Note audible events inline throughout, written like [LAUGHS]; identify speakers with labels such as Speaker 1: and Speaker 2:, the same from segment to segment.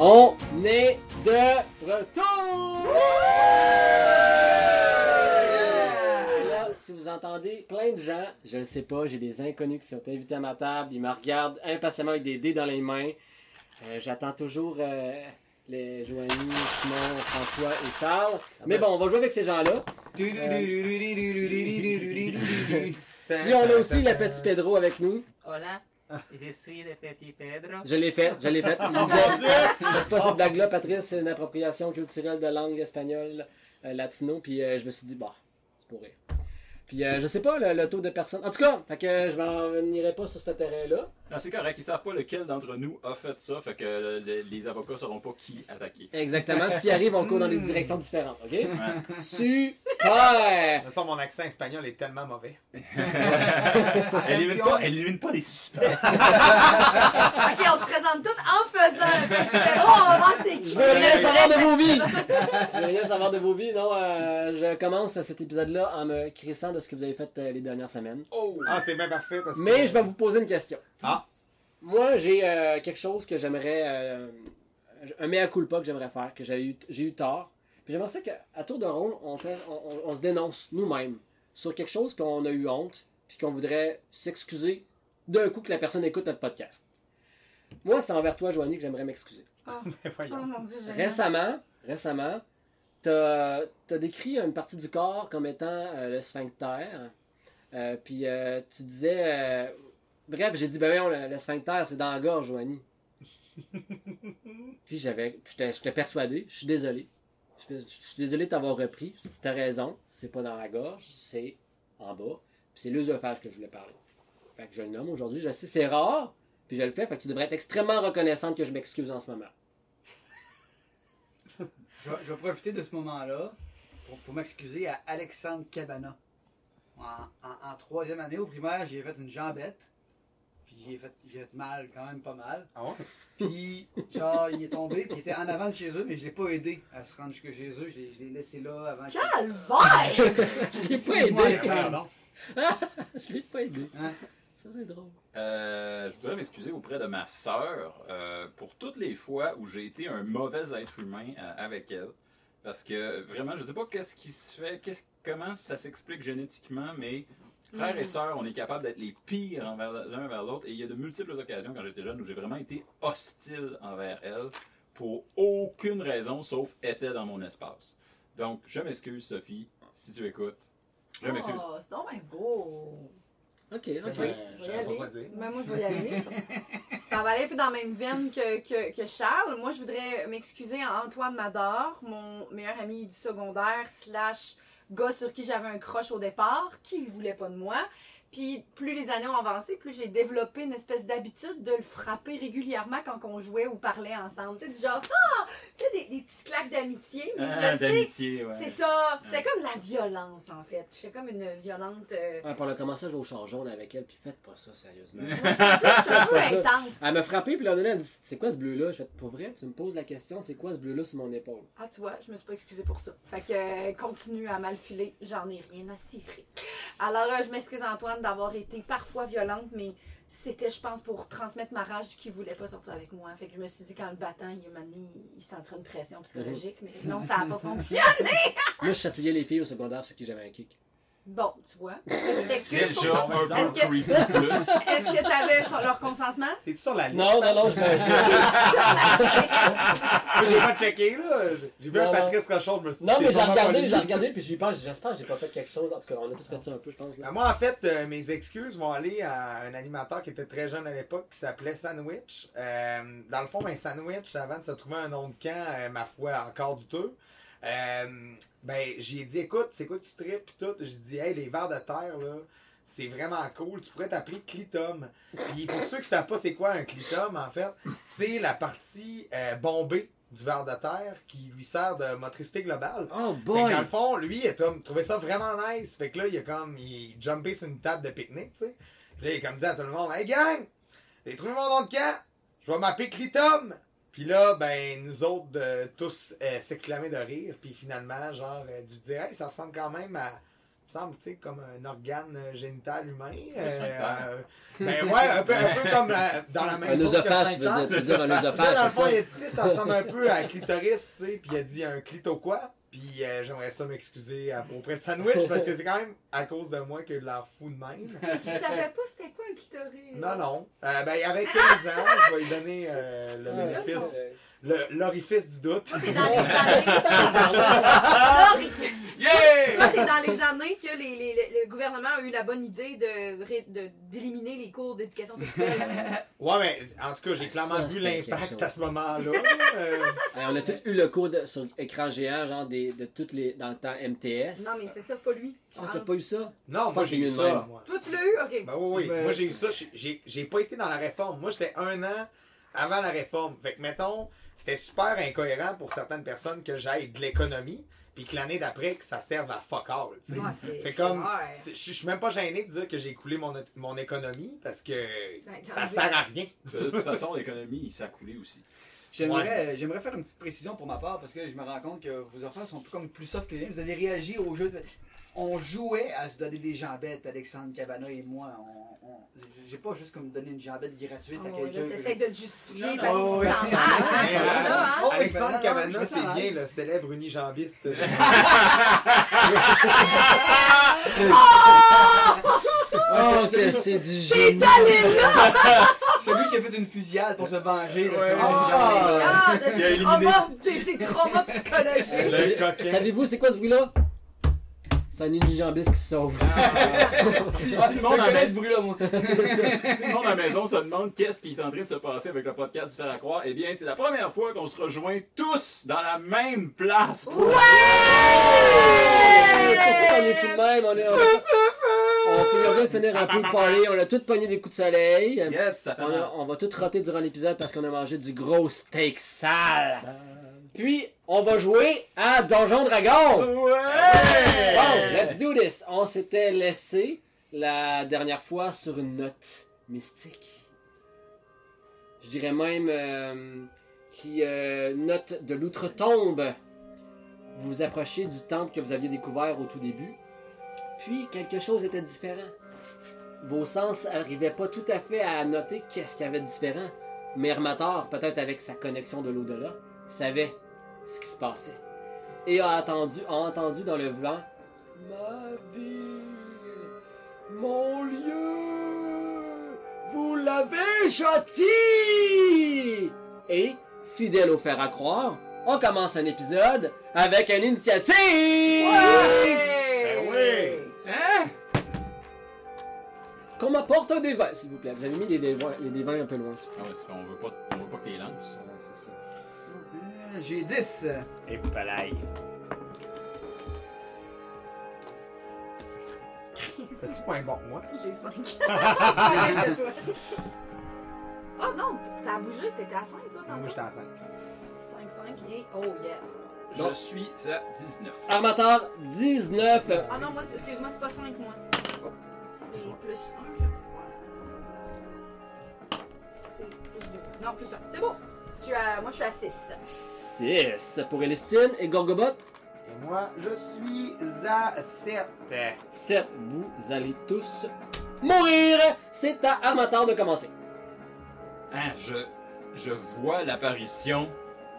Speaker 1: On est de retour! Et Là, si vous entendez plein de gens, je ne sais pas, j'ai des inconnus qui sont invités à ma table, ils me regardent impatiemment avec des dés dans les mains. Euh, J'attends toujours euh, les Joanie, Simon, François et Charles. Mais bon, on va jouer avec ces gens-là. Puis on a aussi le petit Pedro avec nous.
Speaker 2: Hola, je suis le petit Pedro.
Speaker 1: Je l'ai fait, je l'ai fait. Faites pas cette blague-là, Patrice, c'est une appropriation culturelle de langue espagnole euh, latino, puis euh, je me suis dit, bah, c'est pour rire. Puis euh, je sais pas le, le taux de personnes. En tout cas, fait que je m'en irai pas sur ce terrain-là.
Speaker 3: Non, c'est correct, ils savent pas lequel d'entre nous a fait ça, fait que euh, les, les avocats sauront pas qui attaquer.
Speaker 1: Exactement. Puis s'il arrive, on court dans des directions différentes, ok? Super!
Speaker 4: De toute façon, mon accent espagnol est tellement mauvais.
Speaker 3: Elle élimine pas, elle élimine pas les suspects.
Speaker 5: [LAUGHS] Ok, on se présente toutes en faisant le petit Pedro. On va voir c'est qui.
Speaker 1: Je veux rien savoir de vos vies! Je veux rien savoir de vos vies, non. euh, je commence cet épisode-là en me crissant de ce que vous avez fait euh, les dernières semaines.
Speaker 4: Ah, c'est bien parfait parce que.
Speaker 1: Mais je vais vous poser une question.
Speaker 4: Ah.
Speaker 1: Moi, j'ai euh, quelque chose que j'aimerais. euh, un mea culpa que j'aimerais faire, que j'ai eu, j'ai eu tort. Puis j'aimerais ça qu'à tour de rôle, on, fait- on- on- on se dénonce nous-mêmes sur quelque chose qu'on a eu honte, puis qu'on voudrait s'excuser d'un coup que la personne écoute notre podcast. Moi, c'est envers toi, Joanie, que j'aimerais m'excuser.
Speaker 4: Mais
Speaker 5: Oh
Speaker 4: [LAUGHS] voyons.
Speaker 5: mon dieu, j'ai
Speaker 1: Récemment, récemment, t'as as décrit une partie du corps comme étant euh, le sphincter. Euh, puis euh, tu disais. euh, bref, j'ai dit, ben voyons, le, le sphincter, c'est dans la gorge, Joanie. puis j'avais. J'étais j'étais persuadé, je suis désolé. Je je suis désolé de t'avoir repris. T'as raison, c'est pas dans la gorge, c'est en bas. Puis c'est l'œsophage que je voulais parler. Fait que je le nomme aujourd'hui, je sais, c'est rare, puis je le fais, fait que tu devrais être extrêmement reconnaissante que je m'excuse en ce moment.
Speaker 6: Je vais, je vais profiter de ce moment-là pour, pour m'excuser à Alexandre Cabana. En, en- en troisième année au primaire, j'ai fait une jambette. Puis j'ai fait, j'ai fait mal, quand même pas mal.
Speaker 4: Ah ouais?
Speaker 6: Puis, genre, il est tombé, puis il était en avant de chez eux, mais je l'ai pas aidé à se rendre jusque chez eux. Je l'ai, je l'ai laissé là avant que-
Speaker 5: Calvaire!
Speaker 1: Je l'ai pas
Speaker 6: Excuse-moi,
Speaker 1: aidé.
Speaker 6: Alexandre.
Speaker 1: [LAUGHS] Je l'ai pas aidé.
Speaker 6: Hein?
Speaker 1: Ça, c'est drôle.
Speaker 3: Euh, je voudrais m'excuser auprès de ma sœur euh, pour toutes les fois où j'ai été un mauvais être humain euh, avec elle. Parce que vraiment, je sais pas qu'est-ce qui se fait, qu'est-ce, comment ça s'explique génétiquement, mais frères et
Speaker 5: Mhm.
Speaker 3: sœurs, on est capable d'être les pires envers l'un envers l'autre. Et il y a de multiples occasions quand j'étais jeune où j'ai vraiment été hostile envers elle pour aucune raison sauf était dans mon espace. Donc, je m'excuse, Sophie, si tu écoutes. Je m'excuse.
Speaker 5: Oh, c'est donc bien beau.
Speaker 1: Ok, ok.
Speaker 4: Ouais. je
Speaker 5: Je vais y
Speaker 4: savais pas
Speaker 5: aller.
Speaker 4: quoi dire.
Speaker 5: Ben, moi, je vais y aller. Ça va aller plus dans la même veine que, que, que Charles. Moi, je voudrais m'excuser à Antoine Mador, mon meilleur ami du secondaire, slash gars sur qui j'avais un croche au départ, qui voulait pas de moi. Puis plus les années ont avancé, plus j'ai développé une espèce d'habitude de le frapper régulièrement quand on jouait ou parlait ensemble. Tu sais, du genre, ah, tu sais, des, des petites claques d'amitié. Mais je
Speaker 3: Ah,
Speaker 5: le sais,
Speaker 3: d'amitié, ouais.
Speaker 5: c'est ça. C'est comme la violence, en fait. Je suis comme une violente. euh,
Speaker 1: Ah, pour le commençage au char jaune avec elle, puis faites pas ça, sérieusement.
Speaker 5: [LAUGHS] C'est un peu
Speaker 1: Pas ça.
Speaker 5: intense.
Speaker 1: Elle m'a frappé, puis là, elle a dit C'est quoi ce bleu-là Je fais Pour vrai, tu me poses la question C'est quoi ce bleu-là sur mon épaule
Speaker 5: Ah, tu vois, je me suis pas excusée pour ça. Fait que euh, continue à mal filer, j'en ai rien à cirer. Alors, euh, je m'excuse, Antoine, d'avoir été parfois violente, mais c'était, je pense, pour transmettre ma rage qui voulait pas sortir avec moi. Fait que je me suis dit, quand le battant, il m'a mis, il sentira une pression psychologique, mais non, ça a pas fonctionné.
Speaker 1: Moi, je chatouillais les filles au secondaire sur qui j'avais un kick.
Speaker 5: Bon, tu vois. Est-ce que tu
Speaker 3: Quel
Speaker 5: t'excuses pour ça?
Speaker 3: genre un peu
Speaker 5: Est-ce que-
Speaker 3: creepy plus.
Speaker 5: Est-ce que t'avais son- leur consentement?
Speaker 4: T'es-tu sur la liste?
Speaker 1: Non, non, non, je me.
Speaker 4: Moi, Ah, j'ai pas checké, là. J'ai- J'ai vu
Speaker 1: Non,
Speaker 4: un Patrice Rochon, je me suis
Speaker 1: Non,
Speaker 4: c'est
Speaker 1: mais j'ai
Speaker 4: sûrement pas
Speaker 1: regardé,
Speaker 4: lui.
Speaker 1: j'ai regardé, puis j'ai pensé, j'espère que j'ai pas fait quelque chose. En tout cas, on a tous fait ça un peu, je pense.
Speaker 4: Ben,
Speaker 1: Là.
Speaker 4: Moi, en fait, euh, mes excuses vont aller à un animateur qui était très jeune à l'époque qui s'appelait Sandwich. Euh, dans le fond, un sandwich, avant de se trouver un nom de camp, euh, ma foi, encore douteux, euh, ben, j'ai dit, écoute, c'est quoi tu tripes pis tout? J'ai dit, hey, les vers de terre, là, C'est vraiment cool. Tu pourrais t'appeler clitum. Puis pour ceux qui savent pas c'est quoi un clitum, en fait, c'est la partie euh, bombée du verre de terre qui lui sert de motricité globale.
Speaker 1: Oh
Speaker 4: Fait que
Speaker 1: boy!
Speaker 4: dans le fond, lui, il a comme trouvé ça vraiment nice. Fait que là, il a comme, il jumpé sur une table de pique-nique, tu sais. Puis là, il a comme dit à tout le monde, Hey gang, j'ai trouvé mon nom de camp, je vais m'appeler Clitum. Puis là, ben, nous autres, euh, tous euh, s'exclamer de rire. Puis finalement, genre, euh, du dire, Hey, ça ressemble quand même à, il me semble, tu sais, comme un organe euh, génital humain. Euh,
Speaker 3: sphincter.
Speaker 4: euh, ben ouais, un peu, un peu comme la- dans la même
Speaker 1: Un
Speaker 4: chose que
Speaker 1: oesophage,
Speaker 4: le
Speaker 1: je veux dire.
Speaker 4: sphincter.
Speaker 1: Tu veux
Speaker 4: [LAUGHS]
Speaker 1: dire un
Speaker 4: Là, dans le
Speaker 1: oesophage, c'est
Speaker 4: fond,
Speaker 1: ça?
Speaker 4: il a dit, tu sais, ça ressemble un
Speaker 1: [LAUGHS]
Speaker 4: peu à clitoris, tu sais, puis il a dit un clito quoi, puis euh, j'aimerais ça m'excuser à- auprès de Sandwich, parce que c'est quand même à cause de moi que l'air fou de même.
Speaker 5: Je savais pas c'était quoi un clitoris.
Speaker 4: Non, non. Euh, ben, il avait 15 ans, je vais lui donner euh, le bénéfice, le- l'orifice du doute. [LAUGHS]
Speaker 5: Toi, t'es dans les années. Non,
Speaker 3: Yeah!
Speaker 5: toi, t'es dans les années que les- les- le- le gouvernement a eu la bonne idée de ré- de- d'éliminer les cours d'éducation sexuelle.
Speaker 4: Ouais, mais en tout cas, j'ai
Speaker 1: Ah,
Speaker 4: clairement
Speaker 1: ça,
Speaker 4: vu
Speaker 1: c'était quelque
Speaker 4: l'impact
Speaker 1: chose.
Speaker 4: à ce moment-là. Euh,
Speaker 1: Hey, on a tous eu le cours de- sur écran géant, genre des, de toutes les, dans le temps MTS.
Speaker 5: Non, mais c'est ça, pas lui. je
Speaker 1: Ah, t'as
Speaker 5: pense.
Speaker 1: pas eu ça?
Speaker 4: non,
Speaker 1: pense
Speaker 4: moi,
Speaker 1: que
Speaker 4: j'ai
Speaker 1: j'ai
Speaker 4: eu
Speaker 1: eu le
Speaker 4: ça,
Speaker 1: même.
Speaker 4: moi.
Speaker 5: Toi, tu l'as eu? Ok.
Speaker 4: Ben oui, oui.
Speaker 6: Ben-
Speaker 4: Moi, j'ai eu ça. j'ai- J'ai j'ai pas été dans la réforme. Moi, j'étais un an avant la réforme. Fait que, mettons, c'était super incohérent pour certaines personnes que j'aille de l'économie, puis que l'année d'après, que ça serve à fuck all. tu sais.
Speaker 5: Ouais, c'est-
Speaker 4: fait comme,
Speaker 5: ouais.
Speaker 4: c'est- je je suis même pas gêné de dire que j'ai écoulé mon, ot- mon économie, parce que ça
Speaker 5: Ça-
Speaker 4: sert à rien.
Speaker 3: De toute façon, l'économie, ça a coulé [LAUGHS] aussi.
Speaker 6: J'aimerais euh, j'aimerais faire une petite précision pour ma part parce que je me rends compte que vos enfants sont plus- comme plus soft que les miens. Vous avez réagi au jeu. de- On jouait à se donner des jambettes, Alexandre Cabana et moi. On, on- J'ai pas juste comme donné une jambette gratuite à
Speaker 5: Oh, là,
Speaker 6: quelqu'un.
Speaker 5: T'essayes de te justifier
Speaker 3: Non,
Speaker 5: parce que
Speaker 6: non, ouais.
Speaker 5: tu te sens mal, hein,
Speaker 4: Ouais.
Speaker 5: c'est ça, hein?
Speaker 6: Oh,
Speaker 4: Alexandre
Speaker 6: ben, non, non, je
Speaker 4: Cavana,
Speaker 6: me sens
Speaker 4: c'est
Speaker 6: mal.
Speaker 4: bien le célèbre unijambiste.
Speaker 1: Oh, que c'est du génie!
Speaker 6: Celui qui a fait une fusillade pour se venger.
Speaker 4: [LAUGHS]
Speaker 6: de
Speaker 4: Ouais.
Speaker 6: son
Speaker 4: Ah.
Speaker 6: jambe.
Speaker 5: Regarde,
Speaker 3: Il a
Speaker 5: c'est
Speaker 3: éliminé-
Speaker 5: trauma- c'est- c'est trauma psychologique.
Speaker 4: le coquin.
Speaker 1: Savez-vous c'est quoi ce bruit-là? C'est un unijambiste qui se sauve.
Speaker 3: Si, si
Speaker 6: Ah,
Speaker 3: le
Speaker 6: je
Speaker 3: monde à la
Speaker 6: connais
Speaker 3: maison-
Speaker 6: ce
Speaker 3: [LAUGHS]
Speaker 6: bruit-là, moi.
Speaker 3: si le monde à la maison se demande qu'est-ce qui est en train de se passer avec le podcast du Faire à Croire, eh bien, c'est la première fois qu'on se rejoint tous dans la même place. pour-
Speaker 1: C'est ça qu'on est tout de même, on est... On, on finit- on vient de finir un peu de parler, on a tous pogné des coups de soleil.
Speaker 3: Yes, ça fait
Speaker 1: On, a-
Speaker 3: mal.
Speaker 1: on va tout roter durant l'épisode parce qu'on a mangé du gros steak sale. Puis, on va jouer à Donjon Dragon.
Speaker 3: Ah Ouais!
Speaker 1: Bon, let's do this. On s'était laissé la dernière fois sur une note mystique. Je dirais même euh, qui euh, note de l'outre-tombe. Vous vous approchez du temple que vous aviez découvert au tout début. Puis quelque chose était différent. Vos sens n'arrivaient pas tout à fait à noter qu'est-ce qu'il y avait de différent. Mais Hermator, peut-être avec sa connexion de l'au-delà, savait ce qui se passait. Et a attendu, a entendu dans le vent Ma ville, mon lieu, vous l'avez châti! Et, fidèle au fer à croire, on commence un épisode avec une initiative!
Speaker 5: Ouais!
Speaker 4: Ben oui.
Speaker 3: Hein?
Speaker 1: Qu'on m'apporte un dévin, s'il vous plaît. Vous avez mis les dévins, les dévins un peu loin. s'il vous
Speaker 3: Ah ouais, c'est- on, veut pas, on veut pas que t'es lances.
Speaker 1: plaît. Voilà, c'est ça.
Speaker 6: Euh, J'ai 10.
Speaker 4: Et palaille. [LAUGHS] C'est-tu pas un bon, moi?
Speaker 5: J'ai 5. oh non, ça a bougé, t'étais à 5 toi dans
Speaker 4: Moi, j'étais à 5.
Speaker 5: 5, 5 et oh yes.
Speaker 1: Non.
Speaker 3: Je suis à 19.
Speaker 1: Armateur 19.
Speaker 5: Ah non, moi, c'est- excuse-moi, c'est pas 5 moi. C'est plus 1, je crois. C'est plus 2. Non, plus 1. C'est bon. Tu as... Moi, je suis à 6. [LAUGHS]
Speaker 1: 6 pour Elistine et Gorgobot.
Speaker 4: Et moi, je suis à 7.
Speaker 1: 7. Vous allez tous mourir. C'est à Armateur de commencer.
Speaker 3: Hein, je, je vois l'apparition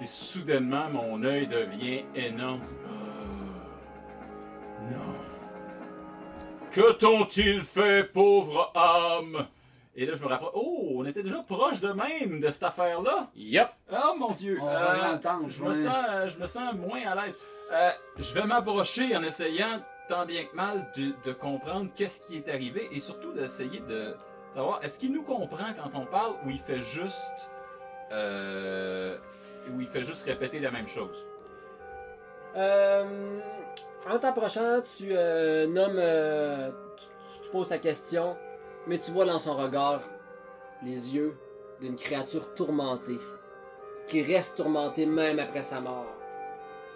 Speaker 3: et soudainement mon œil devient énorme. Oh, non. Que t'ont-ils fait, pauvre âme? Et là, je me rappelle. Oh, on était déjà proche de même de cette affaire-là.
Speaker 1: Yep.
Speaker 3: Oh mon Dieu.
Speaker 6: On
Speaker 7: Euh,
Speaker 6: va l'entendre,
Speaker 3: je, me
Speaker 6: ouais.
Speaker 3: sens, euh, je me sens moins à l'aise. Euh, je vais m'approcher en essayant tant bien que mal de, de comprendre qu'est-ce qui est arrivé et surtout d'essayer de savoir est-ce qu'il nous comprend quand on parle ou il fait juste euh, ou il fait juste répéter la même chose.
Speaker 1: Euh, en t'approchant, tu euh, nommes. euh, tu, Tu te poses ta question, mais tu vois dans son regard les yeux d'une créature tourmentée, qui reste tourmentée même après sa mort.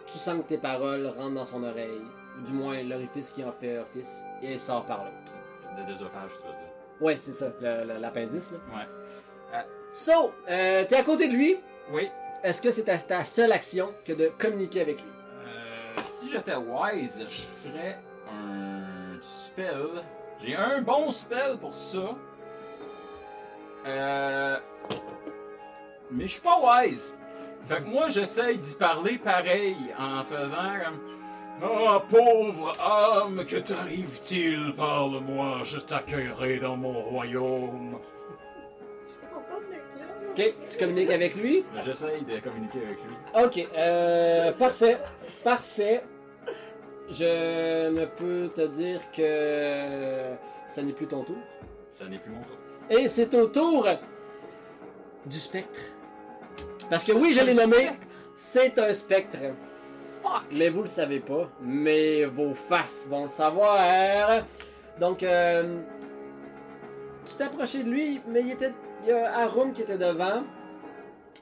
Speaker 1: Tu sens que tes paroles rentrent dans son oreille, ou du moins l'orifice qui en fait office, et elle sort par l'autre.
Speaker 3: De désophage, tu veux dire.
Speaker 1: Ouais, c'est ça, le- le- l'appendice. là.
Speaker 3: Ouais.
Speaker 1: So, euh, t'es à côté de lui.
Speaker 3: Oui.
Speaker 1: Est-ce que c'est ta, ta seule action que de communiquer avec lui?
Speaker 3: Euh, si j'étais wise, je ferais un spell. J'ai un bon spell pour ça. Euh... Mais je suis pas wise. Fait que moi, j'essaye d'y parler pareil en faisant comme. Ah, pauvre homme, que t'arrive-t-il? Parle-moi, je t'accueillerai dans mon royaume.
Speaker 1: Ok, tu communiques avec lui.
Speaker 3: J'essaye de communiquer avec lui.
Speaker 1: Ok, euh, parfait, parfait. Je ne peux te dire que ça n'est plus ton tour.
Speaker 3: Ça n'est plus mon tour.
Speaker 1: Et c'est au tour du spectre. Parce que oui, je l'ai nommé, c'est un spectre. Mais vous le savez pas, mais vos faces vont le savoir. Donc, euh, tu t'es approché de lui, mais il était, il y a Arum qui était devant.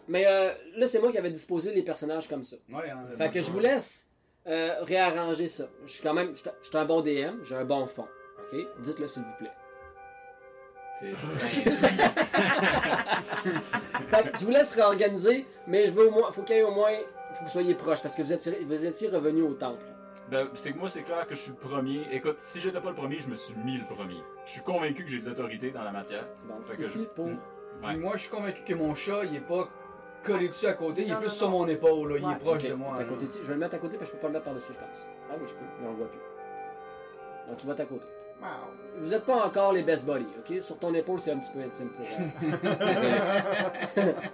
Speaker 1: Mais euh, là, c'est moi qui avais disposé les personnages comme ça.
Speaker 6: Ouais, hein,
Speaker 1: Fait que je vous laisse euh, réarranger ça. Je suis quand même, je suis- je suis un bon DM, j'ai un bon fond. Ok, dites-le s'il vous plaît.
Speaker 3: C'est-
Speaker 1: Fait que je vous laisse réorganiser, mais je veux au moins, faut qu'il y ait au moins, faut que vous soyez proche parce que vous étiez, vous étiez revenu au temple.
Speaker 3: Ben, c'est que moi, c'est clair que je suis le premier. Écoute, si j'étais pas le premier, je me suis mis le premier. Je suis convaincu que j'ai de l'autorité dans la matière. Fait
Speaker 1: Donc
Speaker 3: que
Speaker 1: ici
Speaker 3: je-
Speaker 1: pour.
Speaker 3: Mm.
Speaker 6: Puis moi, je suis convaincu que mon chat, il est pas collé dessus à côté, il est
Speaker 5: Non,
Speaker 6: plus
Speaker 5: non,
Speaker 6: sur
Speaker 5: non.
Speaker 6: mon épaule, Oh là. il
Speaker 5: Ouais.
Speaker 6: est proche
Speaker 1: Ok,
Speaker 6: de moi. hein.
Speaker 1: t'es à
Speaker 6: là.
Speaker 1: côté de- Je vais le mettre à côté parce que je peux pas le mettre par dessus, je pense. Ah oui, je peux, mais on le voit plus. Donc il va être à côté. Vous êtes pas encore les best buddies, ok? Sur ton épaule, c'est un petit peu intime pour. euh,
Speaker 6: [LAUGHS]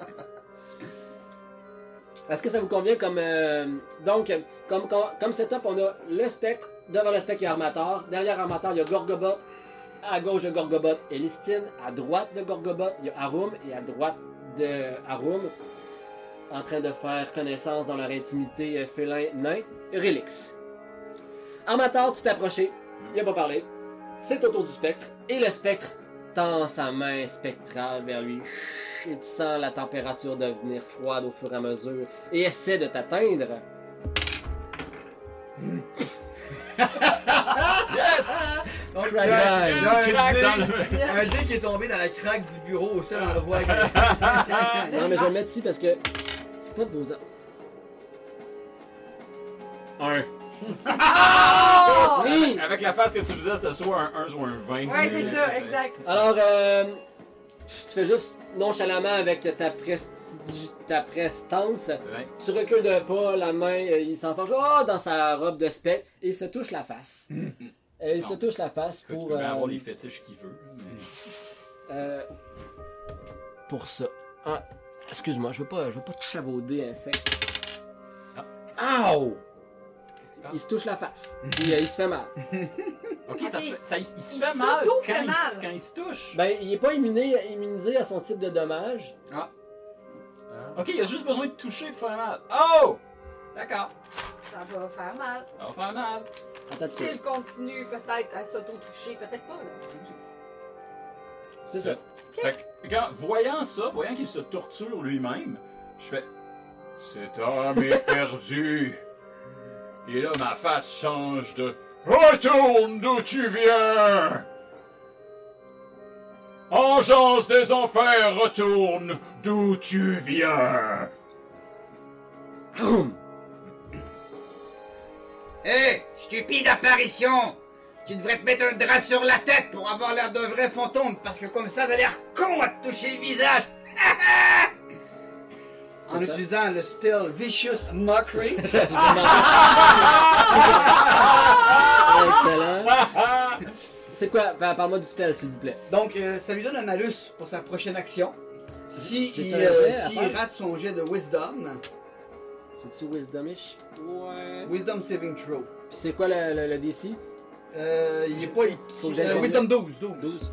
Speaker 1: Est-ce que ça vous convient comme. euh, donc, comme, comme, comme setup, on a le spectre, devant le spectre, il y a Armator, derrière Armator, il y a Gorgobot, à gauche de Gorgobot, Elistine, à droite de Gorgobot, il y a Arum, et à droite de Arum, en train de faire connaissance dans leur intimité euh, félin-nain, Relix. Armator, tu t'es approché, il a pas parlé. C'est au tour du spectre, et le spectre tend sa main spectrale vers lui. Et tu sens la température devenir froide au fur et à mesure, et essaie de t'atteindre.
Speaker 3: Yes!
Speaker 6: Donc,
Speaker 1: Crack
Speaker 6: un-
Speaker 1: down.
Speaker 6: un
Speaker 3: Crack
Speaker 6: dé-
Speaker 3: dans le-
Speaker 6: Un dé qui est tombé dans la craque du bureau au seul endroit. que-
Speaker 7: [LAUGHS]
Speaker 1: Non, mais je vais le mettre ici parce que c'est pas de beaux ans. Un.
Speaker 5: Oh!
Speaker 1: Oui!
Speaker 3: Avec la face que tu faisais, c'était soit un 1, soit un 20.
Speaker 5: Ouais, c'est ça, exact.
Speaker 1: Alors, euh, tu fais juste nonchalamment avec ta, prestigi- ta prestance.
Speaker 3: Ouais.
Speaker 1: Tu recules d'un pas, la main, euh, il s'enfonce oh, dans sa robe de spectre et il se touche la face. Et il
Speaker 3: Mm. Non.
Speaker 1: se touche la face
Speaker 3: Tu peux
Speaker 1: pour.
Speaker 3: bien
Speaker 1: euh,
Speaker 3: avoir les fétiches qu'il veut. mais-
Speaker 1: euh, pour ça. Ah, excuse-moi, je veux pas, je veux pas te chavauder un fait.
Speaker 3: Ah.
Speaker 1: Ow!
Speaker 3: Qu'est-ce qui se passe?
Speaker 1: Il se touche la face.
Speaker 3: Mm.
Speaker 1: Puis euh, il se fait mal.
Speaker 3: Ok, ça se fait, ça- il, il se
Speaker 5: Ah, Il
Speaker 3: fait mal quand,
Speaker 5: s'auto-fait
Speaker 3: il,
Speaker 5: mal.
Speaker 3: s- quand il se touche.
Speaker 1: Ben, il est pas immuné, immunisé à son type de dommage.
Speaker 3: Ok, il a juste besoin de toucher pour faire mal. Oh! D'accord.
Speaker 5: Ça va faire mal.
Speaker 3: Ça va faire mal.
Speaker 1: Attends, tu
Speaker 5: S'il continue peut-être à s'auto-toucher, peut-être pas, là.
Speaker 1: C'est ça.
Speaker 3: Fait que, quand, voyant ça, voyant qu'il se torture lui-même, je fais Cet homme [LAUGHS] est perdu. Et là, ma face change de Retourne d'où tu viens Engeance des enfers, retourne d'où tu viens
Speaker 7: Hé, stupide apparition Tu devrais te mettre un drap sur la tête pour avoir l'air d'un vrai fantôme, parce que comme ça, t'as l'air con à te toucher le visage [LAUGHS]
Speaker 6: En utilisant le spell Vicious
Speaker 7: [LAUGHS]
Speaker 1: [LAUGHS]
Speaker 6: Mockery.
Speaker 3: [LAUGHS]
Speaker 1: Excellent. C'est quoi? Ben, Parle-moi du spell, s'il vous plaît.
Speaker 6: Donc, euh, ça lui donne un malus pour sa prochaine action. Si
Speaker 1: J'ai
Speaker 6: il,
Speaker 1: ça, Ah.
Speaker 6: euh,
Speaker 1: j'ai à
Speaker 6: s'il
Speaker 1: faire.
Speaker 6: rate son jet de Wisdom,
Speaker 1: C'est-tu wisdomish? Ouais.
Speaker 6: Wisdom Saving Throw.
Speaker 1: Puis c'est quoi le, le, le DC?
Speaker 6: Euh, il est pas. il-
Speaker 1: Faut que j'aille
Speaker 6: euh,
Speaker 1: combien?
Speaker 6: wisdom 12, 12.
Speaker 1: 12.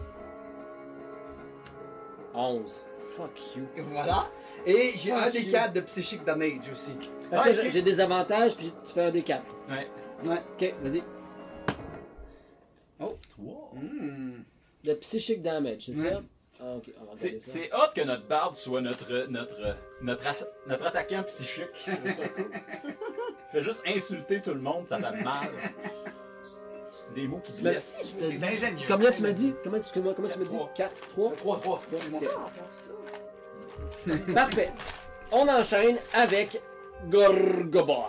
Speaker 1: 11. Fuck you.
Speaker 6: Et Voilà. Et j'ai
Speaker 1: Ah,
Speaker 6: un des
Speaker 1: j'ai-
Speaker 6: 4 de Psychic Damage aussi.
Speaker 1: Fait que ça, j'ai- j'ai des avantages, puis tu fais un D4.
Speaker 3: Ouais.
Speaker 1: Ok, vas-y.
Speaker 8: Wow.
Speaker 6: Hmm.
Speaker 1: Le psychic damage, c'est ça?
Speaker 6: Ouais.
Speaker 1: Ah, ok, on va regarder
Speaker 3: C'est-
Speaker 1: ça.
Speaker 3: C'est hot que notre barde soit notre, notre, notre, a- notre attaquant psychique. Je trouve ça [LAUGHS] cool. Fait juste insulter tout le monde, ça fait mal. Des mots qui
Speaker 1: Mais-
Speaker 3: blessent.
Speaker 1: Je te
Speaker 8: C'est
Speaker 1: dis-
Speaker 8: ingénieux.
Speaker 1: Combien tu m'as dit? Comment tu, comment, comment tu m'as dit? 4, 3?
Speaker 6: 3, 3.
Speaker 1: Parfait. On enchaîne avec Gorgobot.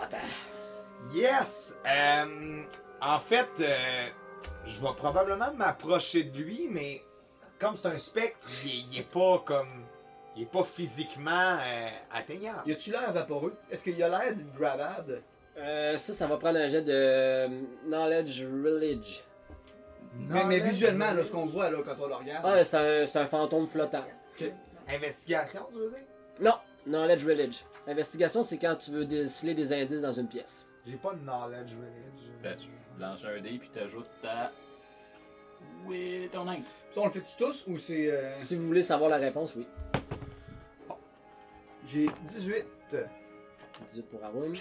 Speaker 4: Yes! Euh, en fait, euh, je vais probablement m'approcher de lui, mais comme c'est un spectre, il est, il est pas comme. Il est pas physiquement euh, atteignable.
Speaker 6: Y a-tu l'air vaporeux? Est-ce qu'il y a l'air grabbable?
Speaker 1: Euh, ça, ça va prendre un jet de euh, Knowledge Village.
Speaker 6: Mais, mais visuellement, là, ce qu'on voit là, quand on le regarde.
Speaker 1: Ah, c'est un, c'est un fantôme flottant.
Speaker 4: Investigation, tu veux dire?
Speaker 1: Non, Knowledge Village. L'investigation, c'est quand tu veux déceler des indices dans une pièce.
Speaker 4: J'ai pas de knowledge village.
Speaker 1: Euh,
Speaker 3: Ben, tu lances un dé puis t'ajoutes ta. Oui, ton int.
Speaker 6: Ça, on le fait-tu tous ou c'est. euh,
Speaker 1: Si vous voulez savoir la réponse, oui.
Speaker 6: J'ai 18.
Speaker 1: 18 pour Arun.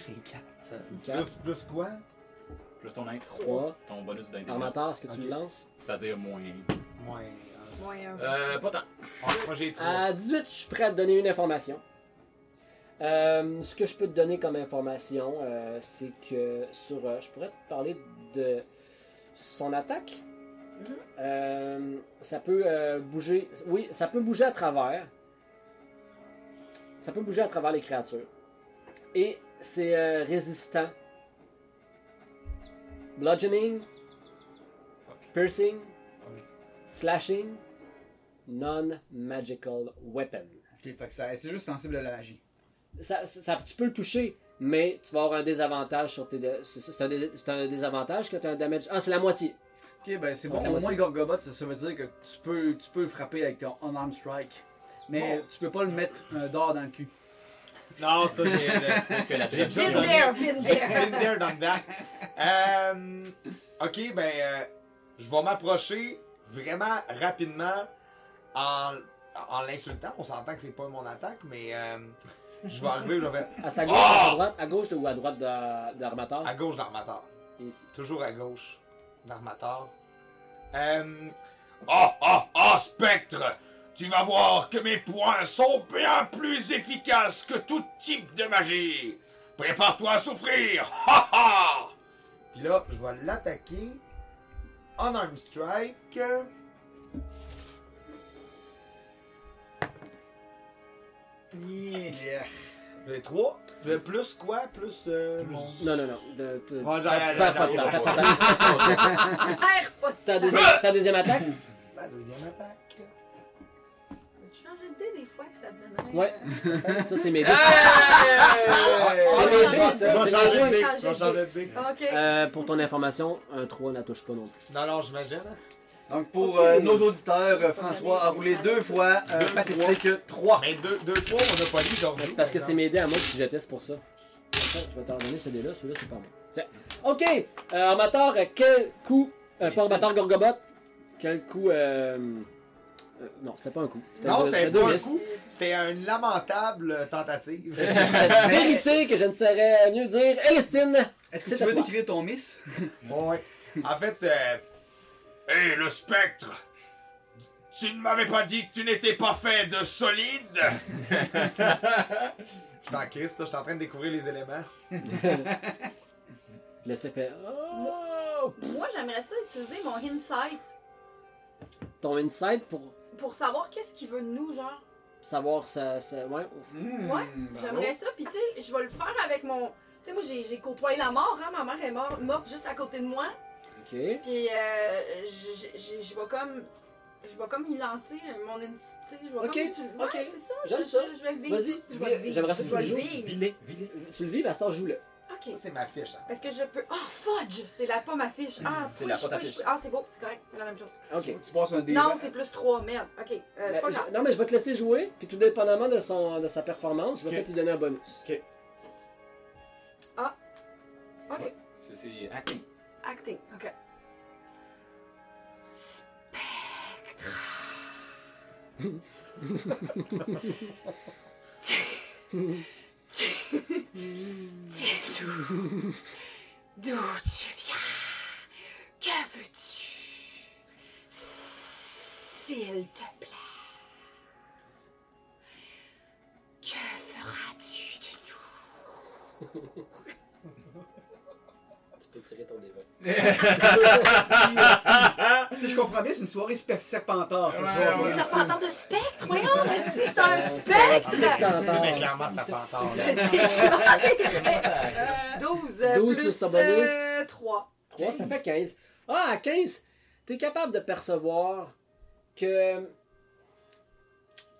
Speaker 1: 4.
Speaker 4: Plus, plus quoi?
Speaker 3: Plus ton int.
Speaker 1: Trois.
Speaker 3: Ton bonus d'intelligence.
Speaker 1: Armateur, est-ce que tu
Speaker 4: Ok.
Speaker 1: le lances?
Speaker 3: C'est-à-dire moins.
Speaker 4: Moins.
Speaker 5: Moyen.
Speaker 3: Euh, pas tant.
Speaker 4: euh, moi j'ai trois.
Speaker 1: À 18, je suis prêt à te donner une information. Euh, ce que je peux te donner comme information, euh, c'est que sur. euh, je pourrais te parler de son attaque. Euh, ça peut euh, bouger. Oui, ça peut bouger à travers. Ça peut bouger à travers les créatures. Et c'est euh, résistant. Bludgeoning,
Speaker 3: Fuck.
Speaker 1: piercing, slashing, non-magical weapon.
Speaker 6: Ok, fait que ça- c'est juste sensible à la magie.
Speaker 1: ça, ça- tu peux le toucher, mais tu vas avoir un désavantage sur tes. dé- C'est c'est un, dé- c'est un désavantage que tu as un damage. Ah, c'est la moitié.
Speaker 6: Ok, ben c'est
Speaker 1: Donc,
Speaker 6: bon.
Speaker 1: la
Speaker 6: Au
Speaker 1: moitié.
Speaker 6: moins, Gorgobot, ça, ça veut dire que tu peux, tu peux le frapper avec ton unarmed strike. Mais tu peux pas le mettre un d'or dans le cul.
Speaker 4: Non, ça j'ai.
Speaker 3: Que la
Speaker 4: J'ai
Speaker 5: Been
Speaker 4: déjà
Speaker 3: traduction.
Speaker 4: donné-
Speaker 5: there, been there.
Speaker 4: Been there, done that. Euh, ok, ben, euh, je vais m'approcher vraiment rapidement en, en l'insultant. On s'entend que c'est pas mon attaque, mais euh, je vais arriver, je vais faire
Speaker 1: À sa gauche,
Speaker 4: Ah!
Speaker 1: à droite, à gauche de- ou à droite de, de l'armateur.
Speaker 4: à gauche d'armateur.
Speaker 1: Et ici.
Speaker 4: Toujours à gauche d'armateur. Euh, oh, oh, oh, spectre! Tu vas voir que mes points sont bien plus efficaces que tout type de magie! Prépare-toi à souffrir! Ha ha! Puis là, je vais l'attaquer. Unarmed strike.
Speaker 6: Yeah.
Speaker 4: Les trois. Le plus quoi? Plus. euh, mon-
Speaker 1: Non, non, non. De, de-
Speaker 4: Bon,
Speaker 1: pas-
Speaker 4: j'arrête,
Speaker 1: pas- pas-
Speaker 4: j'arrête, j'arrête.
Speaker 1: pas- pas- pas- pas-
Speaker 5: Faire pas de
Speaker 1: Ta
Speaker 5: temps.
Speaker 1: deuxième- ta deuxième attaque
Speaker 4: Ma deuxième attaque.
Speaker 5: Tu changes de dé des fois que ça te donnerait.
Speaker 1: Ouais.
Speaker 5: euh,
Speaker 1: Ça, c'est mes deux.
Speaker 5: Ah,
Speaker 1: C'est
Speaker 5: ouais,
Speaker 1: mes
Speaker 5: ouais,
Speaker 1: deux, ça.
Speaker 5: ouais,
Speaker 1: c'est
Speaker 5: ouais,
Speaker 1: mes
Speaker 5: ouais.
Speaker 1: deux.
Speaker 5: changer de
Speaker 4: changer de dé.
Speaker 5: Ok.
Speaker 1: Euh, Pour ton information, un 3 ne touche pas non plus.
Speaker 4: Non, non, j'imagine. hein.
Speaker 6: Donc, pour euh, nos auditeurs, euh, François a roulé deux fois euh,
Speaker 4: Deux,
Speaker 6: pathétique 3.
Speaker 4: Mais deux, deux fois, on n'a pas lu, genre.
Speaker 1: Mais Ben, c'est parce que c'est mes dés à moi que tu jetais, c'est pour ça. Attends, je vais t'en donner ce dé-là, celui-là, c'est pas moi. Tiens. Ok, euh, armateur, euh, quel coup. Euh,
Speaker 3: Mais
Speaker 1: pas
Speaker 3: c'est-
Speaker 1: armateur Gorgobot. Quel coup. Euh... euh, non, c'était pas un coup.
Speaker 4: Non,
Speaker 1: deux-
Speaker 4: c'était
Speaker 1: deux
Speaker 4: pas un
Speaker 1: miss.
Speaker 4: coup. C'était une lamentable tentative. [LAUGHS]
Speaker 1: C'est cette vérité que je ne saurais mieux dire. Elistine! C'est
Speaker 6: Est-ce que tu
Speaker 1: à
Speaker 6: veux
Speaker 1: toi.
Speaker 6: décrire ton miss?
Speaker 4: ouais. En fait, euh... Hey, le spectre! Tu ne m'avais pas dit que tu n'étais pas fait de solide! je suis en crise, là, je suis en train de découvrir les éléments.
Speaker 1: L'esprit fait. Oh!
Speaker 5: Moi, j'aimerais ça utiliser mon insight
Speaker 1: Ton insight pour
Speaker 5: pour savoir qu'est-ce qu'il veut de nous, genre.
Speaker 1: savoir ça. ça- ouais. Hmm,
Speaker 5: Ouais,
Speaker 1: ben oh.
Speaker 5: j'aimerais ça. Puis, tu sais, je vais le faire avec mon. Tu sais, moi, j'ai j'ai côtoyé la mort, hein. Ma mère est mor- morte juste à côté de moi.
Speaker 1: Ok.
Speaker 5: Puis, euh, je- je je- je vais comme. Je vais comme y lancer mon insight. Tu sais, je vais
Speaker 1: Ok,
Speaker 5: comme. Tu... Ouais,
Speaker 1: ok.
Speaker 5: c'est ça. Je,
Speaker 1: J'aime ça.
Speaker 5: je- je vais le vivre.
Speaker 1: Vas-y,
Speaker 5: je vais le vivre.
Speaker 1: j'aimerais ça que tu
Speaker 5: Je vais
Speaker 1: le
Speaker 5: le
Speaker 1: joues.
Speaker 5: vivre.
Speaker 1: Tu le vis, Master, joue-le.
Speaker 5: Ok.
Speaker 4: Ça, c'est ma fiche. hein.
Speaker 5: Est-ce que je peux. Oh, fudge! C'est la pomme à fiche. Ah,
Speaker 3: C'est
Speaker 5: pourquoi
Speaker 3: la
Speaker 5: je-
Speaker 3: pomme à
Speaker 5: pourquoi je-
Speaker 3: fiche.
Speaker 5: Ah, c'est beau, c'est correct, c'est la même chose.
Speaker 1: Ok.
Speaker 6: Tu passes un dé.
Speaker 5: Non, c'est plus 3, merde. Ok, euh,
Speaker 1: Ben,
Speaker 5: pas
Speaker 1: je-
Speaker 5: grave.
Speaker 1: non, mais je vais te laisser jouer, puis tout dépendamment de, son, de sa performance, je vais
Speaker 6: Ok.
Speaker 1: peut-être lui donner un bonus.
Speaker 5: Ah. Ok,
Speaker 3: C'est- C'est hacking.
Speaker 5: acting, ok. Spectre. Dis-nous d'où tu viens. Que veux-tu? S'il te plaît, que feras-tu de nous?
Speaker 1: Tu peux tirer ton dévot.
Speaker 6: si je comprends bien, c'est une soirée spe- serpentard, cette
Speaker 3: Ouais,
Speaker 6: soirée.
Speaker 3: ouais.
Speaker 5: Ça parle de spectre, voyons, mais c'est un spectre!
Speaker 4: Mais
Speaker 1: Spectre!
Speaker 4: clairement, ça part
Speaker 5: C'est [LAUGHS] clair. 12, euh,
Speaker 1: 12 plus
Speaker 5: plus euh,
Speaker 1: ton bonus.
Speaker 5: 3.
Speaker 1: 3, ça fait 15. Ah, à 15, t'es capable de percevoir que. euh,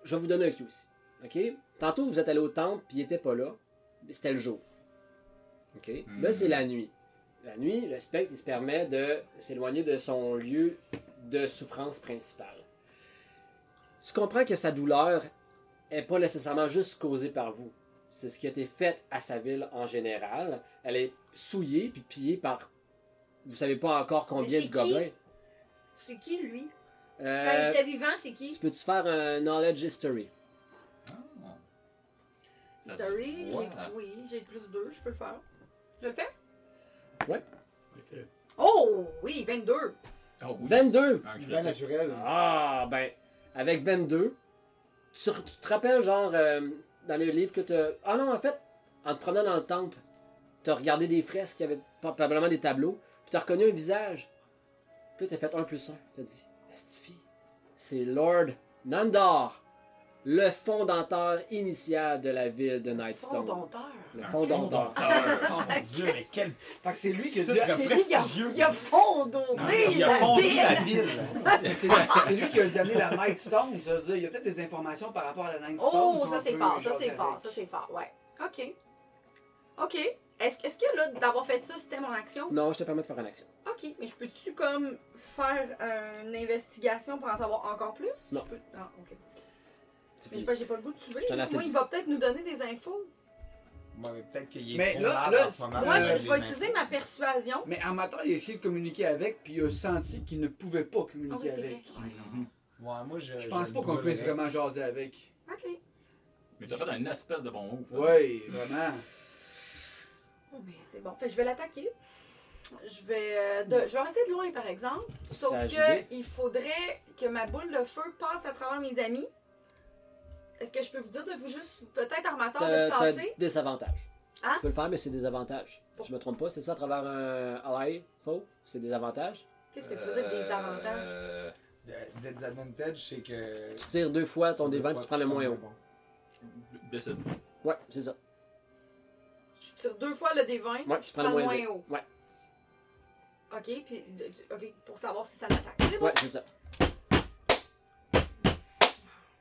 Speaker 1: Je vais vous donner un cue ici. OK? Tantôt, vous êtes allé au temple, puis il était pas là. mais C'était le jour. OK? Là, c'est la nuit. La nuit, le spectre, il se permet de s'éloigner de son lieu de souffrance principale. Tu comprends que sa douleur est pas nécessairement juste causée par vous. C'est ce qui a été fait à sa ville en général. Elle est souillée puis pillée par vous savez pas encore combien
Speaker 8: Mais
Speaker 1: de
Speaker 8: c'est
Speaker 1: gobelins.
Speaker 8: C'est qui, lui? Quand
Speaker 5: Ben,
Speaker 8: il
Speaker 1: Euh,
Speaker 8: était vivant, c'est qui?
Speaker 1: tu peux-tu faire un knowledge history?
Speaker 3: Ça se
Speaker 5: Story,
Speaker 3: voit.
Speaker 5: j'ai- oui, j'ai plus 2, je peux le faire. Je le fais?
Speaker 9: Fais-le.
Speaker 5: Oh, oui, 22.
Speaker 3: Oh, oui.
Speaker 1: 22!
Speaker 3: Un
Speaker 4: Bien
Speaker 3: [LAUGHS] critique.
Speaker 4: naturel.
Speaker 1: Ah, ben, avec 22, tu, re- tu te rappelles, genre, euh, dans le livre que t'as... Ah non, en fait, en te promenant dans le temple, t'as regardé des fresques, il y avait probablement des tableaux, puis t'as reconnu un visage. Puis là, t'as fait 1 plus 1, t'as dit, Esti fille, c'est Lord Nandor, le fondateur initial de la ville de Nightstone.
Speaker 5: Fondonteur.
Speaker 1: Le
Speaker 3: Un
Speaker 1: fondateur.
Speaker 3: fondateur.
Speaker 4: Oh mon dieu, mais quel
Speaker 6: Fait que c'est lui qui a dû,
Speaker 4: titre
Speaker 5: C'est lui qui a,
Speaker 4: prestigieux.
Speaker 5: il a fondonté
Speaker 4: Il a
Speaker 5: la
Speaker 4: fondu
Speaker 5: ville.
Speaker 4: la ville.
Speaker 6: c'est- c'est lui qui a amené la Nightstone, ça veut dire, il y a peut-être des informations par rapport à la Nightstone.
Speaker 5: Oh,
Speaker 6: sont
Speaker 5: ça
Speaker 6: un
Speaker 5: c'est
Speaker 6: peu
Speaker 5: fort, ça
Speaker 6: jasées
Speaker 5: c'est fort,
Speaker 6: avec.
Speaker 5: ça c'est fort, ouais. OK. OK. Est-ce est-ce que là, d'avoir fait ça, c'était mon action?
Speaker 1: Non, je te permets de faire une action.
Speaker 5: OK, mais je peux-tu comme faire une investigation pour en savoir encore plus?
Speaker 1: Non.
Speaker 5: Je peux... Ah, OK.
Speaker 1: C'est
Speaker 5: Mais ben,
Speaker 1: fini.
Speaker 5: j'ai j'ai pas le goût de tuer.
Speaker 1: Je te laisse
Speaker 5: Moi,
Speaker 1: le-
Speaker 5: il va peut-être nous donner des infos.
Speaker 4: Ouais, mais peut-être qu'il est
Speaker 6: Mais
Speaker 4: trop
Speaker 6: là-
Speaker 4: malade
Speaker 6: là,
Speaker 4: en ce moment.
Speaker 5: Moi,
Speaker 4: Euh,
Speaker 5: je, je vais
Speaker 4: les
Speaker 5: utiliser
Speaker 4: mains.
Speaker 5: ma persuasion.
Speaker 6: Mais en matin, il a essayé de communiquer avec, puis il a senti qu'il ne pouvait pas
Speaker 5: Ah oui,
Speaker 6: communiquer
Speaker 5: c'est
Speaker 6: avec.
Speaker 5: vrai.
Speaker 4: Ouais, moi, je.
Speaker 6: Je pense Euh, pas qu'on puisse vraiment jaser avec.
Speaker 5: OK.
Speaker 3: Mais t'as fait un espèce de bon move. là.
Speaker 6: Ouais, vraiment.
Speaker 5: Oh, mais c'est bon. Fait que je vais l'attaquer. Je vais, euh, de, je vais rester de loin, par exemple. Sauf
Speaker 1: Ça agit.
Speaker 5: que il faudrait que ma boule de feu passe à travers mes amis. Est-ce que je peux vous dire de vous juste, peut-être en m'attendant de
Speaker 1: T'as
Speaker 5: le
Speaker 1: t'as
Speaker 5: tasser?
Speaker 1: des avantages.
Speaker 5: Hein?
Speaker 1: Tu peux le faire, mais c'est des avantages. Si je me trompe pas, c'est ça à travers un ally, faux, c'est des avantages.
Speaker 5: Qu'est-ce que tu veux dire des avantages?
Speaker 3: Euh,
Speaker 4: Le disadvantage, c'est que.
Speaker 1: Tu tires deux fois ton dévent, tu prends le moins haut.
Speaker 3: décide.
Speaker 1: Ouais, c'est ça.
Speaker 5: Je tire deux fois le D20,
Speaker 1: Ouais,
Speaker 5: je prends le moins haut.
Speaker 1: Ouais,
Speaker 5: OK, puis de- de- ok, pour savoir si ça l'attaque. C'est bon?
Speaker 1: ouais, c'est ça.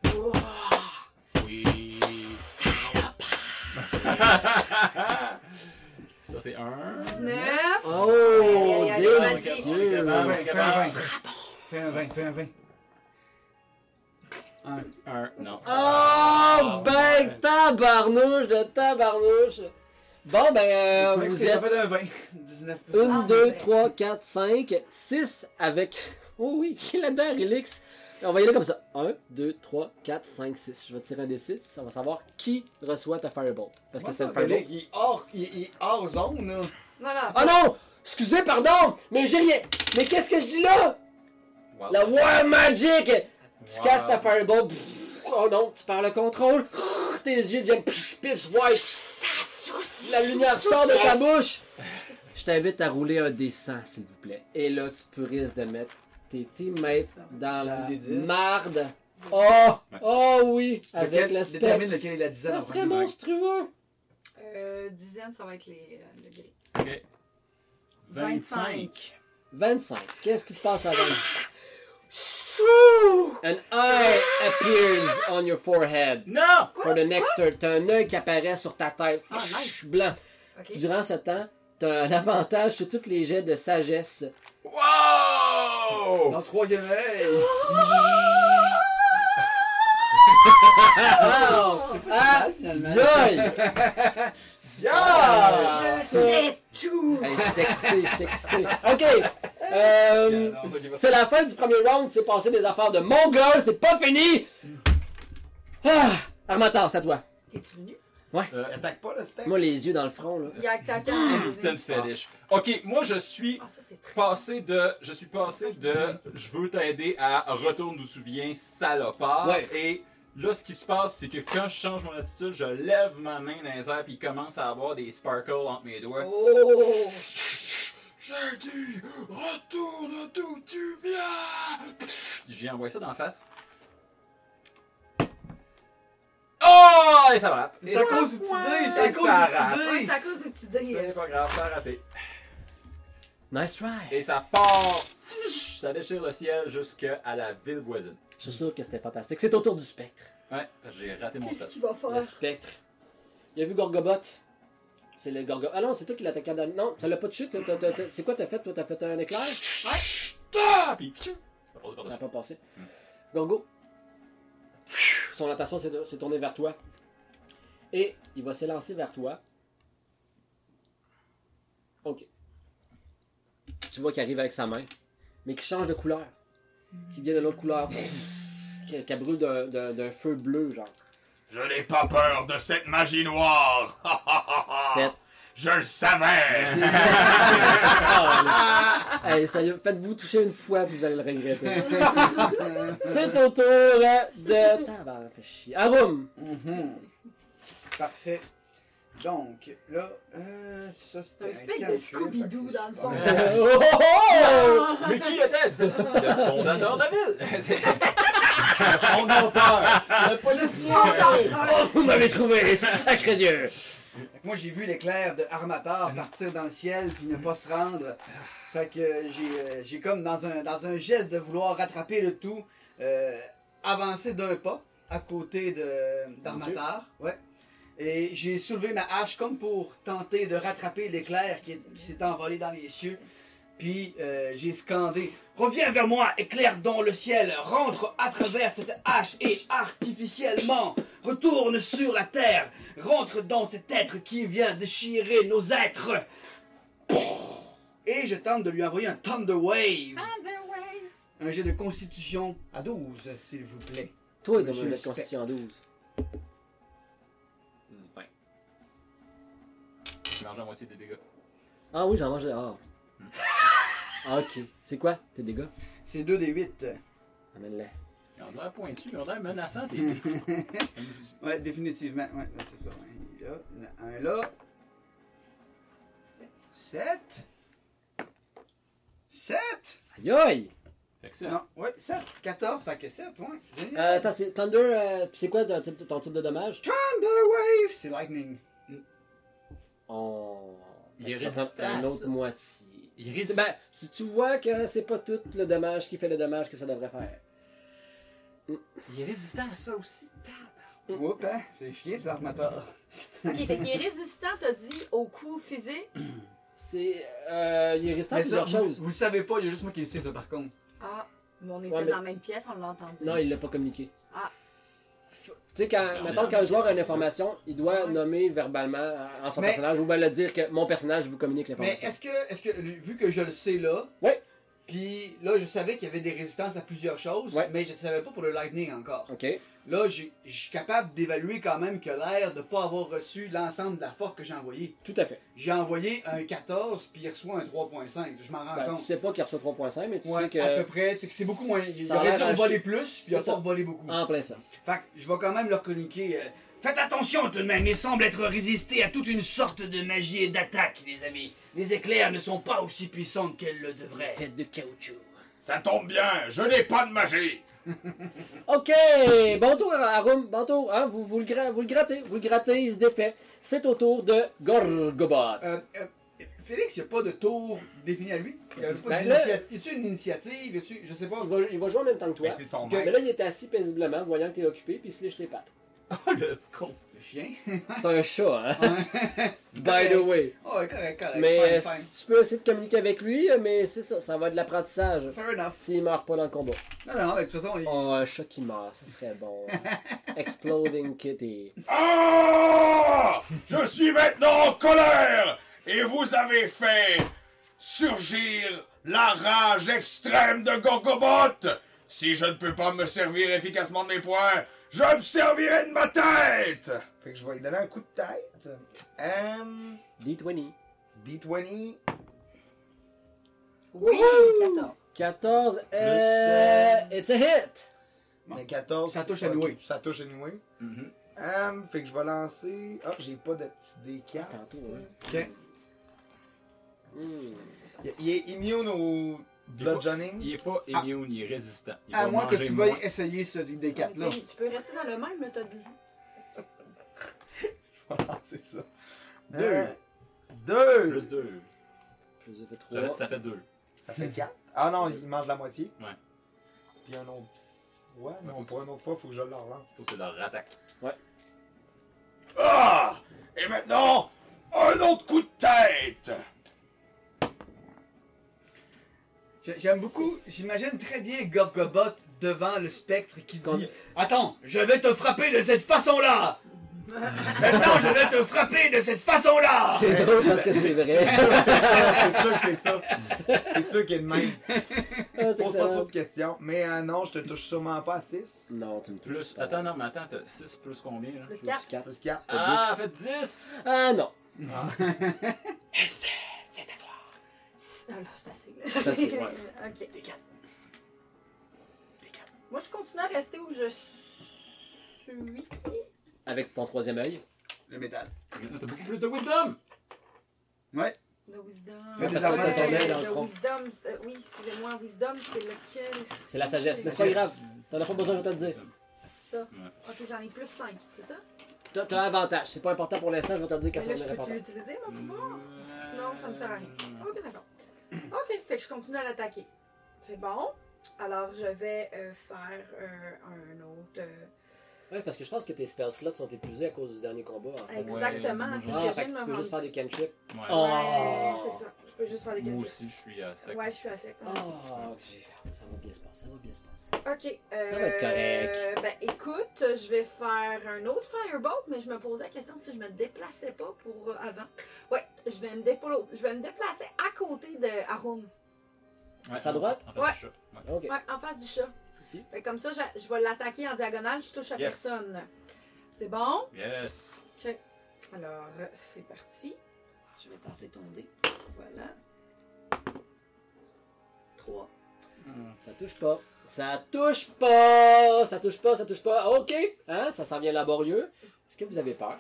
Speaker 5: Wow! Salope!
Speaker 3: Ça, c'est un.
Speaker 5: 19!
Speaker 1: Oh,
Speaker 5: Aïe, aïe, aïe, aïe,
Speaker 1: délicieux!
Speaker 3: Ah, ouais,
Speaker 6: Fais un 20. Fais un 20, fais un 20. Un.
Speaker 3: Un. Non.
Speaker 1: Oh, ben, tabarnouche de tabarnouche! Bon, ben, euh, vous
Speaker 6: Ça
Speaker 1: êtes
Speaker 6: fait un 20. 19 plus.
Speaker 1: Une,
Speaker 5: Ah,
Speaker 1: deux,
Speaker 5: ouais.
Speaker 1: trois, quatre, cinq, six avec. Oh oui, là-dedans, Relix. On va y aller comme ça. 1, 2, 3, 4, 5, 6. Je vais tirer un des 6. On va savoir qui reçoit ta Firebolt. Parce
Speaker 6: Ah,
Speaker 1: que c'est le Firebolt.
Speaker 6: Il est hors, il, il est hors zone, là.
Speaker 5: Non, non,
Speaker 1: Ah non Excusez, pardon Mais j'ai rien Mais qu'est-ce que je dis là
Speaker 3: Wow.
Speaker 1: La War Magic Tu
Speaker 4: Wow.
Speaker 1: casses ta Firebolt. Pff, Oh non, tu perds le contrôle. Tes yeux deviennent psh, pitch white. La lumière sort de ta bouche. Je t'invite à rouler un des 100, s'il vous plaît. Et là, tu risques de mettre tes teammates dans la
Speaker 6: Des dix.
Speaker 1: marde. Oh! Oh oui! Avec
Speaker 6: Lequel-
Speaker 1: le
Speaker 6: Détermine
Speaker 1: spectre.
Speaker 6: lequel est la dizaine.
Speaker 1: Ça
Speaker 6: en
Speaker 1: serait
Speaker 6: premier.
Speaker 1: monstrueux!
Speaker 5: Euh, dizaine, ça va être les, euh, le gris.
Speaker 3: Ok.
Speaker 5: 25.
Speaker 1: 25. Qu'est-ce qui se passe à 25?
Speaker 5: Sous!
Speaker 1: An eye appears on your forehead.
Speaker 3: Non!
Speaker 1: For the next turn, t'as un œil qui apparaît sur ta tête.
Speaker 5: Ah, nice.
Speaker 1: Blanc.
Speaker 5: OK.
Speaker 1: Durant ce temps, t'as un [LAUGHS] avantage sur tous les jets de sagesse.
Speaker 3: Wow!
Speaker 6: Dans le troisième œil.
Speaker 1: Wow! Ah!
Speaker 6: Mal, finalement.
Speaker 1: Yoï!
Speaker 5: Je sais tout!
Speaker 1: Ah. Hey, je suis excité, je suis excité. OK. euh,
Speaker 3: Non, ça qui va-
Speaker 1: c'est la fin du premier round. C'est passé des affaires de Mongol. C'est pas fini. Ah, Armateur, c'est à toi.
Speaker 5: T'es-tu venu?
Speaker 1: Ouais.
Speaker 3: Euh,
Speaker 4: Il attaque pas le spectre.
Speaker 1: Moi, les yeux dans le front, là.
Speaker 5: Il y a quelqu'un à
Speaker 3: Mmh,
Speaker 5: réaliser.
Speaker 3: C'était une fetish. Ok, moi je suis
Speaker 5: Ah, ça, c'est très.
Speaker 3: passé de. Je suis passé de. Je veux t'aider à retourne d'où tu viens, salopard.
Speaker 1: Ouais.
Speaker 3: Et là, ce qui se passe, c'est que quand je change mon attitude, je lève ma main dans les airs, puis il commence à avoir des sparkles entre mes doigts.
Speaker 5: Oh!
Speaker 3: J'ai dit, retourne d'où tu viens! J'ai envoyé ça dans la face. Oh! Et ça rate.
Speaker 6: C'est à cause du petit dé, c'est à
Speaker 3: Et
Speaker 6: cause
Speaker 3: ça
Speaker 6: du
Speaker 3: rate.
Speaker 6: petit
Speaker 5: Ouais,
Speaker 6: dé.
Speaker 5: c'est à cause de cette idée.
Speaker 3: C'est pas grave, ça a raté.
Speaker 1: Nice try.
Speaker 3: Et ça part. Ça déchire le ciel jusqu'à la ville voisine.
Speaker 1: Je suis sûr que c'était fantastique. C'est au tour du spectre.
Speaker 3: Ouais, parce que j'ai raté mon
Speaker 8: Qu'est-ce
Speaker 3: test.
Speaker 8: qu'il va
Speaker 1: Le
Speaker 8: faire?
Speaker 1: spectre. Il a vu Gorgobot. C'est le Gorgo. Ah non, c'est toi qui l'as attaqué en dernier. Non, ça l'a pas touché. T'as- t'as- t'as- C'est quoi t'as fait? Toi, t'as fait un éclair?
Speaker 3: Ah! Puis. Ça
Speaker 1: Ça n'a pas passé. Gorgo. Son attention s'est s'est tournée vers toi. Et il va s'élancer vers toi. Ok. Tu vois qu'il arrive avec sa main, mais qui change de couleur. Qui vient de l'autre couleur. Qui qui brûle d'un- d'un d'un feu bleu, genre.
Speaker 4: Je n'ai pas peur de cette magie noire. Ha, ha, ha, ha.
Speaker 1: Sept.
Speaker 4: Je
Speaker 1: [LAUGHS]
Speaker 4: le savais.
Speaker 1: Allez, sérieux, faites-vous toucher une fois, puis vous allez le regretter. C'est au tour euh, de. Ah, Tabarnak, fais chier.
Speaker 3: [LAUGHS]
Speaker 1: Arum!
Speaker 6: Mhm. Parfait. Donc, là, euh, ça c'était.
Speaker 5: C'est un spectre de
Speaker 6: calcul,
Speaker 5: Scooby-Doo,
Speaker 6: fait que
Speaker 5: dans le
Speaker 6: c'est
Speaker 5: fond.
Speaker 6: pas mal.
Speaker 1: Oh, oh, oh!
Speaker 3: Mais qui était-ce? Le fondateur de ville! [LAUGHS] C'est-
Speaker 4: On en parle.
Speaker 1: Le policier!
Speaker 5: Fondateur.
Speaker 1: Oh, vous m'avez trouvé, sacré Dieu!
Speaker 6: Fait que Moi, j'ai vu l'éclair de Armator partir dans le ciel puis ne pas se rendre. Fait que euh, j'ai, euh, j'ai comme dans un, dans un geste de vouloir rattraper le tout, euh, avancé d'un pas à côté de, d'Armator. Ouais. Et j'ai soulevé ma hache comme pour tenter de rattraper l'éclair qui, qui s'est envolé dans les cieux. Puis euh, j'ai scandé Reviens vers moi, éclaire dans le ciel, rentre à travers cette hache et artificiellement retourne sur la terre, rentre dans cet être qui vient déchirer nos êtres. Et je tente de lui envoyer un Thunder Wave. Un jet de constitution à 12, s'il vous plaît.
Speaker 1: Toi, de
Speaker 6: Monsieur
Speaker 1: la
Speaker 6: Spectre.
Speaker 1: Constitution 12.
Speaker 3: Vingt. Je Mmh, mange à moitié des dégâts.
Speaker 1: Ah oui, j'en mange. Ah. Ah, ok. C'est quoi tes dégâts?
Speaker 6: C'est 2 des 8.
Speaker 1: Amène-les.
Speaker 3: Ils ont l'air pointus, ils ont l'air menaçants, tes
Speaker 6: [LAUGHS]
Speaker 3: dés.
Speaker 6: Ouais, définitivement. Ouais, là, c'est ça. Un là, il y en a un là. 7. 7.
Speaker 1: Aïe aïe!
Speaker 3: Fait que c'est-
Speaker 6: Non, ouais, 7. 14, fait que 7, ouais. Génial.
Speaker 1: Euh, attends, c'est Thunder, euh, pis c'est quoi ton type, ton type de dommage?
Speaker 6: Thunder Wave! C'est Lightning.
Speaker 1: On.
Speaker 3: Il est
Speaker 1: on prend
Speaker 3: résistant,
Speaker 1: une
Speaker 3: ça.
Speaker 1: autre moitié.
Speaker 3: Il
Speaker 1: C'est-
Speaker 3: résiste.
Speaker 1: Ben, tu, tu vois que c'est pas tout le dommage qui fait le dommage que ça devrait faire.
Speaker 3: Il est résistant à ça aussi.
Speaker 1: Mm.
Speaker 6: Oups, hein, c'est chier, ça, Armator.
Speaker 5: Ok, fait qu'il est résistant, t'as dit, au coup physique.
Speaker 1: C'est. Euh, il est résistant à
Speaker 6: Mais ça,
Speaker 1: plusieurs
Speaker 6: vous,
Speaker 1: choses.
Speaker 6: vous le savez pas, il y a juste moi qui le sais, ça, par contre.
Speaker 5: Ah, mais on était
Speaker 1: Ouais, mais-
Speaker 5: dans la même pièce, on l'a entendu.
Speaker 1: Non, il l'a pas communiqué.
Speaker 5: Ah.
Speaker 1: Tu sais, quand,
Speaker 3: Non,
Speaker 1: mettons,
Speaker 3: non.
Speaker 1: quand le joueur a une information, il doit nommer verbalement euh, en son
Speaker 6: Mais-
Speaker 1: personnage ou bien le dire que mon personnage vous communique
Speaker 6: Mais
Speaker 1: l'information.
Speaker 6: est-ce que, est-ce que, vu que je le sais là,
Speaker 1: Ouais.
Speaker 6: puis là, je savais qu'il y avait des résistances à plusieurs choses,
Speaker 1: Ouais.
Speaker 6: mais je ne savais pas pour le Lightning encore.
Speaker 1: Ok.
Speaker 6: Là, j'ai- je suis capable d'évaluer quand même que l'air de ne pas avoir reçu l'ensemble de la force que j'ai envoyée.
Speaker 1: Tout à fait.
Speaker 6: J'ai envoyé un 14, puis il reçoit un 3.5. Je m'en rends
Speaker 1: Ben, tu
Speaker 6: compte.
Speaker 1: sais pas qu'il reçoit 3.5, mais tu
Speaker 6: Ouais,
Speaker 1: sais que.
Speaker 6: à peu près. C'est que c'est beaucoup moins. Il
Speaker 1: ça a
Speaker 6: aurait dû
Speaker 1: l'air
Speaker 6: en
Speaker 1: à
Speaker 6: voler
Speaker 1: chier.
Speaker 6: plus, puis il a
Speaker 1: C'est ça. Ah.
Speaker 6: pas volé beaucoup.
Speaker 1: En plein ça.
Speaker 6: Fait que je vais quand même leur communiquer. euh, Faites attention tout de même, il semble être résisté à toute une sorte de magie et d'attaque, les amis. Les éclairs ne sont pas aussi puissantes qu'elles le devraient.
Speaker 1: Faites de caoutchouc.
Speaker 4: Ça tombe bien. Je n'ai pas de magie.
Speaker 1: [LAUGHS] Ok, bon tour Arum, bon tour, hein, vous, vous, le gra- vous le grattez, vous le grattez, il se défait. C'est au tour de Gorgobot.
Speaker 6: Euh, euh, Félix, il n'y a pas de tour défini à lui. Il y a pas
Speaker 1: Ben
Speaker 6: d'initiative. Y a-tu une initiative? Y a-tu- je sais pas.
Speaker 1: Il va, il va jouer en même temps que toi.
Speaker 4: Mais c'est son
Speaker 6: Que-
Speaker 4: maître.
Speaker 1: Mais là, il est assis paisiblement, voyant que t'es occupé, puis il se lèche les pattes.
Speaker 3: Le con.
Speaker 6: Le chien.
Speaker 1: C'est un chat, hein? [LAUGHS] By the way.
Speaker 6: Oh, correct, correct.
Speaker 1: Mais
Speaker 6: fine,
Speaker 1: euh,
Speaker 6: fine.
Speaker 1: si tu peux essayer de communiquer avec lui, euh, mais c'est ça, ça va être de l'apprentissage.
Speaker 6: Fair enough.
Speaker 1: S'il meurt pas dans le combat.
Speaker 6: Non, non, mais de toute façon, il...
Speaker 1: Oh, un chat qui meurt, ça serait [LAUGHS] bon. hein. Exploding Kitty.
Speaker 4: Ah Je suis maintenant en colère et vous avez fait surgir la rage extrême de Gorgobot. Si je ne peux pas me servir efficacement de mes points, Je me servirai de ma tête! Fait que je vais lui donner un coup de tête. Hum,
Speaker 1: D20.
Speaker 4: D20.
Speaker 5: Oui, 14.
Speaker 1: 14, euh, it's a hit!
Speaker 4: Mais 14.
Speaker 6: Ça touche anyway.
Speaker 4: Ça touche anyway.
Speaker 1: Mm-hmm.
Speaker 4: Hum, fait que je vais lancer. Ah, j'ai pas de petit D4.
Speaker 1: Tantôt, hein.
Speaker 6: Ok.
Speaker 1: Hmm.
Speaker 4: Il, il est immune au bludgeoning.
Speaker 3: Il est pas
Speaker 6: Ah.
Speaker 3: immune, il est résistant. Il
Speaker 6: À
Speaker 3: va
Speaker 6: moins que
Speaker 3: manger
Speaker 6: tu
Speaker 3: moins.
Speaker 6: veuilles essayer ce des
Speaker 5: Donc,
Speaker 6: 4 là.
Speaker 5: dis, Tu peux rester dans le même, mais t'as dit.
Speaker 4: Je vais lancer Ah, ça.
Speaker 6: Deux.
Speaker 4: Euh, Deux!
Speaker 3: Plus 2.
Speaker 1: Plus de trois.
Speaker 3: Ça, fait- ça fait 2.
Speaker 4: Ça fait 4. Ah non, il mange la moitié.
Speaker 3: Ouais.
Speaker 4: Puis un autre. Ouais, mais on- pour une autre fois, faut que je le relance. [LAUGHS]
Speaker 3: Faut que tu leur rattaques.
Speaker 4: Ah! Et maintenant, un autre coup de tête!
Speaker 6: J'ai- J'aime beaucoup, j'imagine très bien Gorgobot devant le spectre qui dit Attends, je vais te frapper de cette façon-là Maintenant, je vais te frapper de cette façon-là
Speaker 1: [LAUGHS] C'est drôle parce que c'est vrai. [LAUGHS]
Speaker 4: c'est sûr que c'est ça. C'est sûr qu'il est de même.
Speaker 1: Ah, c'est
Speaker 4: Pose pas trop
Speaker 1: excellent.
Speaker 4: de questions. Mais euh, non, je te touche sûrement pas à 6.
Speaker 1: Non, tu me touches
Speaker 3: Plus.
Speaker 1: pas.
Speaker 3: Attends, non, mais attends, t'as 6 plus combien là
Speaker 5: Plus
Speaker 1: Plus
Speaker 5: 4.
Speaker 1: quatre.
Speaker 4: Plus 4.
Speaker 3: Ah, fait 10
Speaker 1: Ah non.
Speaker 5: Non, là, c'est assez.
Speaker 1: C'est assez, ouais.
Speaker 5: [LAUGHS] ok. Des 4. Moi, je continue à rester où je suis.
Speaker 1: Avec ton troisième œil.
Speaker 6: Le métal.
Speaker 3: Maintenant, T'as beaucoup plus de wisdom
Speaker 5: Le wisdom.
Speaker 6: Fais des
Speaker 5: Ouais,
Speaker 6: enfants de ton
Speaker 1: œil dans le
Speaker 5: le
Speaker 1: front.
Speaker 5: wisdom. c'est- euh, oui, excusez-moi, wisdom, c'est lequel
Speaker 1: C'est la sagesse. Mais c'est pas grave. T'en as pas besoin, je vais te le dire.
Speaker 5: Ça. Ok, j'en ai plus 5, c'est ça?
Speaker 1: T'as, t'as avantage. C'est pas important pour l'instant, je vais te le dire quand
Speaker 5: Mais
Speaker 1: ça
Speaker 5: là,
Speaker 1: va
Speaker 5: je
Speaker 1: être
Speaker 5: peux-tu
Speaker 1: important.
Speaker 5: l'utiliser,
Speaker 3: Mm.
Speaker 5: mon pouvoir? Non, ça me sert à rien. Ok, d'accord. Ok, fait que je continue à l'attaquer. C'est bon. Alors, je vais euh, faire euh, un autre. euh,
Speaker 1: Ouais, parce que je pense que tes spell slots sont épuisés à cause du dernier combat. en fait.
Speaker 5: exactement,
Speaker 3: moi,
Speaker 5: c'est
Speaker 3: je-
Speaker 5: ce
Speaker 1: Ah,
Speaker 5: que
Speaker 1: fait
Speaker 5: je
Speaker 1: que
Speaker 5: viens
Speaker 1: tu
Speaker 5: de me
Speaker 1: peux juste faire
Speaker 5: rendre.
Speaker 1: des cantrips.
Speaker 3: Ouais.
Speaker 1: Oh.
Speaker 5: Ouais, c'est ça. Je peux juste faire des
Speaker 3: Moi
Speaker 5: gadgets.
Speaker 3: aussi, je suis à sec.
Speaker 5: Ouais, je suis à sec.
Speaker 1: Oh, ça va bien se passer, ça va bien se passer.
Speaker 5: Ok. Euh,
Speaker 1: Ça va être correct.
Speaker 5: Ben écoute, je vais faire un autre firebolt, mais je me posais la question si je me déplaçais pas pour euh, avant. Ouais, je vais me, dépo- je vais me déplacer à côté de Arum.
Speaker 3: Ouais,
Speaker 1: sa droite?
Speaker 3: En fait,
Speaker 5: Ouais.
Speaker 3: je suis chaud. Ouais.
Speaker 1: Ok.
Speaker 5: Ouais, en face du chat.
Speaker 1: Ici.
Speaker 5: Fait que comme ça, j'a- je vais l'attaquer en diagonale, je touche à
Speaker 3: Yes.
Speaker 5: personne. C'est bon?
Speaker 3: Yes.
Speaker 5: Ok. Alors, euh, c'est parti. Je vais passer ton dé. Voilà. 3.
Speaker 1: Ça touche pas. Ça touche pas. Ça touche pas, ça touche pas. Ok. Hein, ça s'en vient laborieux. Est-ce que vous avez peur?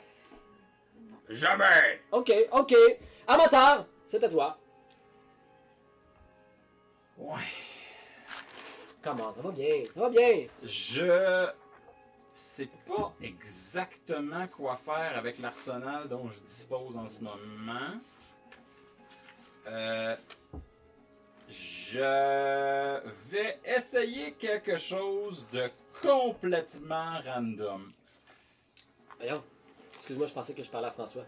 Speaker 4: Jamais!
Speaker 1: Ok, ok. Amateur, c'est à toi.
Speaker 3: Ouais.
Speaker 1: Comment? Ça va bien, ça va bien.
Speaker 3: Je sais pas exactement quoi faire avec l'arsenal dont je dispose en ce moment. Euh, je vais essayer quelque chose de complètement random.
Speaker 1: Voyons. Excuse-moi, je pensais que je parlais à François.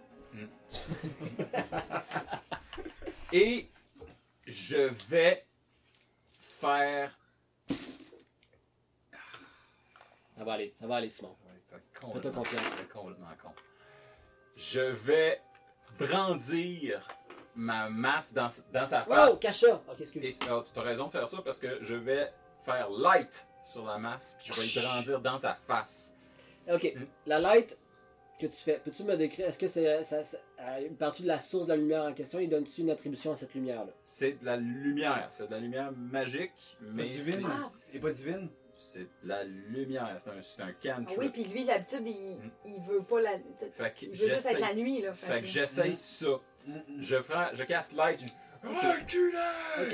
Speaker 3: Et je vais faire.
Speaker 1: Ça va aller, ça va aller, Simon.
Speaker 3: Ça va être
Speaker 1: Fais-toi
Speaker 3: complètement-
Speaker 1: confiance.
Speaker 3: C'est complètement con. Je vais brandir ma masse dans, dans sa face.
Speaker 1: Wow, cacha. Oh, Ok,
Speaker 3: Et
Speaker 1: excuse.
Speaker 3: c'est- ah, t'as raison de faire ça parce que je vais faire light sur la masse puis je vais le brandir dans sa face.
Speaker 1: Ok,
Speaker 3: Hmm.
Speaker 1: la light que tu fais, peux-tu me décrire, est-ce que c'est, ça, ça- euh, partie de la source de la lumière en question et donnes-tu une attribution à cette lumière-là?
Speaker 3: C'est de la lumière, c'est de la lumière magique, mais
Speaker 4: divine.
Speaker 5: Ah,
Speaker 6: Et pas divine
Speaker 3: c'est- c'est de la lumière, c'est un, c'est un
Speaker 5: ah
Speaker 3: cantrip.
Speaker 5: oui, puis lui, d'habitude, il,
Speaker 3: Mm.
Speaker 5: il veut pas la. tu sais,
Speaker 3: Fait que
Speaker 5: Il veut juste être la
Speaker 3: j'essaye
Speaker 5: nuit, là.
Speaker 3: fait que
Speaker 5: que-
Speaker 3: j'essaye ça. Je, fais, je casse light. je-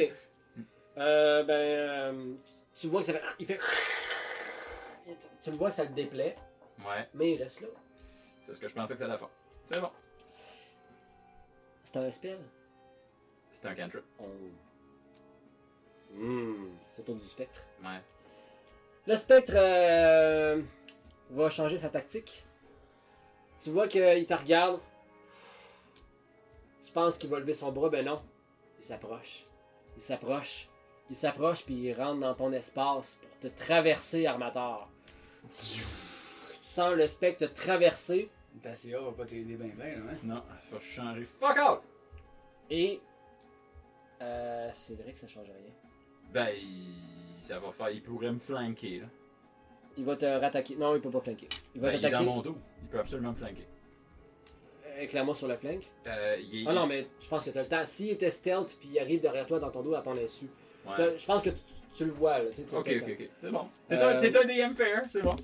Speaker 1: Ok.
Speaker 3: Hmm.
Speaker 1: Euh, ben, euh, tu vois que ça fait. Il fait. Tu le vois, ça le déplaît,
Speaker 3: Ouais,
Speaker 1: mais il reste là.
Speaker 3: c'est ce que je pensais que ça allait faire. C'est bon.
Speaker 1: C'est un spell.
Speaker 3: C'est un cantrip.
Speaker 1: Oh. Hmm. C'est autour du spectre.
Speaker 3: Ouais.
Speaker 1: Le spectre euh, va changer sa tactique. Tu vois qu'il te regarde. Tu penses qu'il va lever son bras, ben non. Il s'approche. Il s'approche. Il s'approche puis il rentre dans ton espace pour te traverser, armateur. Tu sens le spectre te traverser.
Speaker 6: Ta CA va pas t'aider bien, bien, là, hein
Speaker 3: Non, il faut changer. Fuck out!
Speaker 1: Et. Euh, c'est vrai que ça change rien.
Speaker 3: Ben, il- ça va faire. Il pourrait me flanquer, là.
Speaker 1: Il va te rattaquer. Non, il peut pas flanquer. Il va
Speaker 3: Ben, il est
Speaker 1: t'attaquer.
Speaker 3: dans mon dos. Il peut absolument me flanquer.
Speaker 1: Éclairement sur le flank.
Speaker 3: Euh, il est-
Speaker 1: Ah non, mais je pense que t'as le temps. S'il était stealth puis il arrive derrière toi dans ton dos à ton insu,
Speaker 3: Ouais.
Speaker 1: t'as- je pense que tu, tu le vois. Là, tu sais, t'as-
Speaker 3: Ok,
Speaker 1: t'as le
Speaker 3: ok,
Speaker 1: temps.
Speaker 3: ok. C'est bon. T'es
Speaker 1: Euh,
Speaker 3: un- t'es un DM fair, c'est bon.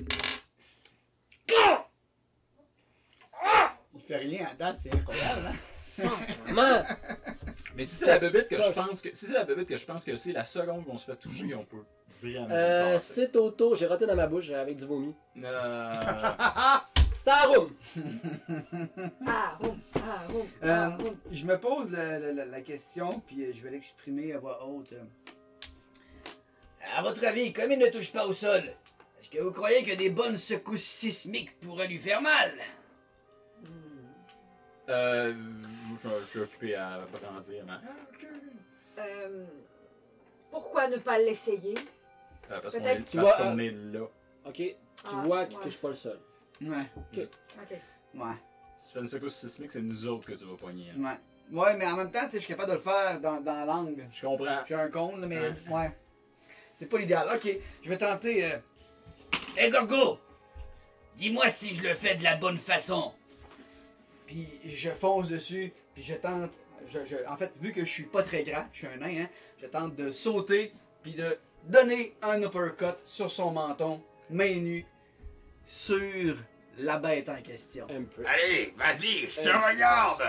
Speaker 6: Il fait rien à date, c'est incroyable, hein?
Speaker 1: Comment?
Speaker 3: [LAUGHS] Mais si c'est la bébête que je pense que si c'est la bébête que je pense que c'est la seconde qu'on se fait toucher, on peut vraiment.
Speaker 1: Euh,
Speaker 3: passer.
Speaker 1: c'est au tour. J'ai roté dans ma bouche avec du vomi.
Speaker 3: Euh,
Speaker 1: C'est un room!
Speaker 5: Ah, roum, ah, roum,
Speaker 6: Euh,
Speaker 5: ah, roum.
Speaker 6: je me pose la, la- la- la question, puis euh, je vais l'exprimer à voix haute. euh.
Speaker 10: À votre avis, comme il ne touche pas au sol, est-ce que vous croyez que des bonnes secousses sismiques pourraient lui faire mal
Speaker 3: euh, je, je suis occupé à brandir ma.
Speaker 5: Euh, pourquoi ne pas l'essayer?
Speaker 3: Euh, parce qu'on
Speaker 5: Peut-être
Speaker 3: est,
Speaker 1: tu
Speaker 3: parce
Speaker 1: vas-
Speaker 3: qu'on est là.
Speaker 1: Ok, tu
Speaker 5: Ah,
Speaker 1: vois qu'il
Speaker 5: ouais.
Speaker 1: touche pas le sol.
Speaker 6: Ouais,
Speaker 5: Ok.
Speaker 6: ouais,
Speaker 3: Si tu fais une secousse sismique, c'est nous autres que tu vas pogner.
Speaker 1: Mm.
Speaker 3: hein.
Speaker 6: ouais. Ouais, mais en même temps, tu sais, je suis capable de le faire dans, dans l'angle.
Speaker 3: Je comprends.
Speaker 6: J'ai un con, là, mais ouais. C'est pas l'idéal. Ok, je vais tenter. euh,
Speaker 10: Hé Gorgo Dis-moi si je le fais de la bonne façon
Speaker 6: puis je fonce dessus, puis je tente. Je, je- en fait, vu que je suis pas très grand, je suis un nain, hein, je tente de sauter, puis de donner un uppercut sur son menton, main nue, sur la bête en question.
Speaker 1: Un peu.
Speaker 10: Allez, vas-y, je
Speaker 1: te
Speaker 10: regarde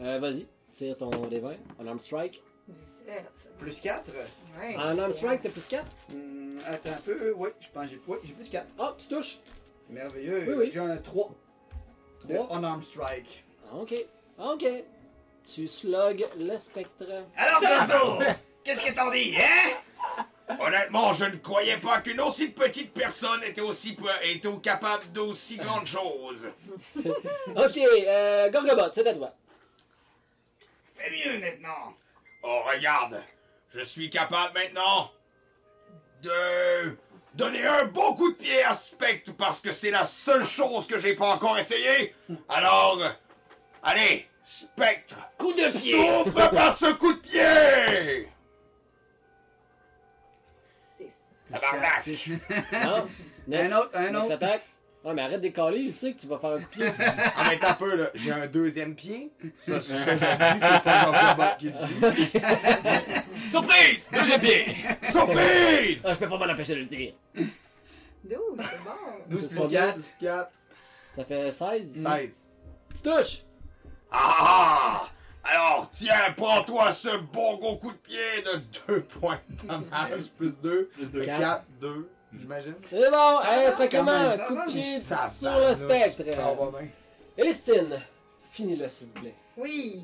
Speaker 1: Euh, Vas-y, tire ton D20. En arm strike.
Speaker 5: 17.
Speaker 6: Plus 4
Speaker 5: Ouais.
Speaker 1: En arm strike, t'as plus 4.
Speaker 6: Attends un peu, oui, je pense que j'ai ouais, j'ai plus 4.
Speaker 1: Ah, tu touches.
Speaker 6: Merveilleux,
Speaker 1: Oui, oui.
Speaker 6: j'ai un 3.
Speaker 1: Trois.
Speaker 6: On arm strike.
Speaker 1: Ah, Ok, Ah, ok. Tu slugs le
Speaker 5: [LAUGHS]
Speaker 1: spectre.
Speaker 10: Alors Gorgo Qu'est-ce que t'en dis, hein
Speaker 4: Honnêtement, je ne croyais pas qu'une aussi petite personne était aussi peu- était capable d'aussi grandes choses.
Speaker 1: Ok, euh, Gorgobot, c'est à toi.
Speaker 10: Fais mieux maintenant
Speaker 4: Oh, regarde, je suis capable maintenant de donner un beau coup de pied à Spectre parce que c'est la seule chose que j'ai pas encore essayé. Alors, allez, Spectre,
Speaker 10: Coup de pied
Speaker 4: souffre par ce coup de pied.
Speaker 5: 6.
Speaker 4: Tabarnak.
Speaker 1: [LAUGHS] Non? Ah, Next.
Speaker 6: Un autre, un
Speaker 1: Next
Speaker 6: autre.
Speaker 1: attaque. Ouais, mais arrête de caler, il sait que tu vas faire un coup de pied.
Speaker 11: En même temps, un peu, là, j'ai un deuxième pied. Ça, c'est ça, que je le dis, c'est pas Jean-Pierre Bob qui le dit.
Speaker 3: Surprise! Deuxième pied!
Speaker 4: Surprise!
Speaker 1: Ah, je peux pas m'en empêcher de le dire.
Speaker 5: 12, c'est bon.
Speaker 6: 12
Speaker 1: C'est
Speaker 6: plus
Speaker 1: pas
Speaker 6: 4.
Speaker 11: 4,
Speaker 1: Ça fait 16.
Speaker 11: 16.
Speaker 1: Tu touches!
Speaker 4: Ah! ah. Alors, tiens, prends-toi ce bon gros coup de pied de 2 points de dommage, plus 2,
Speaker 3: Plus deux.
Speaker 1: Quatre.
Speaker 11: 4, 2, j'imagine.
Speaker 1: C'est bon,
Speaker 6: avance
Speaker 1: hey, très
Speaker 6: quand
Speaker 1: comment?
Speaker 6: même, ça
Speaker 1: Coup de
Speaker 6: avance.
Speaker 1: pied
Speaker 11: Ça
Speaker 1: sur le
Speaker 11: va,
Speaker 1: spectre.
Speaker 11: Ça va bien.
Speaker 1: Elistine, finis-le s'il vous plaît.
Speaker 5: Oui.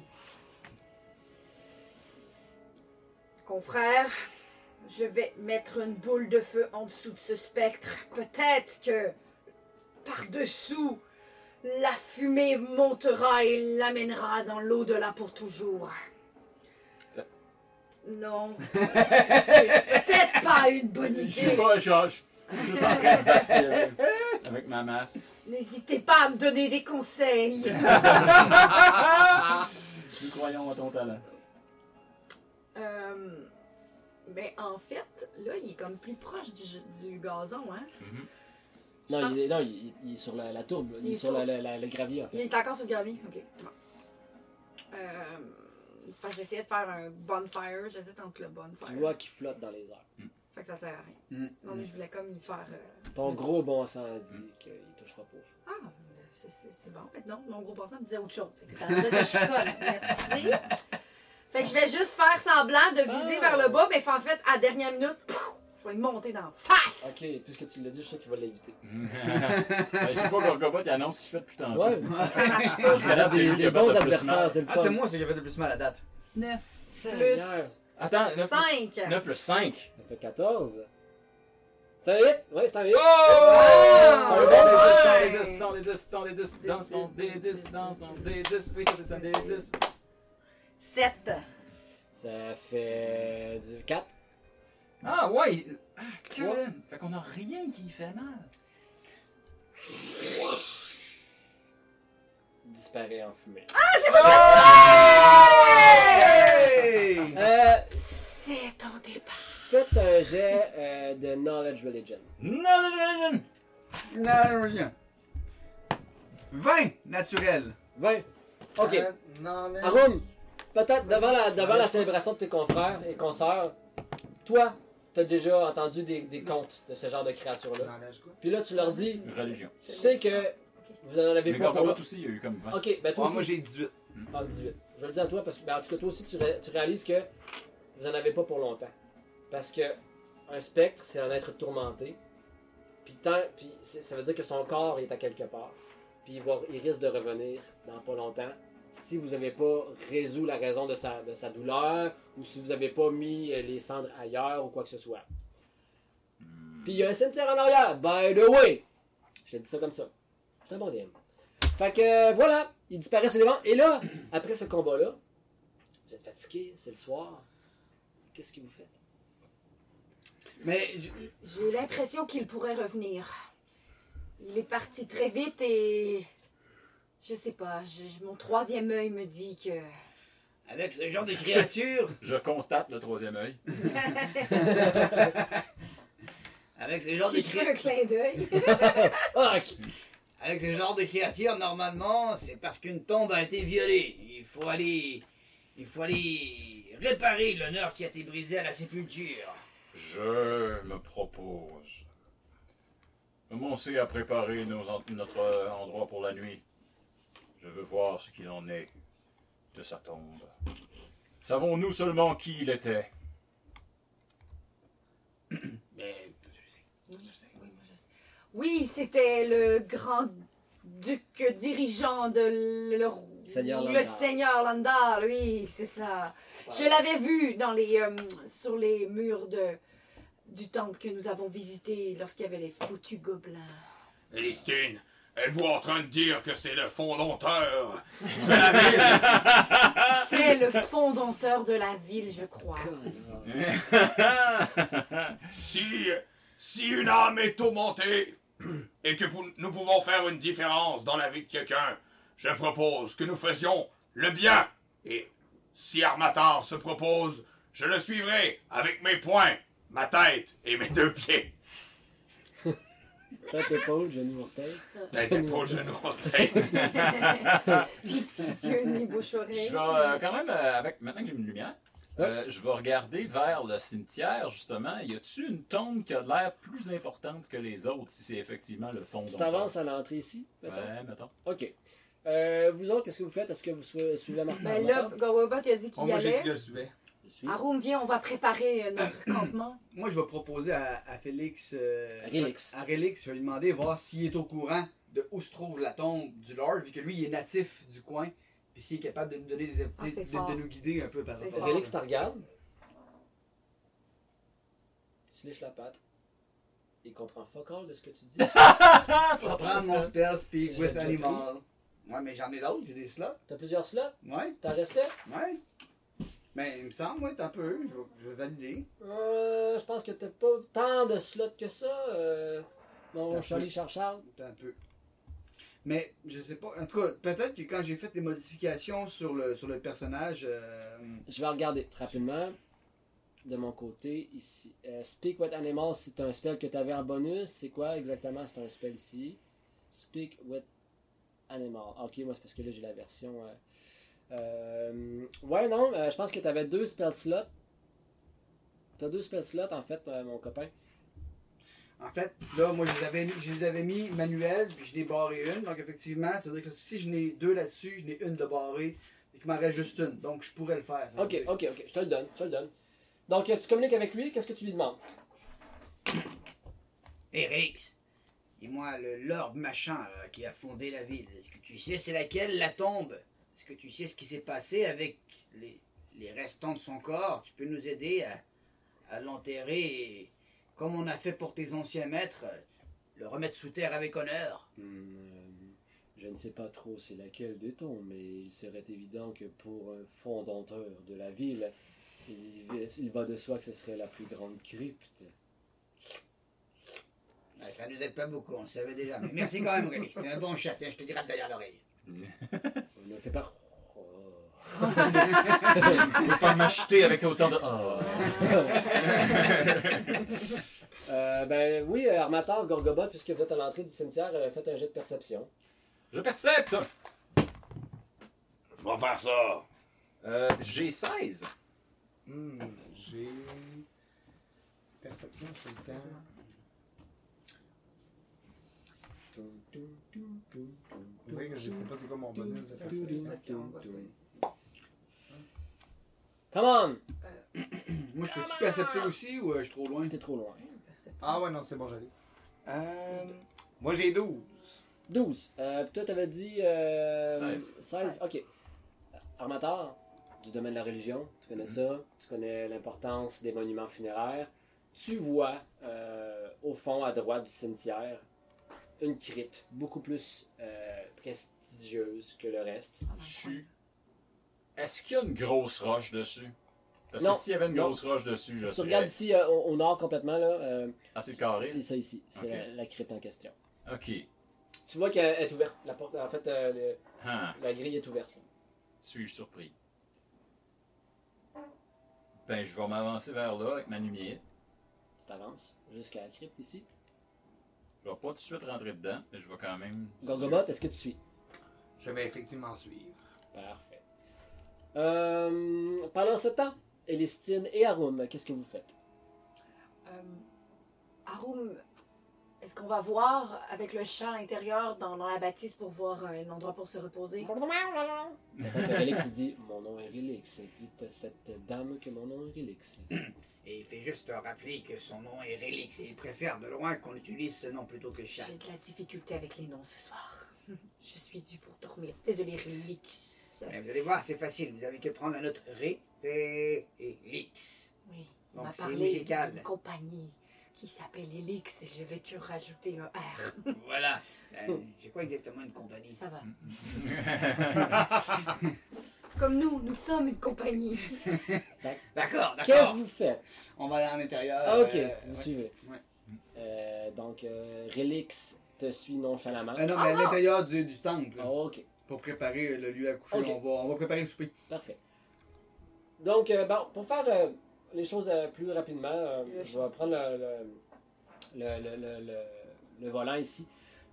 Speaker 5: Confrère, je vais mettre une boule de feu en dessous de ce spectre. Peut-être que par-dessous, la fumée montera et l'amènera dans l'au-delà pour toujours. Non. [LAUGHS] C'est peut-être pas une bonne
Speaker 3: Je suis
Speaker 5: idée.
Speaker 3: pas, genre, je suis juste en train de passer avec ma masse.
Speaker 5: N'hésitez pas à me donner des conseils.
Speaker 3: [LAUGHS] Nous croyons à ton talent.
Speaker 5: Euh, ben, en fait, là, il est comme plus proche du, du gazon, hein? Je
Speaker 1: Non,
Speaker 5: pense-
Speaker 1: il, est- non il, il- il est sur la, la tourbe, là. il,
Speaker 5: Il
Speaker 1: est
Speaker 5: est
Speaker 1: sur
Speaker 5: sur-
Speaker 1: la- la- la- le gravier en fait.
Speaker 5: Il est encore sur le gravier? Ok, bon. Euh, c'est parce que j'essayais de faire un bonfire, j'hésite entre le bonfire.
Speaker 1: Tu vois qu'il flotte dans les airs.
Speaker 5: Fait que ça sert à rien.
Speaker 6: Mm.
Speaker 5: Non, mais je voulais comme y faire. euh,
Speaker 1: Ton gros bon sens dit qu'il touchera pas. au feu.
Speaker 5: Ah, c'est- c'est c'est bon. Mais non, mon gros bon sens me disait autre chose. Fait que t'as dit que je suis conne. Merci. Fait que je vais juste faire semblant de viser
Speaker 1: Ah.
Speaker 5: vers le bas, mais en fait, à la dernière minute, pouf, je vais lui monter dans la face!
Speaker 1: Ok, puisque tu l'as dit, je sais qu'il va l'éviter.
Speaker 3: Ben, Je sais pas, Gorgobot, il annonce ce qu'il fait depuis tantôt.
Speaker 1: Ouais,
Speaker 5: Ça marche pas.
Speaker 3: Parce que là, c'est
Speaker 1: des,
Speaker 3: lui qui
Speaker 1: des
Speaker 3: a fait
Speaker 1: bons
Speaker 3: le plus mal.
Speaker 1: adversaires, c'est le
Speaker 6: Ah, c'est
Speaker 1: fun.
Speaker 6: moi celui qui a fait le plus mal à date.
Speaker 5: 9
Speaker 1: Seigneur.
Speaker 5: plus
Speaker 3: Attends, 9
Speaker 5: 5.
Speaker 3: plus, 9 plus 5.
Speaker 1: Ça fait 14. C'est un hit! Ouais, c'est un hit!
Speaker 6: Oh!
Speaker 3: Oh!
Speaker 5: Oh!
Speaker 1: Ah,
Speaker 3: On les 10, Oh, dans les 10, dans les 10, dans son D10, dans son D10. Oui, ça c'est un D10.
Speaker 5: 7.
Speaker 1: Ça fait du 4.
Speaker 3: Ah ouais! Ah,
Speaker 1: Ouais.
Speaker 3: Colin! Fait qu'on a rien qui lui fait mal.
Speaker 1: Disparaît en fumée.
Speaker 6: Hey!
Speaker 1: Euh,
Speaker 5: C'est ton départ.
Speaker 1: faites un jet euh, de Knowledge Religion.
Speaker 3: Non, non, non, non!
Speaker 6: Non, rien. 20 naturel.
Speaker 1: 20. Ok.
Speaker 12: Euh, non, là.
Speaker 1: Arun, peut-être devant la, devant la célébration de tes confrères et consoeurs, toi, t'as déjà entendu des, des contes de ce genre de créatures-là. Puis là, tu leur dis,
Speaker 3: Religion.
Speaker 1: tu sais que vous n'en avez
Speaker 3: Mais
Speaker 1: pas pour
Speaker 3: Gorgoroth
Speaker 1: eux.
Speaker 3: aussi, il y a eu comme 20.
Speaker 1: Ok, ben toi
Speaker 13: Ah,
Speaker 1: aussi.
Speaker 13: moi j'ai 18.
Speaker 1: Ah, 18. Je le dis à toi parce que, ben, en tout cas, toi aussi, tu, ré- tu réalises que vous en avez pas pour longtemps. Parce que un spectre, c'est un être tourmenté. Puis, tant, puis c'est- ça veut dire que son corps est à quelque part. Puis il, va- il risque de revenir dans pas longtemps. Si vous n'avez pas résolu la raison de sa, de sa douleur, ou si vous n'avez pas mis euh, les cendres ailleurs ou quoi que ce soit. Puis il y a un cimetière en arrière, by the way! Je te dis ça comme ça. Je suis un bon DM. Fait que euh, voilà, ils disparaissent sur les bancs. Et là, après ce combat-là, vous êtes fatigué, c'est le soir. Qu'est-ce que vous faites?
Speaker 6: Mais
Speaker 5: J'ai l'impression qu'il pourrait revenir. Il est parti très vite et. Je sais pas, je- mon troisième œil me dit que.
Speaker 14: Avec ce genre de créatures,
Speaker 3: Je constate le troisième œil.
Speaker 14: avec ce genre de
Speaker 5: J'ai fait
Speaker 14: créatures.
Speaker 5: un clin d'œil.
Speaker 1: Ah,
Speaker 14: Avec ce genre de créatures, normalement, c'est parce qu'une tombe a été violée. Il faut aller. Il faut aller réparer l'honneur qui a été brisé à la sépulture.
Speaker 3: Je me propose. Commencez à préparer nos en- notre euh, endroit pour la nuit. Je veux voir ce qu'il en est de sa tombe. Savons-nous seulement qui il était
Speaker 14: Mais
Speaker 5: Oui, c'était le grand duc dirigeant de le, le-
Speaker 1: Seigneur
Speaker 5: le
Speaker 1: Landar.
Speaker 5: seigneur Landar, oui, c'est ça. Je l'avais vu dans les, euh, sur les murs de, du temple que nous avons visité lorsqu'il y avait les foutus gobelins.
Speaker 4: Elistine, êtes-vous en train de dire que c'est le fondonteur de la ville?
Speaker 5: C'est le fondateur de la ville, je crois.
Speaker 4: si, si une âme est tourmentée et que pou- nous pouvons faire une différence dans la vie de quelqu'un, je propose que nous faisions le bien. Et si Armatar se propose, je le suivrai avec mes poings, ma tête et mes deux pieds.
Speaker 1: Tête, épaule, genou, orteil.
Speaker 7: Euh.
Speaker 4: Tête, épaule, genou,
Speaker 7: [LAUGHS]
Speaker 4: orteil.
Speaker 5: Monsieur nez, bouche, oreille.
Speaker 3: Je vais euh, quand même, euh, avec, maintenant que j'ai une lumière, euh, je vais regarder vers le cimetière, justement. Y a-tu une tombe qui a l'air plus importante que les autres, si c'est effectivement le fond
Speaker 1: Tu t'avances à l'entrée ici, mettons?
Speaker 3: Ouais, mettons.
Speaker 1: OK. Euh, vous autres, qu'est-ce que vous faites? Est-ce que vous sou- suivez Martin?
Speaker 5: Ben là,
Speaker 1: Martin?
Speaker 5: Gorobot il a dit
Speaker 6: Oh,
Speaker 5: qu'il y
Speaker 6: moi, j'ai dit
Speaker 5: allait.
Speaker 6: que
Speaker 5: Arum, viens, on va préparer euh, notre campement.
Speaker 6: Moi, je vais proposer à, à Félix. euh,
Speaker 1: À Rélix.
Speaker 6: À Rélix, je vais lui demander, voir s'il est au courant de où se trouve la tombe du Lord, vu que lui, il est natif du coin, puis s'il est capable de nous donner des,
Speaker 5: Ah,
Speaker 6: des-
Speaker 5: c'est
Speaker 6: de-
Speaker 5: fort.
Speaker 6: de nous guider un peu par
Speaker 5: C'est
Speaker 6: rapport à
Speaker 1: Félix,
Speaker 6: ça.
Speaker 1: t'en regardes. Il se lèche la patte. Il comprend fuck all de ce que tu dis.
Speaker 6: Je vais prendre mon spell
Speaker 1: Tu
Speaker 6: speak
Speaker 1: l'as
Speaker 6: with
Speaker 1: déjà
Speaker 6: animal. Ouais, mais j'en ai d'autres, j'ai des slots.
Speaker 1: T'as plusieurs slots?
Speaker 6: Ouais,
Speaker 1: T'en restais?
Speaker 6: ouais. Mais il me semble, ouais, t'as un peu, je vais, je vais valider.
Speaker 1: Euh, je pense que t'as pas tant de slots que ça, euh, mon
Speaker 6: T'as
Speaker 1: Charlie
Speaker 6: plus.
Speaker 1: Charles.
Speaker 6: Attends un peu. Mais je sais pas. En tout cas, peut-être que quand j'ai fait des modifications sur le, sur le personnage. euh,
Speaker 1: Je vais regarder très rapidement. De mon côté, ici. Euh, Speak with Animals, c'est un spell que tu avais en bonus. C'est quoi exactement C'est un spell ici. Speak with Animals. Ok, moi, c'est parce que là, j'ai la version. euh, euh, ouais, non, euh, je pense que tu avais deux spell slots. T'as deux spell slots, en fait, euh, mon copain.
Speaker 6: en fait, là, moi, je les avais, mis- je les avais mis manuel, puis je n'ai barré une. Donc, effectivement, ça veut dire que si je n'ai deux là-dessus, je n'ai une de barrée, et qu'il m'en reste juste une. Donc, je pourrais le faire. ça veut
Speaker 1: Ok,
Speaker 6: dire.
Speaker 1: ok, ok, je te le donne, je te le donne. Donc, euh, tu communiques avec lui, qu'est-ce que tu lui demandes
Speaker 14: Erix, dis-moi, le Lord machin là, qui a fondé la ville, est-ce que tu sais c'est laquelle la tombe Est-ce que tu sais ce qui s'est passé avec les, les restants de son corps Tu peux nous aider à, à l'enterrer et, comme on a fait pour tes anciens maîtres, le remettre sous terre avec honneur
Speaker 1: Hmm, euh, je ne sais pas trop c'est laquelle des tombes, mais il serait évident que pour un fondateur de la ville, il, il va de soi que ce serait la plus grande crypte.
Speaker 14: Ouais, Ça nous aide pas beaucoup, on le savait déjà. Mais merci quand même, Erix, t'es un bon chat, tiens, je te gratte derrière l'oreille.
Speaker 1: On ne fait pas. Oh.
Speaker 3: Ah! Faut pas m'acheter avec autant de. Oh.
Speaker 1: Euh, ben oui, euh, Armateur, Gorgobot, puisque vous êtes à l'entrée du cimetière, euh, faites un jet de perception.
Speaker 3: Je percepte!
Speaker 15: Je vais faire ça.
Speaker 3: Euh, j'ai 16.
Speaker 4: Hmm, j'ai. Perception sur le temps. On dirait que je sais pas c'est quoi mon bonus de perception.
Speaker 5: Parce qu'on va pas ici.
Speaker 1: Come on!
Speaker 6: Moi, je peux-tu accepter aussi ou euh, je suis trop loin?
Speaker 1: T'es trop loin.
Speaker 4: Ah ouais, non, c'est bon, j'allais. Euh, moi j'ai 12.
Speaker 1: 12. Euh, toi, t'avais dit. Euh,
Speaker 3: 16.
Speaker 1: 16.
Speaker 5: Seize.
Speaker 1: Ok. Armateur, du domaine de la religion, tu connais
Speaker 3: Mhm.
Speaker 1: ça, tu connais l'importance des monuments funéraires. Tu vois, euh, au fond, à droite du cimetière, une crypte beaucoup plus euh, prestigieuse que le reste.
Speaker 3: Je suis. Est-ce qu'il y a une grosse roche dessus? Parce
Speaker 1: Non.
Speaker 3: que s'il y avait une
Speaker 1: Non.
Speaker 3: grosse roche dessus, je
Speaker 1: Si tu
Speaker 3: serais
Speaker 1: regardes ici, euh, au, au nord complètement, là, euh,
Speaker 3: assez carré.
Speaker 1: c'est ça ici, c'est
Speaker 3: Ok.
Speaker 1: la, la crypte en question.
Speaker 3: Ok.
Speaker 1: Tu vois qu'elle est ouverte. La porte, en fait, euh, le-
Speaker 3: Hein.
Speaker 1: la grille est ouverte.
Speaker 3: Suis-je surpris? Ben, je vais m'avancer vers là avec ma lumière.
Speaker 1: Tu t'avances jusqu'à la crypte ici.
Speaker 3: Je vais pas tout de suite rentrer dedans, mais je vais quand même. [LAUGHS]
Speaker 1: Gorgobot, est-ce que tu suis
Speaker 4: Je vais effectivement suivre.
Speaker 1: Parfait. Euh, pendant ce temps, Elistine et Arum, qu'est-ce que vous
Speaker 7: [LAUGHS]
Speaker 1: faites
Speaker 5: Euh, Arum, est-ce qu'on va voir avec le chat à l'intérieur dans, dans la bâtisse pour voir un endroit pour se reposer?
Speaker 1: Relix il dit Mon nom est Relix. Dites à cette dame que mon nom est Relix.
Speaker 7: Et il fait juste te rappeler que son nom est Relix et il préfère de loin qu'on utilise ce nom plutôt que chat.
Speaker 5: J'ai de la difficulté avec les noms ce soir. [LAUGHS] Je suis due pour dormir. Désolée, Relix.
Speaker 7: Mais vous allez voir, c'est facile. Vous avez que prendre un autre Ré, E, Ré et Lix.
Speaker 5: Oui, on
Speaker 7: Donc,
Speaker 5: m'a
Speaker 7: c'est
Speaker 5: parlé
Speaker 7: musical.
Speaker 5: d'une compagnie qui s'appelle Elix et je vais que rajouter un R.
Speaker 7: Voilà. Euh, c'est quoi exactement une compagnie
Speaker 5: Ça va.
Speaker 3: surpris.
Speaker 5: Comme nous, nous sommes une compagnie. [LAUGHS]
Speaker 7: D'accord,
Speaker 1: Qu'est-ce
Speaker 7: d'accord.
Speaker 1: que vous faites
Speaker 7: On va aller à l'intérieur.
Speaker 1: Ah, Ok,
Speaker 7: euh,
Speaker 1: vous
Speaker 7: ouais.
Speaker 1: suivez. Euh, donc, euh, Relix te suit nonchalamment.
Speaker 7: Euh.
Speaker 6: Ah non, mais à l'intérieur du, du temple, là,
Speaker 1: Ok,
Speaker 6: pour préparer euh, le lieu à coucher,
Speaker 1: Ok.
Speaker 6: on, va, on va préparer le souper.
Speaker 1: parfait. Donc, euh, bon, pour faire euh, les choses euh, plus rapidement, euh,
Speaker 5: Le
Speaker 1: je vais prendre le, le- le- le- le- le- le volant ici.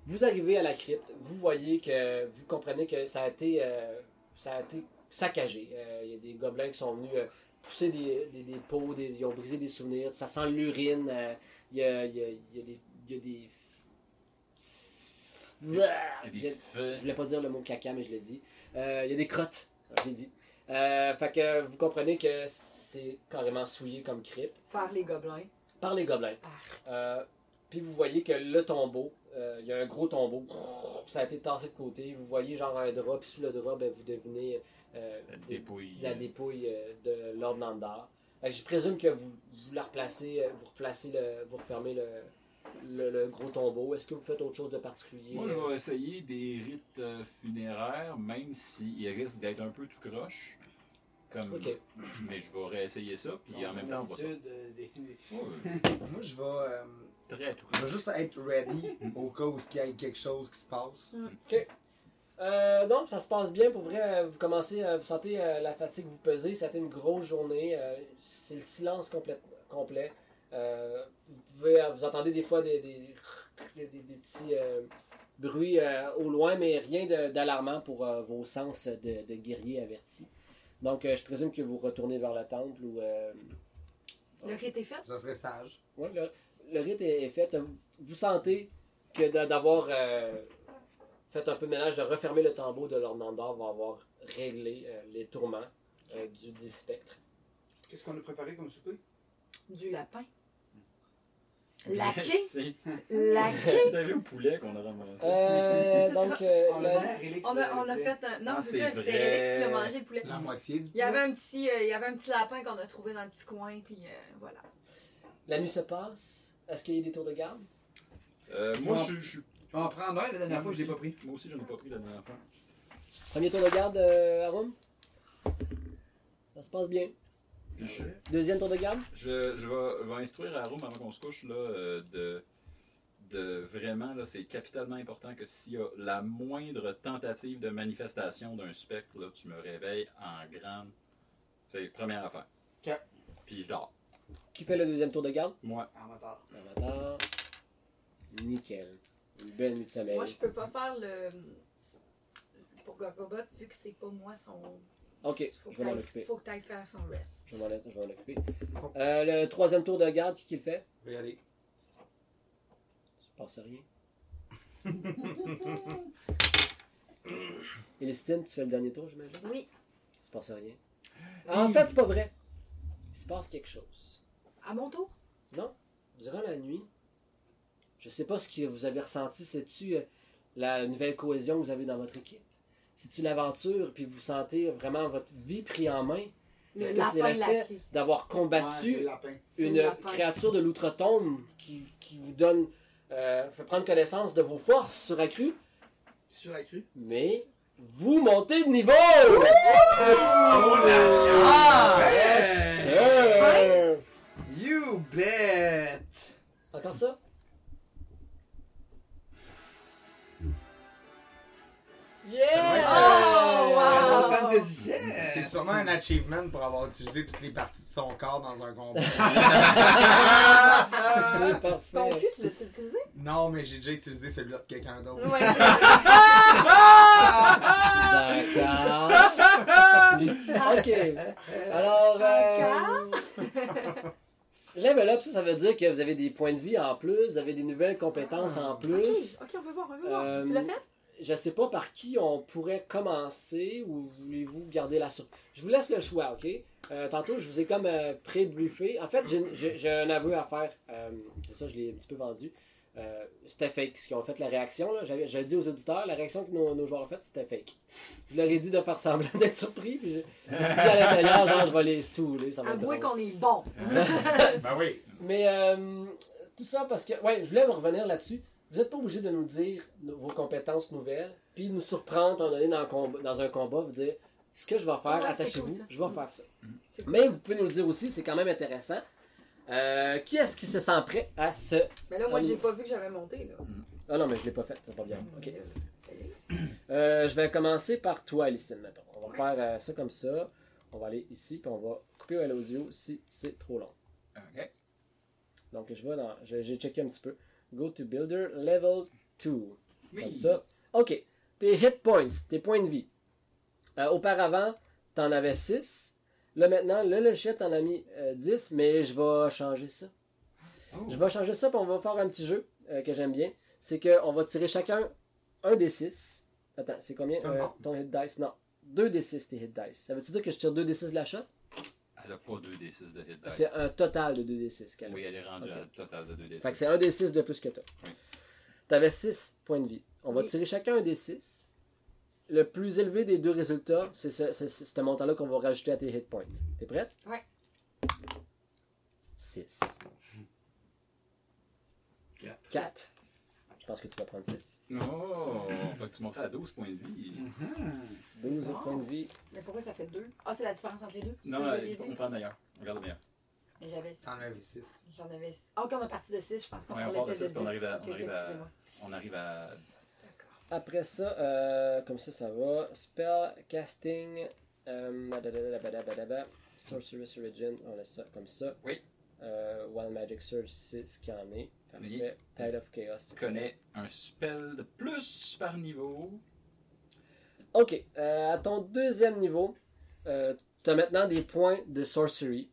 Speaker 1: Vous arrivez à la crypte, vous voyez que vous comprenez que ça a été, euh, ça a été saccagé. Euh, Il y a des gobelins qui sont venus euh, pousser des, des, des pots, des- ils ont brisé des souvenirs, ça sent l'urine. euh, Il y, a, il y a- il y a des. il y a des-
Speaker 3: Il
Speaker 1: Il
Speaker 3: y
Speaker 1: y
Speaker 3: a
Speaker 1: a-
Speaker 3: des feux.
Speaker 1: je voulais pas dire le mot caca, mais je l'ai dit. Euh, Il y a des crottes, je l'ai dit. Euh, fait que vous comprenez que c'est carrément souillé comme crypte
Speaker 5: Par les gobelins.
Speaker 1: par les gobelins.
Speaker 5: Par.
Speaker 1: Euh, puis vous voyez que le tombeau, euh, il y a un gros tombeau, ça a été tassé de côté. Vous voyez genre un drap, puis sous le drap, ben, vous devenez euh,
Speaker 3: La
Speaker 1: des-
Speaker 3: dépouille.
Speaker 1: la dépouille euh, de Lord Nandar. Fait que je présume que vous, vous la replacez, euh, vous replacez le, vous refermez le, le, le gros tombeau. Est-ce que vous faites autre chose de particulier?
Speaker 3: Moi, je vais essayer des rites euh, funéraires, même s'ils risquent d'être un peu tout croche. Comme...
Speaker 1: Ok.
Speaker 3: Mais je vais réessayer ça, puis en même temps, on va ça.
Speaker 4: D'habitude, euh, des-
Speaker 3: Ouais,
Speaker 4: Moi je vais. euh,
Speaker 3: très tout
Speaker 4: je vais juste être
Speaker 6: [LAUGHS]
Speaker 4: ready au cas où il y a quelque chose qui se passe.
Speaker 1: Euh, non, ça se passe bien. Pour vrai, euh, vous commencez, à vous sentez euh, la fatigue vous peser. Ça a été une grosse journée. euh, c'est le silence complet. complet. Euh, vous, pouvez, vous entendez des fois des, des, des- des- des petits euh, bruits euh, au loin, mais rien de- d'alarmant pour euh, vos sens de, de guerrier averti. Donc, euh, je présume que vous retournez vers le temple ou. euh,
Speaker 5: Le rite est fait?
Speaker 4: Ça serait sage.
Speaker 1: Ouais, le, le rite est, est fait. Vous sentez que d'a- d'avoir euh, fait un peu de ménage, de refermer le tambour de l'Ornandor va avoir réglé euh, les tourments euh, du dit
Speaker 5: [LAUGHS]
Speaker 1: spectre.
Speaker 6: Qu'est-ce qu'on a préparé comme souper?
Speaker 5: Du lapin. Laqué?
Speaker 3: [LAUGHS] Laqué?
Speaker 5: Laqué?
Speaker 3: T'avais au poulet qu'on a ramassé.
Speaker 1: Euh, donc, euh,
Speaker 6: On
Speaker 1: la-
Speaker 6: a, Rélix,
Speaker 5: On a, Ah, ben, on a
Speaker 6: euh,
Speaker 5: fait un. Non,
Speaker 3: Ah,
Speaker 5: c'est
Speaker 3: c'est
Speaker 5: ça,
Speaker 3: vrai.
Speaker 5: c'est Relix qui l'a mangé le poulet.
Speaker 4: La moitié du
Speaker 5: Il y avait un petit, euh, il y avait un petit lapin qu'on a trouvé dans le petit coin, puis euh, voilà.
Speaker 1: la nuit se passe. Est-ce qu'il y a des tours de garde?
Speaker 3: Euh, moi, je, je suis.
Speaker 6: Je vais en prendre un, la dernière fois, je l'ai pas pris. Ah
Speaker 3: Moi aussi, je n'ai pas pris la dernière fois.
Speaker 1: Premier tour de garde, euh, Arum? Ça se passe bien.
Speaker 3: Je,
Speaker 1: Deuxième tour de garde?
Speaker 3: je, je vais, je vais instruire à Rome avant qu'on se couche là, euh, de, de vraiment, là, c'est capitalement important que s'il y a la moindre tentative de manifestation d'un spectre, là, tu me réveilles en grande. C'est la première affaire.
Speaker 4: Ok.
Speaker 3: Puis je dors.
Speaker 1: Qui fait le deuxième tour de garde?
Speaker 3: Moi.
Speaker 7: Ah,
Speaker 6: En bâtard.
Speaker 1: Avatar. Nickel. Une belle nuit de sommeil.
Speaker 5: Moi, je peux pas faire le. Pour Gorgobot, vu que c'est pas moi son.
Speaker 1: Ok,
Speaker 5: faut
Speaker 1: je
Speaker 5: que
Speaker 1: vais m'en
Speaker 5: t'ailles-
Speaker 1: occuper.
Speaker 5: Faut que t'ailles faire son rest.
Speaker 1: Je vais m'en- je vais m'en occuper.
Speaker 5: Oh.
Speaker 1: Euh, le troisième tour de garde, qui, qui le fait?
Speaker 4: Je vais y
Speaker 6: Euh,
Speaker 4: aller.
Speaker 1: Je pense à rien. Elistine, tu fais le dernier tour, j'imagine?
Speaker 5: Oui,
Speaker 1: Il se passe rien. En fait, c'est pas vrai. Il se passe quelque chose.
Speaker 5: à mon tour.
Speaker 1: Non? Durant la nuit, je sais pas ce que vous avez ressenti. C'est-tu euh, la nouvelle cohésion que vous avez dans votre équipe? C'est-tu l'aventure, puis vous sentez vraiment votre vie pris en main?
Speaker 5: Le
Speaker 1: Est-ce que c'est
Speaker 5: lapin
Speaker 1: le fait
Speaker 5: laqué.
Speaker 1: d'avoir
Speaker 6: Ouais, c'est
Speaker 1: combattu
Speaker 6: le lapin.
Speaker 1: une
Speaker 5: Le lapin.
Speaker 1: créature de l'outre-tombe qui, qui vous donne, euh, fait prendre connaissance de vos forces suraccues,
Speaker 6: Suracru.
Speaker 1: mais vous montez de niveau!
Speaker 6: Ah!
Speaker 1: Yes, sir!
Speaker 6: You bet!
Speaker 1: Euh, Encore ça?
Speaker 5: Oh,
Speaker 6: Final
Speaker 5: wow!
Speaker 6: Fantasy VII.
Speaker 4: C'est sûrement un achievement pour avoir utilisé toutes les parties de son corps dans un
Speaker 6: [LAUGHS]
Speaker 4: combat.
Speaker 1: C'est
Speaker 5: Oh, Ton
Speaker 1: parfait.
Speaker 5: cul, tu l'as-tu
Speaker 1: [LAUGHS]
Speaker 5: utilisé?
Speaker 4: non, mais j'ai déjà utilisé celui-là de quelqu'un d'autre.
Speaker 5: Ouais, c'est-
Speaker 1: D'accord.
Speaker 5: [LAUGHS]
Speaker 1: ok. Alors, euh, level up, ça, ça veut dire que vous avez des points de vie en plus, vous avez des nouvelles compétences en plus.
Speaker 5: Ah. Ok, ok, on veut voir, on veut voir.
Speaker 1: Euh,
Speaker 5: Tu l'as fait?
Speaker 1: Je sais pas par qui on pourrait commencer ou voulez-vous garder la surprise. Je vous laisse le choix, ok? Euh, tantôt, je vous ai comme euh, pré-briefé. En fait, j'ai- j'ai j'ai un aveu à faire. Euh, c'est ça, je l'ai un petit peu vendu. Euh, c'était fake, ce qu'ils ont fait, la réaction. là. J'avais j'avais dit aux auditeurs, la réaction que nos, nos joueurs ont faite, c'était fake. Je leur ai dit de faire semblant d'être surpris, puis je, je me suis dit à l'intérieur, genre, je vais les stouler. Ça va être
Speaker 5: Avouez
Speaker 1: drôle.
Speaker 5: qu'on est
Speaker 1: [LAUGHS]
Speaker 5: bon.
Speaker 4: Ben oui.
Speaker 1: Mais euh, tout ça parce que, ouais, je voulais vous revenir là-dessus. Vous n'êtes pas obligé de nous dire nos- vos compétences nouvelles, puis nous surprendre, on est dans, un comb- dans un combat, vous dire ce que je vais faire,
Speaker 5: Ouais, c'est
Speaker 1: attachez-vous,
Speaker 5: cool, ça.
Speaker 1: je vais faire ça.
Speaker 5: C'est cool,
Speaker 1: Mais
Speaker 5: ça.
Speaker 1: vous pouvez nous le dire aussi, c'est quand même intéressant. Euh, qui est-ce qui se sent prêt à se.
Speaker 5: Mais là, moi,
Speaker 1: Euh,
Speaker 5: j'ai pas vu que j'avais monté, là.
Speaker 1: Ah non, mais je l'ai pas fait, c'est pas bien. Ok. Euh, je vais commencer par toi, Alicine, mettons. On va faire euh, ça comme ça. On va aller ici, puis on va couper à l'audio si c'est trop long.
Speaker 3: Ok.
Speaker 1: Donc, je vais dans. je- J'ai checké un petit peu. Go to Builder Level 2. Comme
Speaker 3: Oui.
Speaker 1: ça. OK. Tes hit points, tes points de vie. Euh, auparavant, t'en avais 6. Là, maintenant, là, le chat t'en a mis euh, 10, mais je vais changer ça. Je vais changer ça, puis on va faire un petit jeu euh, que j'aime bien. C'est qu'on va tirer chacun un des 6. Attends, c'est combien euh, ton hit dice Non. 2 des 6 tes hit dice. Ça veut-tu dire que je tire 2 des 6 de la shot
Speaker 3: Elle a pas 2d6 de hit dice.
Speaker 1: C'est un total de 2 des 6 qu'elle a.
Speaker 3: Oui, elle est rendue à un total de
Speaker 1: Fait que
Speaker 3: 2d6.
Speaker 1: c'est un des 6 de plus que toi.
Speaker 3: Oui.
Speaker 1: T'avais 6 points de vie. On va
Speaker 5: Oui.
Speaker 1: tirer chacun un des 6. Le plus élevé des deux résultats, c'est ce, c'est- c'est ce montant-là qu'on va rajouter à tes hit points. T'es prête?
Speaker 5: Ouais.
Speaker 1: 6. 4. Je pense que tu vas prendre 6.
Speaker 3: Oh, fait que tu montais à 12 points de vie.
Speaker 6: Hmm.
Speaker 1: 12
Speaker 5: Wow.
Speaker 1: points de vie.
Speaker 5: Mais pourquoi ça fait deux? Ah, c'est la différence entre les deux?
Speaker 3: Non,
Speaker 5: C'est
Speaker 1: euh,
Speaker 3: là,
Speaker 5: le bébé.
Speaker 3: on prend le meilleur. Regarde le meilleur.
Speaker 5: Mais j'avais six.
Speaker 4: T'enlèves 6.
Speaker 5: J'en avais six. Ah, ok, on est parti de 6, je pense qu'on
Speaker 3: Ouais, on part de
Speaker 5: l'était de
Speaker 3: six, puis on
Speaker 5: 10.
Speaker 3: arrive à-
Speaker 5: Ok,
Speaker 3: on
Speaker 5: ok,
Speaker 3: arrive à-
Speaker 5: excusez-moi.
Speaker 3: On arrive à.
Speaker 5: D'accord.
Speaker 1: Après ça, euh, comme ça, ça va. Spell, casting, euh, badabadabadabadaba, Sorceress Origin, on laisse ça comme ça.
Speaker 3: Oui.
Speaker 1: Euh, Wild Magic Surge, c'est ce qu'il y en est. Parfait.
Speaker 3: Oui.
Speaker 1: Tide of Chaos. c'est
Speaker 3: Tu connais un spell de plus par niveau.
Speaker 1: correct. Ok, euh, à ton deuxième niveau, tu as maintenant des points de sorcery.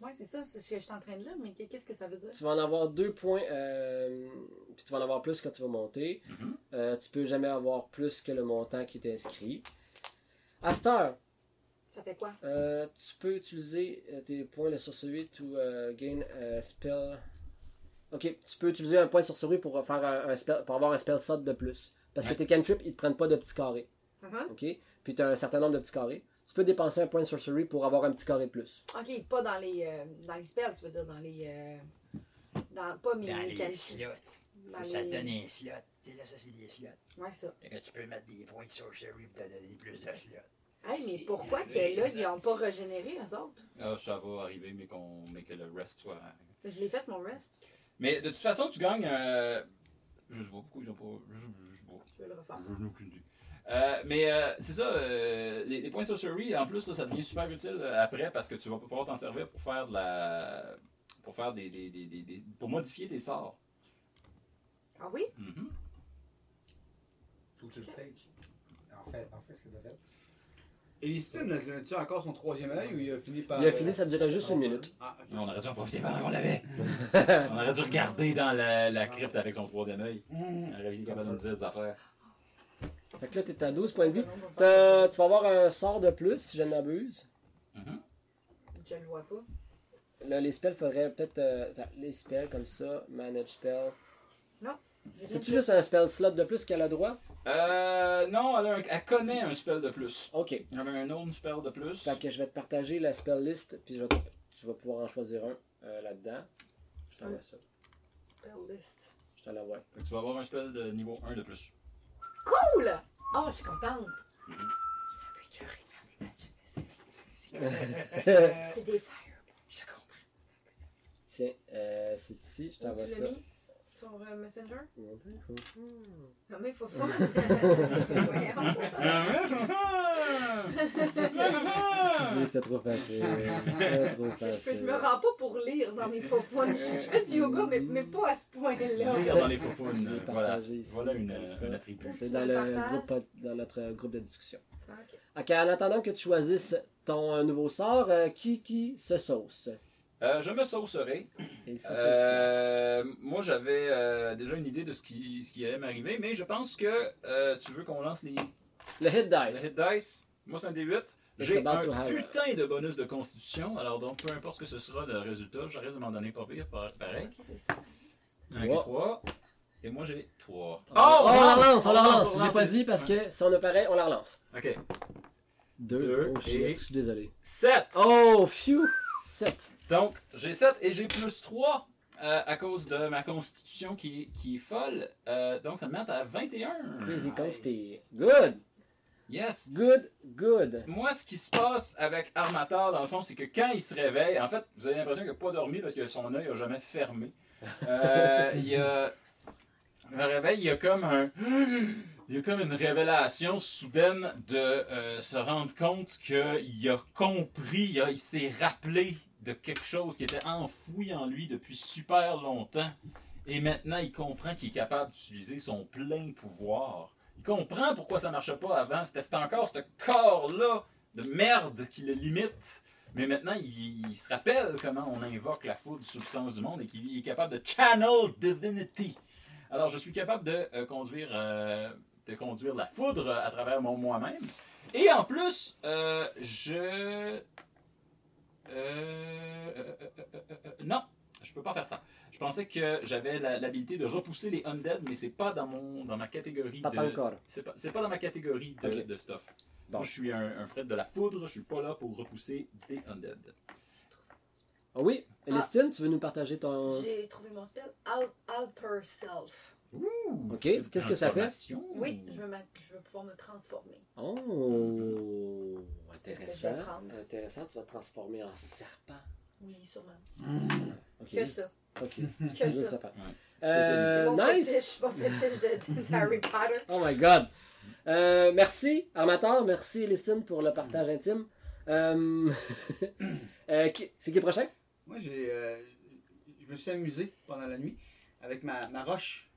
Speaker 5: Ouais, c'est ça, c'est ce que je suis en train de lire, mais qu'est-ce que ça veut dire?
Speaker 1: Tu vas en avoir deux points, euh, puis tu vas en avoir plus quand tu vas monter.
Speaker 3: Mhm.
Speaker 1: Euh, tu peux jamais avoir plus que le montant qui est inscrit. À cette heure,
Speaker 5: Ça fait quoi?
Speaker 1: Euh, tu peux utiliser euh, tes points de sorcerie to euh, gain a spell. Ok, tu peux utiliser un point de sorcerie pour, euh, faire un, un spell, pour avoir un spell slot de plus. Parce que
Speaker 3: Ouais.
Speaker 1: tes cantrips, ils te prennent pas de petits carrés.
Speaker 5: Uh-huh.
Speaker 1: Ok? Puis tu as un certain nombre de petits carrés. Tu peux dépenser un point de sorcerie pour avoir un petit carré de plus.
Speaker 5: Ok, pas dans les, euh, dans les spells, tu veux dire, dans les. euh, dans, pas mes
Speaker 2: Dans les
Speaker 5: mécaniques.
Speaker 2: slots.
Speaker 5: Dans
Speaker 2: Faut que ça te
Speaker 5: les-
Speaker 2: donne un slot. Tu sais, ça, c'est des slots.
Speaker 5: Ouais, ça.
Speaker 2: Fait que tu peux mettre des points de sorcery pour te donner plus de slots.
Speaker 5: Hey, mais
Speaker 2: C'est
Speaker 5: pourquoi
Speaker 2: des
Speaker 5: que là,
Speaker 2: slots.
Speaker 5: ils n'ont pas régénéré, eux autres?
Speaker 3: Ah, ça va arriver, mais, qu'on mais que le rest soit.
Speaker 5: Je l'ai fait, mon rest.
Speaker 3: Mais de toute façon, tu gagnes. euh, Je sais pas pourquoi ils ont pas. Je, je, je sais pas.
Speaker 5: Je vais le refaire.
Speaker 3: Je n'ai aucune idée. Euh, mais euh, c'est ça, euh, les, les points sorcery, en plus, là, ça devient super utile euh, après parce que tu vas pouvoir t'en servir pour faire de la, pour faire des, des- des- des- des- pour modifier tes sorts.
Speaker 8: Ah oui?
Speaker 3: Mhm.
Speaker 4: Faut que tu le take. En fait, en fait, c'est de fait.
Speaker 6: Et Liston, tu as encore son troisième œil ou il a fini par.
Speaker 1: Il
Speaker 7: Ah,
Speaker 1: a fini, ça durait juste une minute.
Speaker 6: Ah, ok.
Speaker 3: On aurait dû en profiter pendant qu'on l'avait. [LAUGHS] on aurait dû regarder dans la, la crypte avec son troisième œil. On aurait été capable de nous dire des affaires.
Speaker 1: Fait que là, t'es à 12 points de vie. T'as- Tu vas avoir un sort de plus, si je n'abuse.
Speaker 8: Je le vois pas.
Speaker 1: Là, les spells, faudrait peut-être. euh, attends, les spells comme ça, manage spell.
Speaker 8: Non.
Speaker 1: C'est-tu juste un spell slot de plus qu'elle a droit
Speaker 3: Euh, non, elle, a un- elle connaît un spell de plus.
Speaker 1: Ok.
Speaker 3: J'avais un autre spell de plus.
Speaker 1: Fait que je vais te partager la spell list, puis je vais, te- tu vas pouvoir en choisir un euh, là-dedans. Je t'envoie ça.
Speaker 8: Spell list.
Speaker 1: Je t'en envoie.
Speaker 3: Fait que tu vas avoir un spell de niveau 1 de plus.
Speaker 8: Cool! Oh, je suis contente.
Speaker 1: Mhm.
Speaker 8: J'avais cœur de faire des matchs. mais c'est- c'est des fire. Je comprends.
Speaker 1: Tiens, euh, c'est ici, je t'envoie
Speaker 8: Tu
Speaker 1: ça.
Speaker 8: l'as mis sur euh, Messenger?
Speaker 1: Mon Dieu, faut-
Speaker 8: Non, mais il faut
Speaker 1: [LAUGHS]
Speaker 8: faire. Voyons.
Speaker 1: Excusez, c'était
Speaker 8: [LAUGHS]
Speaker 1: trop facile. C'était trop
Speaker 8: Je
Speaker 1: facile.
Speaker 8: me rends pas pour lire dans mes faux fous. Je je fais du yoga, mais, mais pas à ce
Speaker 3: Lire
Speaker 8: point-là.
Speaker 3: dans les faux
Speaker 1: Je l'ai
Speaker 3: Voilà,
Speaker 1: partagé ici,
Speaker 3: voilà une,
Speaker 1: comme ça.
Speaker 3: un attribut.
Speaker 8: Tu
Speaker 1: C'est
Speaker 8: me
Speaker 1: dans,
Speaker 8: le
Speaker 1: le
Speaker 8: partages?
Speaker 1: groupe, pod- dans notre groupe de discussion.
Speaker 8: Ok.
Speaker 1: Ok, en attendant que tu choisisses ton euh, nouveau sort, euh, qui, qui se sauce
Speaker 3: Euh, je me saucerai.
Speaker 1: Et se
Speaker 3: Euh, moi, j'avais euh, déjà une idée de ce qui, ce qui allait m'arriver, mais je pense que euh, tu veux qu'on lance les,
Speaker 1: sauce. Le hit
Speaker 3: le
Speaker 1: dice.
Speaker 3: hit dice. Moi, c'est un D8.
Speaker 1: It's
Speaker 3: J'ai
Speaker 1: about to
Speaker 3: un
Speaker 1: happen.
Speaker 3: putain de bonus de constitution, alors donc peu importe ce que ce sera le résultat, je risque de m'en donner pas pire, par- pareil.
Speaker 8: Ok, c'est ça.
Speaker 3: 1
Speaker 1: Trois.
Speaker 3: 3. Et moi, j'ai 3.
Speaker 1: on
Speaker 3: Oh,
Speaker 1: la relance, on la relance. Je l'ai pas
Speaker 3: c'est-
Speaker 1: dit parce que si on a pareil, on la relance.
Speaker 3: Ok.
Speaker 1: Deux.
Speaker 3: Deux
Speaker 1: oh shit,
Speaker 3: et-
Speaker 1: je suis désolé.
Speaker 3: 7.
Speaker 1: Oh, phew! 7.
Speaker 3: Donc, j'ai 7 et j'ai plus 3 à cause de ma constitution qui, qui est folle. Euh, donc, ça me met à 21.
Speaker 1: Crazy
Speaker 6: Nice.
Speaker 1: Consti. Good!
Speaker 3: Yes.
Speaker 1: Good, good.
Speaker 3: Moi, ce qui se passe avec Armator, dans le fond, c'est que quand il se réveille, en fait, vous avez l'impression qu'il n'a pas dormi parce que son œil n'a jamais fermé. Euh, il y a. Le réveil, il y a comme un. Il y a comme une révélation soudaine de euh, se rendre compte qu'il a compris, il, a- il s'est rappelé de quelque chose qui était enfoui en lui depuis super longtemps. Et maintenant, il comprend qu'il est capable d'utiliser son plein pouvoir. Il comprend pourquoi ça marchait pas avant. C'était c'était encore ce corps-là de merde qui le limite. Mais maintenant, il, il se rappelle comment on invoque la foudre sous le sens du monde et qu'il est capable de channel divinity. Alors, je suis capable de, euh, conduire, euh, de conduire la foudre à travers mon moi-même. Et en plus, euh, je... euh, euh, euh, euh, euh, non, je peux pas faire ça. Je pensais que j'avais la- l'habilité de repousser les undead, mais c'est pas dans, mon, dans ma catégorie
Speaker 1: Pas
Speaker 3: de...
Speaker 1: encore.
Speaker 3: C'est pas, c'est pas dans ma catégorie de,
Speaker 1: Ok.
Speaker 3: de stuff.
Speaker 1: Bon.
Speaker 3: Moi, je suis un, un fret de la foudre, je suis pas là pour repousser des undead.
Speaker 1: Ah oui, Elistine, tu veux nous partager ton.
Speaker 8: J'ai trouvé mon spell. Al- Alter Self.
Speaker 3: Ouh!
Speaker 1: Ok, qu'est-ce que ça fait?
Speaker 3: Transformation.
Speaker 8: Oui,
Speaker 1: Hmm.
Speaker 8: je veux, ma- je veux pouvoir me transformer.
Speaker 1: Oh,
Speaker 8: Qu'est-ce que je
Speaker 1: intéressant.
Speaker 8: vais prendre?
Speaker 1: Intéressant, tu vas te transformer en serpent.
Speaker 8: Oui, sûrement.
Speaker 6: euh,
Speaker 1: Ok, Hmm.
Speaker 8: Que ça.
Speaker 1: ok.
Speaker 8: Que
Speaker 1: Deux
Speaker 8: ça.
Speaker 1: serpents.
Speaker 8: C'est
Speaker 1: Euh,
Speaker 8: mon
Speaker 1: nice!
Speaker 8: fétiche, mon fétiche de- d'Harry Potter.
Speaker 1: Oh my god! Euh, merci, Armateur, merci, Elistine, pour le partage intime. Euh, [LAUGHS] euh, qui- C'est qui le prochain?
Speaker 6: Moi, j'ai. euh, je me suis amusé pendant la nuit avec ma, ma roche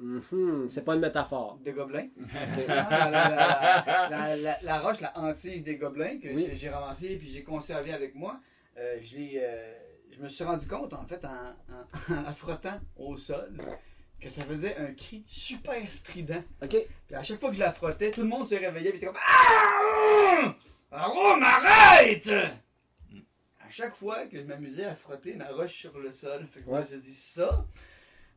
Speaker 1: Mhm, C'est pas une métaphore.
Speaker 6: de gobelin.
Speaker 1: Ok.
Speaker 6: Ah, la, la- la- la- la- la roche, la hantise des gobelins que,
Speaker 1: Oui.
Speaker 6: que j'ai ramassée et puis j'ai conservée avec moi. Euh, je, l'ai, euh, je me suis rendu compte, en fait, en, en- [LAUGHS] en frottant au sol, que ça faisait un cri super strident.
Speaker 1: Ok,
Speaker 6: Puis à chaque fois que je la frottais, tout le monde se réveillait et était comme
Speaker 2: Ah! Rome, arrête!
Speaker 6: À chaque fois que je m'amusais à frotter ma roche sur le sol, fait que
Speaker 1: Ouais.
Speaker 6: moi j'ai dit ça,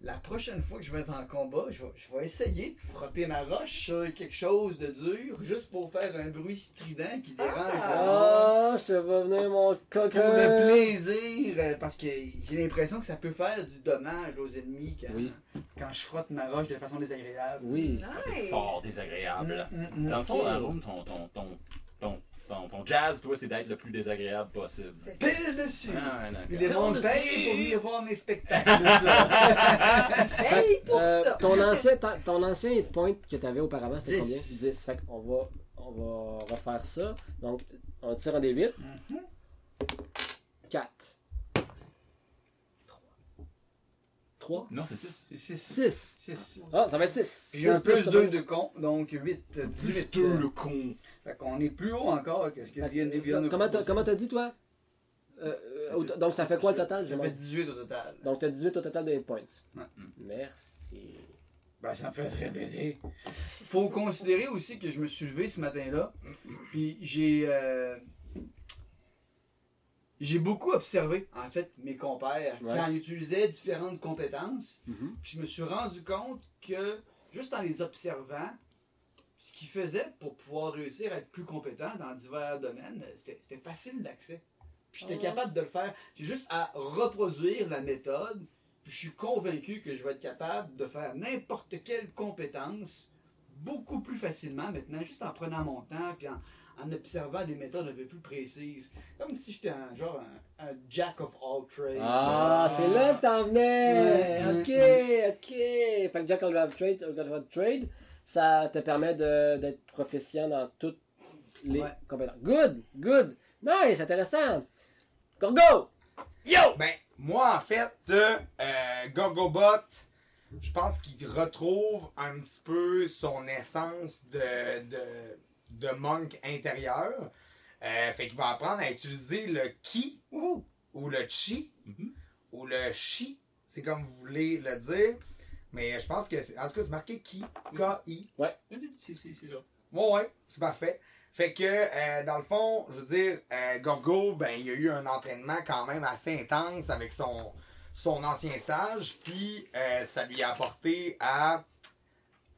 Speaker 6: la prochaine fois que je vais être en combat, je vais, je vais essayer de frotter ma roche sur quelque chose de dur juste pour faire un bruit strident qui dérange le monde.
Speaker 1: Ah, je te vois venir, mon
Speaker 6: Pour le
Speaker 1: coquin.
Speaker 6: plaisir, euh, parce que j'ai l'impression que ça peut faire du dommage aux ennemis quand,
Speaker 1: Oui.
Speaker 6: quand je frotte ma roche de façon désagréable.
Speaker 1: Oui.
Speaker 8: Nice.
Speaker 3: Fort désagréable.
Speaker 6: Mm, mm, mm.
Speaker 3: Dans le fond, dans la room, ton, ton, ton, ton, ton, ton jazz, toi, c'est d'être le plus désagréable possible.
Speaker 8: C'est ça.
Speaker 6: Pile dessus!
Speaker 3: Ah, ouais, d'accord.
Speaker 6: Puis les mondes
Speaker 3: Dessus.
Speaker 6: payent pour venir voir mes spectacles. ça.
Speaker 8: Hey, pour
Speaker 1: Euh,
Speaker 8: ça.
Speaker 1: ton, ancien, ta- ton ancien hit point que tu avais auparavant, c'était
Speaker 6: Dix.
Speaker 1: combien 10. Fait qu'on va, on va refaire ça. Donc, on tire un des 8. 4. 3.
Speaker 3: Non, c'est 6.
Speaker 6: C'est 6.
Speaker 1: 6. Ah, ça va être 6.
Speaker 6: J'ai un plus 2 de con, donc 8, 18.
Speaker 3: deux, le con.
Speaker 6: Fait qu'on est plus haut encore que ce que D&D Beyond nous
Speaker 1: Comment t'as-
Speaker 6: propose.
Speaker 1: comment t'as dit, toi Euh, euh, au- Donc, ça fait quoi le total
Speaker 6: Ça
Speaker 1: j'ai
Speaker 6: fait
Speaker 1: mal-
Speaker 6: 18 au total.
Speaker 1: Donc, t'as 18 au total de hit points.
Speaker 6: Ouais.
Speaker 1: Merci.
Speaker 6: Ben, ça me fait très plaisir. Faut considérer aussi que je me suis levé ce matin-là, puis j'ai. euh, j'ai beaucoup observé, en fait, mes compères
Speaker 1: Ouais.
Speaker 6: quand ils utilisaient différentes compétences.
Speaker 1: Mhm.
Speaker 6: Puis je me suis rendu compte que, juste en les observant, ce qu'ils faisaient pour pouvoir réussir à être plus compétent dans divers domaines, euh, c'était c'était facile d'accès. Puis j'étais
Speaker 1: Ah.
Speaker 6: capable de le faire. J'ai juste à reproduire la méthode. Puis je suis convaincu que je vais être capable de faire n'importe quelle compétence beaucoup plus facilement maintenant, juste en prenant mon temps, puis en, en observant des méthodes un peu plus précises. Comme si j'étais un genre un, un jack of all trades. Euh,
Speaker 1: Ah, c'est là que t'en venais!
Speaker 6: Ouais, ouais,
Speaker 1: ok,
Speaker 6: ouais.
Speaker 1: ok! Fait que Jack of all Trade, of all Trade, ça te permet de- d'être proficient dans toutes les
Speaker 6: Ouais.
Speaker 1: compétences. Good! Good! Nice! Intéressant! Gorgo!
Speaker 7: Yo! Ben, moi, en fait, euh, euh, Gorgobot, je pense qu'il retrouve un petit peu son essence de, de, de monk intérieur. Euh, fait qu'il va apprendre à utiliser le ki ou le chi ou le chi, c'est comme vous voulez le dire. Mais je pense que, c'est- en tout cas, c'est marqué ki, K-I.
Speaker 3: C'est c'est- c'est là.
Speaker 7: Ouais, ouais, c'est parfait. Fait que, euh, dans le fond, je veux dire, euh, Gorgo, ben, il y a eu un entraînement quand même assez intense avec son, son ancien sage, puis euh, ça lui a apporté à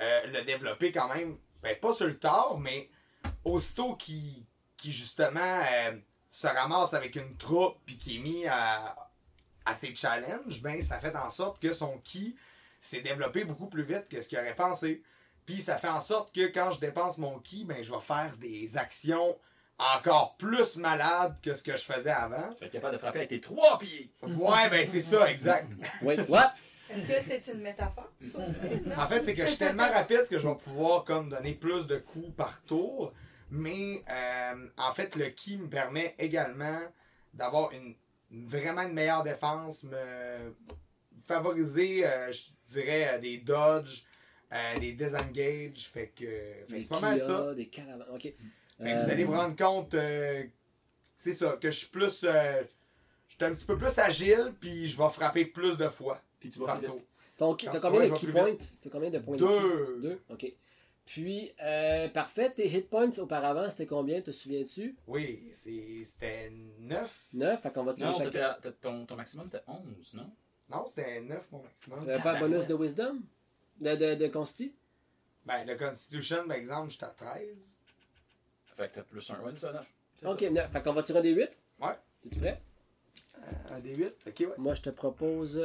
Speaker 7: euh, le développer quand même, ben, pas sur le tard, mais aussitôt qui justement euh, se ramasse avec une troupe, puis qui est mis à, à ses challenges, ben, ça fait en sorte que son ki s'est développé beaucoup plus vite que ce qu'il aurait pensé. Puis ça fait en sorte que quand je dépense mon ki, ben je vais faire des actions encore plus malades que ce que je faisais avant.
Speaker 3: Tu vas être capable de frapper avec tes trois pieds.
Speaker 7: Ouais, ben c'est ça, exact.
Speaker 1: Wait, [LAUGHS] what?
Speaker 16: Est-ce que c'est une métaphore, ça
Speaker 1: [LAUGHS]
Speaker 16: aussi? Non?
Speaker 7: En fait, c'est que je suis tellement rapide que je vais pouvoir comme donner plus de coups par tour. Mais euh, en fait, le ki me permet également d'avoir une vraiment une meilleure défense, me favoriser, euh, je dirais, euh, des dodges, euh, des disengages. Fait que, fait que
Speaker 1: Des
Speaker 7: c'est pas mal
Speaker 1: Kia,
Speaker 7: ça.
Speaker 1: Des caravanes, ok.
Speaker 7: Fait que
Speaker 1: Euh,
Speaker 7: vous allez vous rendre compte, euh, c'est ça, que je suis plus. euh, je suis un petit peu plus agile, puis je vais frapper plus de fois
Speaker 3: Puis tu vas
Speaker 7: par
Speaker 3: plus
Speaker 7: tour.
Speaker 3: vite.
Speaker 1: Ton ki- T'as
Speaker 7: Quand-
Speaker 1: combien
Speaker 7: ouais, je
Speaker 1: de
Speaker 7: vais
Speaker 1: key
Speaker 7: plus
Speaker 1: points? T'as combien de points de
Speaker 7: Deux.
Speaker 1: ki? Deux. Ok. Puis, euh, parfait, tes hit points auparavant, c'était combien, te souviens-tu?
Speaker 7: Oui, c'est- c'était 9.
Speaker 1: 9, fait qu'on va tirer
Speaker 3: Non,
Speaker 1: chacun.
Speaker 3: t'étais à- t'as- ton, ton maximum c'était 11, non?
Speaker 7: Non, c'était 9 mon maximum.
Speaker 6: Euh.
Speaker 1: T'avais euh, pas un bonus de wisdom? De, de, de consti?
Speaker 7: Ben, le Constitution, par exemple, j'étais à 13.
Speaker 3: Fait que t'as plus un. Ouais, c'est ça, 9.
Speaker 1: Ok, neuf. Fait qu'on va tirer un des 8?
Speaker 7: Ouais.
Speaker 1: T'es-tu prêt?
Speaker 7: Un des 8, ok, ouais.
Speaker 1: Moi, je te propose.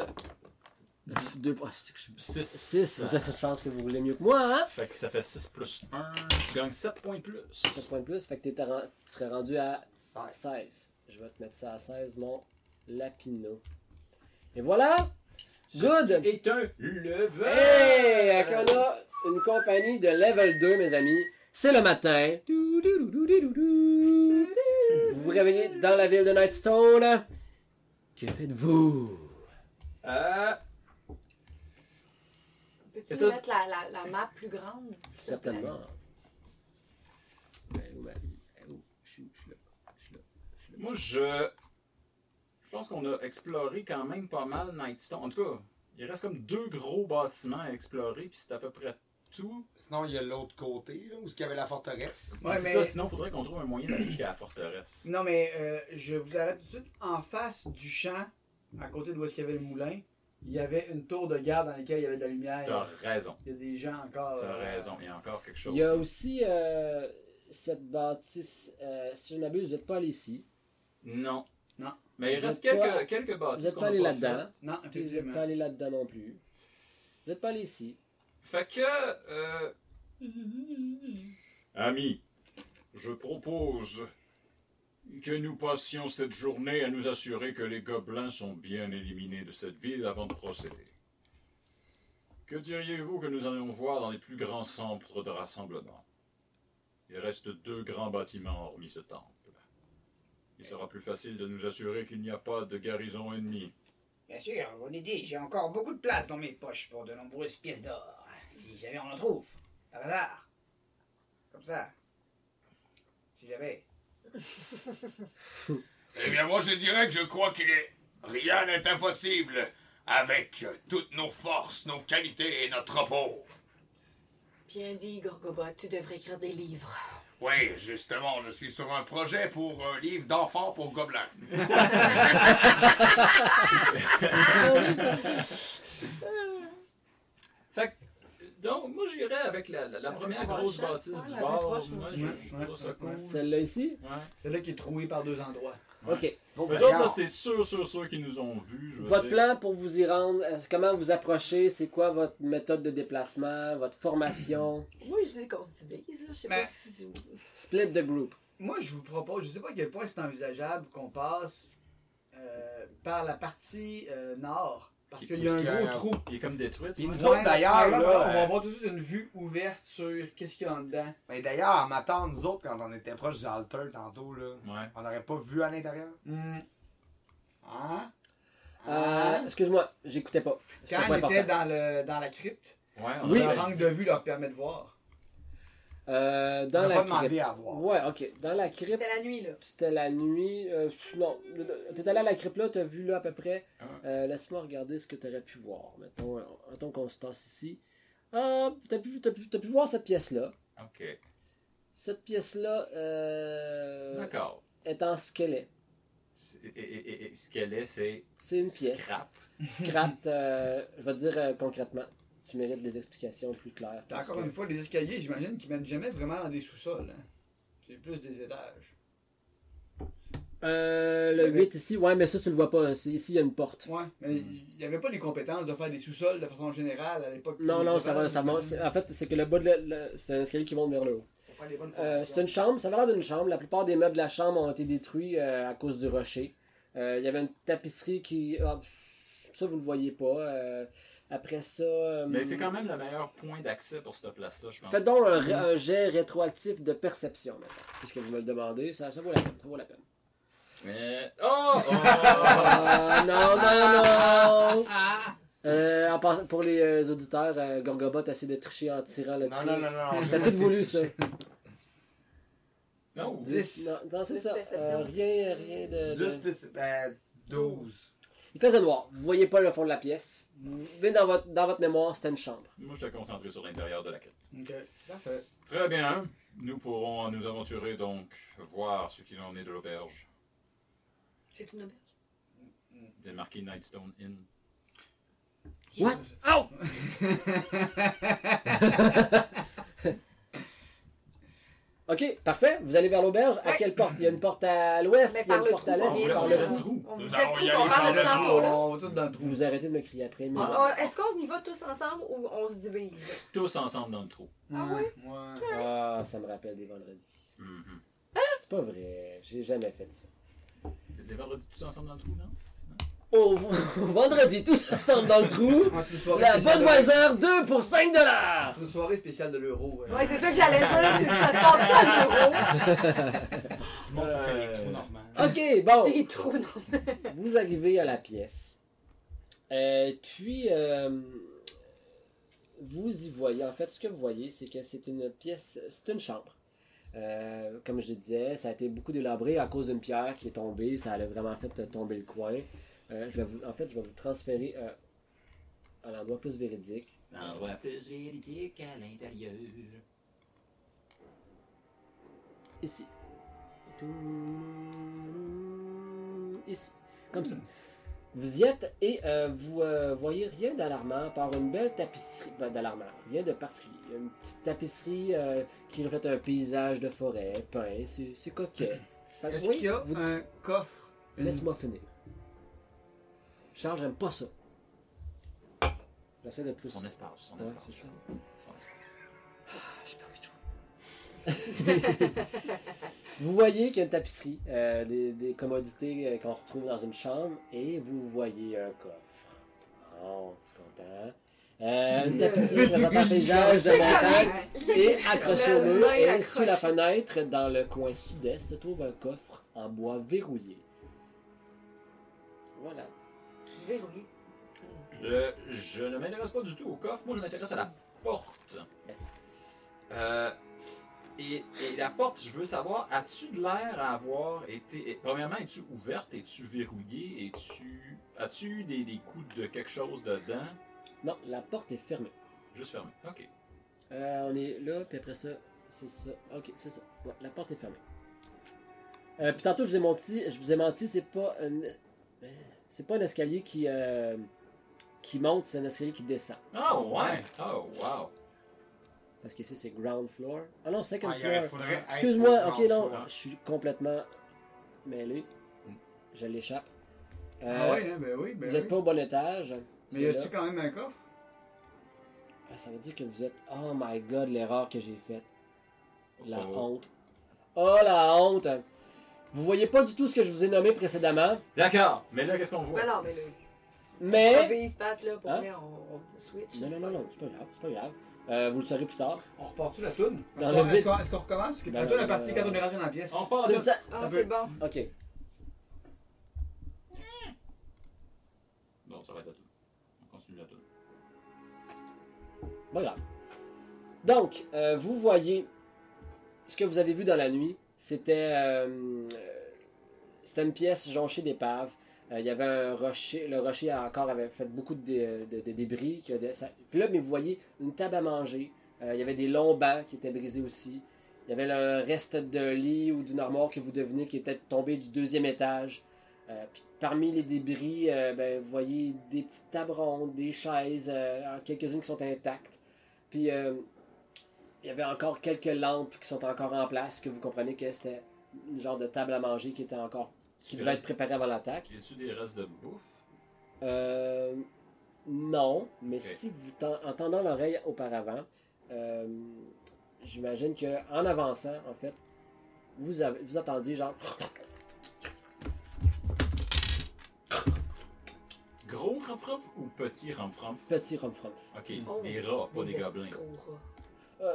Speaker 1: Deux. Ah, c'est que je suis.
Speaker 3: 6.
Speaker 1: 6. Vous avez cette chance que vous voulez mieux que moi, hein?
Speaker 3: Fait que ça fait 6 plus 1. Tu gagnes 7 points de plus.
Speaker 1: 7 points de plus. Fait que t'étais ren- tu serais rendu à
Speaker 7: 16.
Speaker 1: 16. Je vais te mettre ça à 16, mon lapino. Et voilà!
Speaker 3: Ceci
Speaker 1: Good!
Speaker 3: est un level.
Speaker 1: Hey! Quand on a une compagnie de level 2, mes amis, c'est le matin. Vous vous réveillez dans la ville de Nightstone. Que faites-vous?
Speaker 3: Euh,
Speaker 5: Peux-tu
Speaker 3: Est-ce que-
Speaker 5: mettre la, la, la map plus grande? s'il te plaît?
Speaker 1: Certainement. Ben, ben, ben, oh, je suis je suis là. je suis là.
Speaker 3: moi, je. Je pense qu'on a exploré quand même pas mal Nightstone. En tout cas, il reste comme deux gros bâtiments à explorer, puis c'est à peu près tout.
Speaker 7: Sinon, il y a l'autre côté, là, où il y avait la forteresse.
Speaker 3: Ouais,
Speaker 6: Ouais,
Speaker 3: c'est
Speaker 6: mais-
Speaker 3: ça, sinon, faudrait qu'on trouve un moyen d'aller jusqu'à la forteresse.
Speaker 6: Non, mais euh, je vous arrête tout de suite. En face du champ, à côté d'où est-ce qu'il y avait le moulin, il y avait une tour de garde dans laquelle il y avait de la
Speaker 3: T'as
Speaker 1: Ah.
Speaker 6: lumière.
Speaker 3: raison.
Speaker 6: Il y a des gens encore.
Speaker 3: T'as
Speaker 6: euh,
Speaker 3: raison. Il y a encore quelque chose.
Speaker 1: Il y a aussi euh, cette bâtisse. euh, si je ne m'abuse, vous n'êtes pas allé ici.
Speaker 3: Non.
Speaker 6: Non.
Speaker 3: Mais il
Speaker 1: Vous
Speaker 3: reste
Speaker 1: êtes
Speaker 3: quelques,
Speaker 1: pas-
Speaker 3: quelques
Speaker 1: Vous
Speaker 3: bâtisses
Speaker 1: n'êtes
Speaker 3: Ah, qu'on
Speaker 1: pas
Speaker 3: a
Speaker 1: allé
Speaker 3: pas
Speaker 1: là-dedans.
Speaker 6: Non,
Speaker 1: Puis vous n'êtes
Speaker 6: effectivement.
Speaker 1: pas allé là-dedans non plus. Vous n'êtes pas allé ici.
Speaker 3: Fait que. euh, Amis, je propose que nous passions cette journée à nous assurer que les gobelins sont bien éliminés de cette ville avant de procéder. Que diriez-vous que nous allions voir dans les plus grands centres de rassemblement Il reste deux grands bâtiments hormis ce temple. Il sera plus facile de nous assurer qu'il n'y a pas de garnison ennemie
Speaker 7: Bien sûr, vous l'avez dit, j'ai encore beaucoup de place dans mes poches pour de nombreuses pièces d'or. Si jamais on en trouve. Par hasard. Comme ça. Si jamais.
Speaker 15: Eh bien, moi, je dirais que je crois qu'il est. Rien n'est impossible avec euh, toutes nos forces, nos qualités et notre repos.
Speaker 8: Bien dit, Gorgobot, tu devrais écrire des livres.
Speaker 15: Oui, justement, je suis sur un projet pour un livre d'enfants pour gobelins.
Speaker 3: Fait que, donc, moi j'irais avec la, la- la première
Speaker 5: plus
Speaker 3: grosse
Speaker 5: proche,
Speaker 3: bâtisse
Speaker 5: hein,
Speaker 3: du
Speaker 5: la plus
Speaker 3: bord.
Speaker 5: proche, moi
Speaker 3: Moi,
Speaker 5: aussi.
Speaker 3: je-
Speaker 6: Ouais,
Speaker 3: je
Speaker 6: ouais,
Speaker 3: trouve ça
Speaker 6: ouais.
Speaker 3: cool.
Speaker 1: Celle-là ici?
Speaker 3: Ouais.
Speaker 6: Celle-là qui est trouée par deux endroits.
Speaker 1: Ok.
Speaker 7: ben,
Speaker 3: Eux autres, là, c'est sûr, sûr, sûr qu'ils nous ont vus. je veux
Speaker 1: Votre
Speaker 3: dire.
Speaker 1: plan pour vous y rendre, est-ce- comment vous approchez, c'est quoi votre méthode de déplacement, votre formation? [CLEARS THROAT]
Speaker 5: Moi, je sais qu'on se divise, là. Je sais
Speaker 6: Ben,
Speaker 5: pas si.
Speaker 1: Split the group.
Speaker 6: Moi, je vous propose, je sais pas à quel point c'est envisageable qu'on passe euh, par la partie euh, nord. Parce qu'il y a un
Speaker 4: Parce que,
Speaker 6: gros trou.
Speaker 3: Il est comme détruit.
Speaker 4: Puis
Speaker 3: ouais.
Speaker 4: nous
Speaker 7: Eh,
Speaker 4: autres, d'ailleurs,
Speaker 6: Ouais,
Speaker 4: là,
Speaker 6: on va- on va
Speaker 4: euh,
Speaker 6: avoir tout de suite une vue ouverte sur qu'est-ce qu'il y a en dedans.
Speaker 7: ben,
Speaker 4: mais d'ailleurs, en m'attendant, nous autres, quand on était proche d'Alter tantôt, là,
Speaker 3: Ouais.
Speaker 4: on n'aurait pas vu à l'intérieur.
Speaker 6: Hmm.
Speaker 4: Hein?
Speaker 1: Euh,
Speaker 4: Hein?
Speaker 1: excuse-moi, j'écoutais pas. C'était
Speaker 6: Quand
Speaker 1: pas
Speaker 6: on était
Speaker 1: important.
Speaker 6: dans, le, dans la crypte,
Speaker 3: Ouais, on
Speaker 1: Oui.
Speaker 3: aurait-
Speaker 6: leur angle de vue leur permet de voir.
Speaker 1: Euh,
Speaker 4: on
Speaker 1: dans
Speaker 4: n'a
Speaker 1: la
Speaker 4: pas demandé
Speaker 1: crypte.
Speaker 4: à voir.
Speaker 1: Ouais, ok. Dans la crypte,
Speaker 5: C'était la nuit, là.
Speaker 1: c'était la nuit. euh, non, t'es allé à la crypte là, t'as vu là à peu près.
Speaker 3: Ah.
Speaker 1: Euh, Laisse-moi regarder ce que t'aurais pu voir. Mettons, euh, mettons qu'on se tasse ici. Ah, t'as pu, t'as pu, t'as pu voir cette pièce-là.
Speaker 3: Ok.
Speaker 1: Cette pièce-là euh,
Speaker 3: D'accord.
Speaker 1: est en squelette.
Speaker 3: C'est- et- et- et- et ce qu'elle est, c'est.
Speaker 1: C'est une pièce.
Speaker 3: Scrap.
Speaker 1: [LAUGHS] Scrap, euh, je vais te dire euh, concrètement, tu mérites des explications plus claires.
Speaker 6: Puis encore une fois, les escaliers, j'imagine qu'ils mènent jamais vraiment dans des sous-sols. hein. C'est plus des étages.
Speaker 1: Euh, le 8 ici, ouais, mais ça tu le vois pas. C'est- Ici, il y a une porte.
Speaker 6: Ouais, mais il n'y avait pas les compétences de faire des sous-sols de façon générale à l'époque.
Speaker 1: Non, non, ça va,
Speaker 6: médiévale,
Speaker 1: ça monte.
Speaker 6: j'imagine.
Speaker 1: C'est- En fait, c'est que le bas de la- le- c'est un escalier qui monte vers le haut.
Speaker 6: Pour faire des bonnes
Speaker 1: Euh,
Speaker 6: formations.
Speaker 1: c'est une chambre, ça a l'air d'une chambre. La plupart des meubles de la chambre ont été détruits euh, à cause du rocher. Euh, Il y avait une tapisserie qui. ah, ça, vous le voyez pas. Euh, après ça. euh,
Speaker 3: Mais c'est quand même le meilleur point d'accès pour cette place-là, je pense.
Speaker 1: Faites donc un, ré- un jet rétroactif de perception, maintenant, puisque vous me le demandez. Ça, ça vaut la peine. Ça vaut la peine.
Speaker 3: Mais- Oh! oh!
Speaker 1: Ah, non, non, non! Euh, en passant- pour les euh, auditeurs, euh, Gorgobot essaie de tricher en tirant le
Speaker 4: Non,
Speaker 1: tri.
Speaker 4: non, non, non.
Speaker 1: T'as tout voulu, ça. Non,
Speaker 3: non, vous-
Speaker 1: non, c'est
Speaker 5: Dix
Speaker 1: ça.
Speaker 5: perceptions.
Speaker 1: Euh, rien, rien de... de-
Speaker 4: 10 plus euh, 12.
Speaker 1: Il faisait noir. Vous voyez pas le fond de la pièce. Mais dans votre, dans votre mémoire, c'était une chambre.
Speaker 3: Moi, je te concentré sur l'intérieur de la crypte.
Speaker 6: Ok, parfait.
Speaker 3: Très bien. Nous pourrons nous aventurer donc, voir ce qu'il en est de l'auberge.
Speaker 5: C'est une auberge.
Speaker 3: J'ai marqué Nightstone Inn.
Speaker 1: What? Ow! ok, parfait. Vous allez vers l'auberge. À
Speaker 5: Ouais.
Speaker 1: quelle porte? Il y a une porte à l'ouest,
Speaker 5: Mais
Speaker 1: il y a
Speaker 5: par
Speaker 1: une
Speaker 5: le
Speaker 1: porte
Speaker 5: trou.
Speaker 1: à
Speaker 5: on
Speaker 3: Ah,
Speaker 1: l'est,
Speaker 3: oui,
Speaker 5: vient
Speaker 1: et par
Speaker 3: on
Speaker 5: dans
Speaker 1: le
Speaker 3: vient
Speaker 5: le
Speaker 1: trou.
Speaker 3: du
Speaker 5: trou.
Speaker 3: trou.
Speaker 5: On
Speaker 15: Nous
Speaker 5: disait
Speaker 15: allons
Speaker 5: le trou,
Speaker 15: y
Speaker 5: on
Speaker 15: aller
Speaker 5: parle de
Speaker 15: par le
Speaker 5: tantôt, là.
Speaker 6: On va tous dans le trou.
Speaker 1: Vous arrêtez de me crier après, mais...
Speaker 5: Ah, ah, Est-ce qu'on y va tous ensemble ou on se divise?
Speaker 3: Tous ensemble dans le trou.
Speaker 5: Ah ouais?
Speaker 6: Ouais.
Speaker 1: Ah, ça me rappelle des vendredis.
Speaker 3: Mhm.
Speaker 1: C'est pas vrai, j'ai jamais fait ça.
Speaker 3: Les vendredis tous ensemble dans le trou, non?
Speaker 1: Au Oh, [LAUGHS] vendredi, tous ensemble dans le trou,
Speaker 6: Ah, c'est une soirée
Speaker 1: la
Speaker 6: spéciale de-
Speaker 1: Budweiser 2 pour 5 dollars!
Speaker 6: C'est une soirée spéciale de l'euro. euh.
Speaker 5: Ouais, c'est ça que j'allais dire. c'est que Ça se passe pas à
Speaker 4: Je montre ça fait
Speaker 3: Euh,
Speaker 4: des trous normaux.
Speaker 1: Ok, [LAUGHS]
Speaker 5: l'euro.
Speaker 1: bon,
Speaker 5: Des trous, non.
Speaker 1: vous arrivez à la pièce. Euh, puis, euh, vous y voyez, en fait, ce que vous voyez, c'est que c'est une pièce, c'est une chambre. Euh, comme je le disais, ça a été beaucoup délabré à cause d'une pierre qui est tombée, ça a vraiment fait tomber le coin. Euh, je vais vous, en fait, je vais vous transférer euh, à l'endroit plus véridique.
Speaker 3: On voit plus véridique à l'intérieur.
Speaker 1: Ici. Ici. Comme ça. Vous y êtes et euh, vous euh, voyez rien d'alarmant par une belle tapisserie. ben, d'alarmant, rien de particulier. Une petite tapisserie euh, qui reflète un paysage de forêt, peint, c'est c'est coquet. Fait que
Speaker 6: Est-ce
Speaker 1: oui,
Speaker 6: qu'il y a
Speaker 1: vous dites-
Speaker 6: un coffre une-
Speaker 1: Laisse-moi finir. Charles, j'aime pas ça. J'essaie de plus.
Speaker 3: Son espace, son
Speaker 1: Ouais,
Speaker 3: espace.
Speaker 1: c'est ça.
Speaker 3: Son espace.
Speaker 1: Ah, J'ai pas envie de jouer. [LAUGHS] vous voyez qu'il y a une tapisserie, euh, des, des commodités euh, qu'on retrouve dans une chambre, et vous voyez un coffre. Oh, c'est content. Euh, une tapisserie représentant un paysage de
Speaker 6: Ah
Speaker 1: montagne et accroché au mur. Et sous la fenêtre, dans le coin sud-est, se trouve un coffre en bois verrouillé. Voilà.
Speaker 8: verrouillé.
Speaker 3: Euh, je ne m'intéresse pas du tout au coffre, moi je m'intéresse à la porte. Euh, et, et la porte, je veux savoir, as-tu de l'air à avoir été. et- premièrement, es-tu ouverte, es-tu verrouillée, es-tu. As-tu eu des, des coups de quelque chose dedans
Speaker 1: Non, la porte est fermée.
Speaker 3: Juste fermée. Ok.
Speaker 1: Euh, on est là, puis après ça, c'est ça. Ok, c'est ça. Ouais, la porte est fermée. Euh, puis tantôt, je vous ai menti, je vous ai menti, c'est pas un, euh, c'est pas un escalier qui, euh, qui monte, c'est un escalier qui descend.
Speaker 3: Ah ouais! Oh wow!
Speaker 1: Parce qu'ici, c'est ground floor. Ah non, second
Speaker 4: Ah, il y aurait-
Speaker 1: floor.
Speaker 4: faudrait être
Speaker 1: Excuse-moi,
Speaker 4: au
Speaker 1: ok,
Speaker 4: ground
Speaker 1: non,
Speaker 4: floor.
Speaker 1: je suis complètement mêlé.
Speaker 6: Mm.
Speaker 1: Je l'échappe.
Speaker 6: Ah ouais, hein, ben oui, ben
Speaker 1: Euh, vous n'êtes
Speaker 6: oui.
Speaker 1: pas au bon étage.
Speaker 6: Mais
Speaker 1: C'est
Speaker 6: y
Speaker 1: là.
Speaker 6: a-tu quand même un coffre?
Speaker 1: Ah, Ça veut dire que vous êtes. Oh my god, l'erreur que j'ai faite. La
Speaker 3: Oh.
Speaker 1: honte. Oh la honte! Vous voyez pas du tout ce que je vous ai nommé précédemment,
Speaker 3: D'accord, mais là qu'est-ce qu'on voit?
Speaker 5: Ben non, mais là,
Speaker 1: mais.
Speaker 5: obéis, Pat, là, pour
Speaker 1: Eh? Hein?
Speaker 5: vrai, on, on switch.
Speaker 1: Non, non, non, non, c'est pas grave, c'est pas grave. Euh, vous le saurez plus tard.
Speaker 6: On repart-tu la toune? Est-ce
Speaker 1: Dans
Speaker 6: qu'on-
Speaker 1: le
Speaker 6: Est-ce
Speaker 1: vide.
Speaker 6: qu'on est-ce qu'on recommence? Parce que
Speaker 1: Dans
Speaker 6: la toune
Speaker 1: le-
Speaker 6: est partie quand on est rentré dans la pièce.
Speaker 3: On part
Speaker 1: C'est
Speaker 3: de...
Speaker 1: ça!
Speaker 5: Ah,
Speaker 6: Ça
Speaker 5: c'est
Speaker 6: peut-
Speaker 5: bon.
Speaker 1: Ok.
Speaker 3: Non, ça va être à tout. On continue à tout.
Speaker 1: Pas grave. Donc, euh, vous voyez, ce que vous avez vu dans la nuit, c'était euh, euh, c'était une pièce jonchée d'épaves. Euh, il y avait un rocher, le rocher encore avait fait beaucoup de, dé- de- de débris. qui a de- ça- Puis là, mais vous voyez une table à manger. Euh, il y avait des longs bancs qui étaient brisés aussi. Il y avait le reste d'un lit ou d'une armoire que vous devenez qui était tombé du deuxième étage. Euh, puis parmi les débris, euh, ben, vous voyez des petites tables rondes, des chaises, euh, quelques-unes qui sont intactes. Puis euh, il y avait encore quelques lampes qui sont encore en place, que vous comprenez que c'était une genre de table à manger qui était encore qui devait être préparée avant l'attaque.
Speaker 3: Y a-tu des restes de bouffe?
Speaker 1: Euh, non, mais
Speaker 3: Ok.
Speaker 1: si vous ten- en tendant l'oreille auparavant, euh, j'imagine que en avançant, en fait, vous avez, vous attendiez genre [LAUGHS]
Speaker 3: Gros ramframf ou petit ramframf?
Speaker 1: petit ronfronf.
Speaker 3: Ok, des rats, pas des gobelins.
Speaker 1: Euh,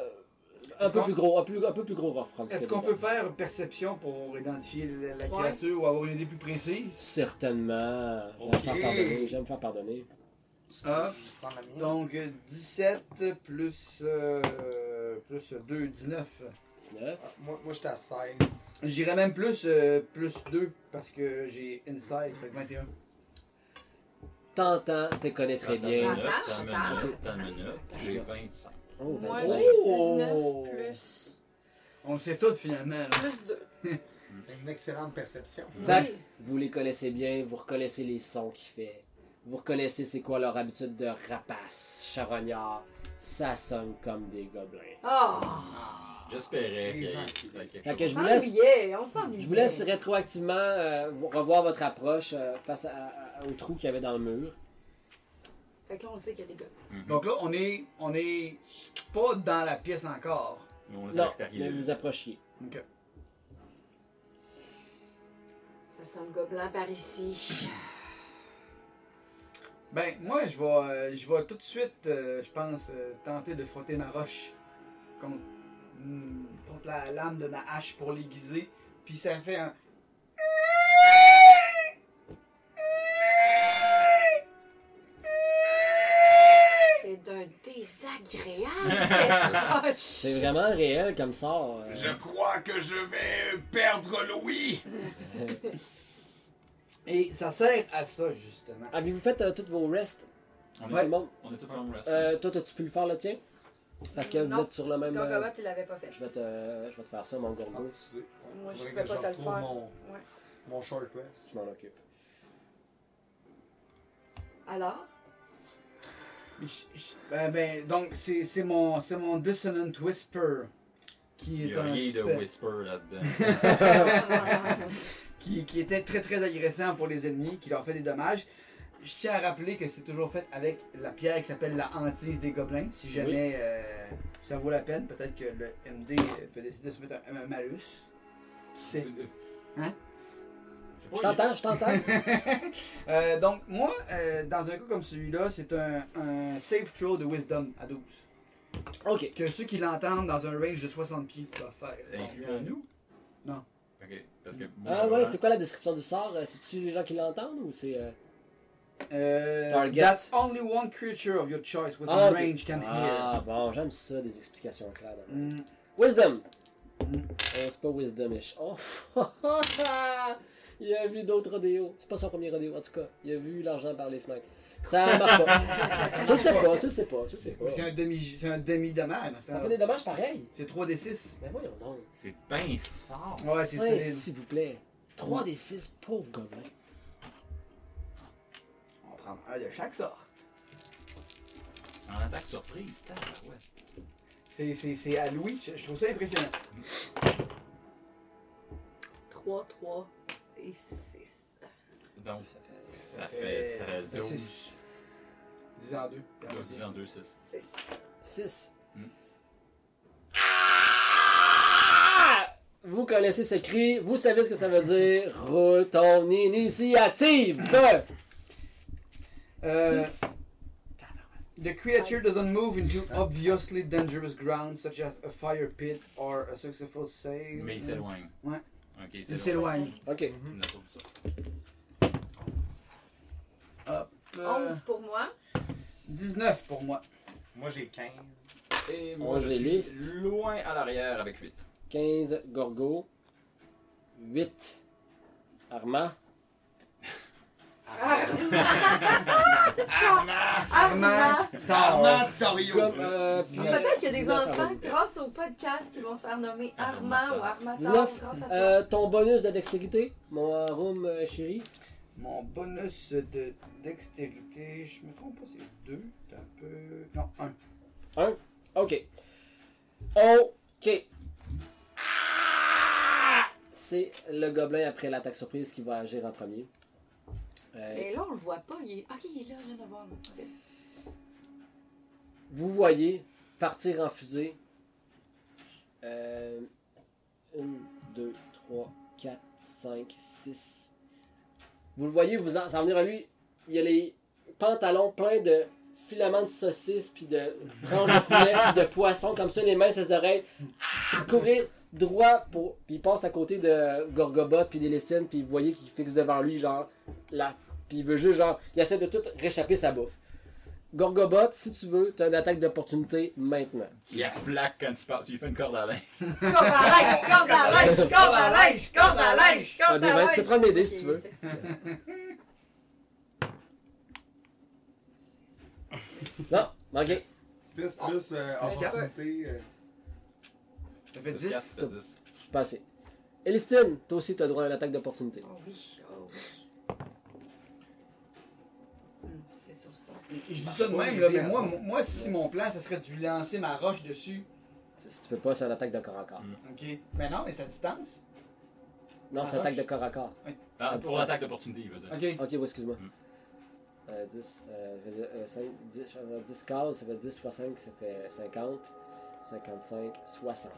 Speaker 1: un peu
Speaker 6: qu'on-
Speaker 1: plus gros, un, plus, un peu plus gros ronfronf.
Speaker 6: Est-ce qu'on peut faire perception pour identifier la, la
Speaker 5: Ouais.
Speaker 6: créature ou avoir une idée plus précise?
Speaker 1: Certainement. Je vais me faire
Speaker 6: Ok.
Speaker 1: pardonner. Je vais me faire pardonner.
Speaker 6: Ah,
Speaker 4: Je prends la mienne.
Speaker 6: donc euh, 17 plus, euh, plus 2, 19.
Speaker 1: 19.
Speaker 4: Ah, Moi, moi j'étais à 16.
Speaker 6: J'irais même plus, euh, plus 2 parce que j'ai inside, fait que 21.
Speaker 1: T'entends, te connais très bien.
Speaker 5: Attends,
Speaker 3: T'as une
Speaker 5: attends.
Speaker 3: minute, t'as une minute. J'ai 25.
Speaker 1: Oh,
Speaker 5: Moi,
Speaker 1: 25.
Speaker 6: Oh!
Speaker 5: j'ai 19 plus,
Speaker 6: On le sait tous finalement. là.
Speaker 5: plus 2.
Speaker 4: Une excellente perception.
Speaker 1: Fait que vous les connaissez bien, vous reconnaissez les sons qu'ils fait. Vous reconnaissez c'est quoi leur habitude de rapace, charognard. Ça sonne comme des gobelins.
Speaker 5: Ah!
Speaker 3: J'espérais qu'il y ait qu'il y ait
Speaker 1: Fait
Speaker 3: quelque
Speaker 1: que
Speaker 5: On
Speaker 1: je
Speaker 3: chose.
Speaker 1: vous laisse-
Speaker 5: s'ennuyait, on s'ennuyait.
Speaker 1: Je vous laisse rétroactivement euh, vous- revoir votre approche euh, face à- à- au trou qu'il y avait dans le mur.
Speaker 5: Fait que là, on sait qu'il y a des gobelins.
Speaker 6: Donc là, on est, on est pas dans la pièce encore.
Speaker 3: Mais on est à
Speaker 1: Non,
Speaker 3: l'extérieur.
Speaker 1: mais vous approchiez.
Speaker 6: Ok.
Speaker 5: Ça sent le gobelin par ici.
Speaker 6: Ben, moi, je vais, euh, je vais tout de suite, euh, je pense, euh, tenter de frotter ma roche contre, hmm, contre la lame de ma hache pour l'aiguiser. Puis ça fait un.
Speaker 5: C'est d'un désagréable,
Speaker 1: [LAUGHS]
Speaker 5: cette roche.
Speaker 1: C'est vraiment réel comme ça. euh,
Speaker 15: Je crois que je vais perdre Louis.
Speaker 6: Et ça sert à ça, justement.
Speaker 1: Avez-vous fait euh, toutes vos rests?
Speaker 3: On
Speaker 1: Tout le
Speaker 3: est-
Speaker 1: monde?
Speaker 3: on est tout en rest.
Speaker 1: Euh, toi, t'as-tu pu le faire le tien? Parce que vous
Speaker 5: Non.
Speaker 1: êtes sur le même... euh,
Speaker 5: Gorgobat, il l'avait pas fait.
Speaker 1: Je vais te, je vais te faire ça, mon
Speaker 4: Ah,
Speaker 1: gorgo.
Speaker 4: excusez.
Speaker 5: Moi, je
Speaker 4: Faudrait
Speaker 5: pouvais
Speaker 4: que
Speaker 5: pas te le
Speaker 4: retrouve
Speaker 5: faire.
Speaker 4: Mon,
Speaker 5: Ouais.
Speaker 4: mon short rest.
Speaker 1: Je m'en occupe. [LAUGHS]
Speaker 5: Alors?
Speaker 6: Je- je- Ben, ben, donc, c'est c'est mon, c'est mon Dissonant Whisper qui
Speaker 3: Il
Speaker 6: est
Speaker 3: y a
Speaker 6: un.
Speaker 3: rien de
Speaker 6: spell-
Speaker 3: whisper là-dedans.
Speaker 6: qui, qui était très très agressant pour les ennemis, qui leur fait des dommages. Je tiens à rappeler que c'est toujours fait avec la pierre qui s'appelle la hantise des gobelins. Si jamais euh, ça vaut la peine, peut-être que le MD peut décider de se mettre un, un malus. Qui sait? [LAUGHS] Hein?
Speaker 1: Je t'entends, je
Speaker 6: [LAUGHS]
Speaker 1: t'entends.
Speaker 6: Euh, donc, moi, euh, dans un cas comme celui-là, c'est un, un save throw de wisdom à 12.
Speaker 1: ok.
Speaker 6: Que ceux qui l'entendent dans un range de 60 pieds doivent faire.
Speaker 3: Incluant nous?
Speaker 6: Non.
Speaker 3: Ok, parce que. moi,
Speaker 1: Ah
Speaker 3: je
Speaker 1: ouais,
Speaker 3: vais-
Speaker 1: c'est quoi la description du sort? Euh, C'est-tu les gens qui l'entendent ou c'est... euh,
Speaker 6: Euh,
Speaker 1: Target.
Speaker 6: That only one creature of your choice within
Speaker 1: Ah, ok.
Speaker 6: range can hear.
Speaker 1: Ah, bon, j'aime ça, des explications claires. dans le-
Speaker 6: Mm.
Speaker 1: Wisdom! Euh, c'est pas Wisdomish. Oh! [LAUGHS] il a vu d'autres rodéos. C'est pas son premier rodéo, en tout cas. Il a vu l'argent par les fenêtres. Ça marche pas.
Speaker 6: [LAUGHS]
Speaker 1: je sais pas, je sais pas, je sais pas.
Speaker 6: C'est un demi, c'est un demi dommage.
Speaker 1: Ça fait des dommages pareils.
Speaker 6: C'est 3 d 6.
Speaker 1: Mais voyons donc.
Speaker 3: C'est bien fort.
Speaker 6: Ouais, c'est
Speaker 1: Cinq,
Speaker 6: solide.
Speaker 1: S'il vous plaît. 3 des 6, pauvre gobelin.
Speaker 6: On va prendre un de chaque sorte.
Speaker 3: En attaque surprise, tabarouette.
Speaker 6: C'est, c'est, c'est à Louis. Je, je trouve ça impressionnant.
Speaker 5: 3, 3 et 6.
Speaker 3: Donc, ça fait ça, 12,
Speaker 6: 10 Euh, en 2.
Speaker 3: 12 en 2, 6.
Speaker 5: 6.
Speaker 1: 6.
Speaker 3: Hmm.
Speaker 1: Ah! Vous connaissez ce cri, vous savez ce que ça veut dire. Roule ton initiative!
Speaker 6: Euh, The creature doesn't move into obviously dangerous ground such as a fire pit or a successful save.
Speaker 3: Mais il s'éloigne.
Speaker 6: Ouais.
Speaker 3: Ok,
Speaker 6: Il s'éloigne.
Speaker 1: Ok.
Speaker 3: On a sorti ça.
Speaker 5: 11 pour moi.
Speaker 6: 19 Euh, pour moi.
Speaker 4: Moi, j'ai 15.
Speaker 3: Et moi,
Speaker 1: Onze
Speaker 3: je
Speaker 1: et
Speaker 3: suis
Speaker 1: liste.
Speaker 3: loin à l'arrière avec 8.
Speaker 1: 15, Gorgo. 8, Armand.
Speaker 6: Armand, Tarman.
Speaker 1: Gob- euh, puis-
Speaker 5: Peut-être qu'il y a des
Speaker 1: 19,
Speaker 5: enfants,
Speaker 1: pardon.
Speaker 5: grâce au podcast, qui vont se faire nommer Armand
Speaker 3: Armand.
Speaker 5: ou Armand Tard,
Speaker 1: 19,
Speaker 5: grâce à toi.
Speaker 1: euh, ton bonus de dextérité, mon room euh, chéri.
Speaker 6: Mon bonus de dextérité, je me trompe pas, c'est 2. un peu. Non, 1.
Speaker 1: Ok. Ok. Ah! C'est le gobelin après l'attaque surprise qui va agir en premier. Euh,
Speaker 5: Mais là, on le voit pas. Il est... Ok, il est là, je viens de voir. Ok.
Speaker 1: vous voyez partir en fusée. euh, 1, 2, 3, 4, 5, 6. Vous le voyez, vous en, ça va venir à lui. Il a les pantalons pleins de filaments de saucisses, puis de tranches de poulet, puis de poisson, comme ça, les mains, ses oreilles. Ah, courir droit pour. Puis il passe à côté de Gorgobot, puis des Lessines, puis vous voyez qu'il fixe devant lui, genre, là. Puis il veut juste, genre, il essaie de tout réchapper sa bouffe. Gorgobot, si tu veux, t'as une attaque d'opportunité maintenant.
Speaker 3: Tu la plaques quand tu parles. Tu lui fais une corde à linge.
Speaker 5: Corde à linge, corde à linge, corde à linge, corde à linge,
Speaker 1: Ah,
Speaker 5: corde
Speaker 1: des
Speaker 5: à
Speaker 1: vingt,
Speaker 5: linge.
Speaker 1: tu peux prendre les dés si tu veux.
Speaker 5: ben Ok, c'est ça.
Speaker 1: Non, manqué.
Speaker 4: 6 plus euh,
Speaker 5: Oh,
Speaker 4: opportunité. euh,
Speaker 6: Ça fait
Speaker 3: 10,
Speaker 6: 10.
Speaker 3: 10.
Speaker 1: Pas assez. Elistine, toi aussi, t'as droit à une attaque d'opportunité.
Speaker 5: Oh oui, oh oui. Hum, C'est sur ça.
Speaker 6: Je dis ça de même, là, mais moi, moi, si mon plan, ça serait de lui lancer ma roche dessus.
Speaker 1: Si tu peux pas, c'est une attaque de corps à corps.
Speaker 6: Ok. Mais non, mais c'est à distance.
Speaker 1: Non, c'est une attaque de corps à corps.
Speaker 3: Ah, pour l'attaque d'opportunité, il veut dire.
Speaker 6: Ok.
Speaker 1: Ok, ouais, excuse-moi.
Speaker 3: Mm.
Speaker 1: Euh, 10, euh, je veux dire, euh, cinq- 10, je veux dire, 10 cases, ça fait 10 fois 5, ça fait 50, 55, 60.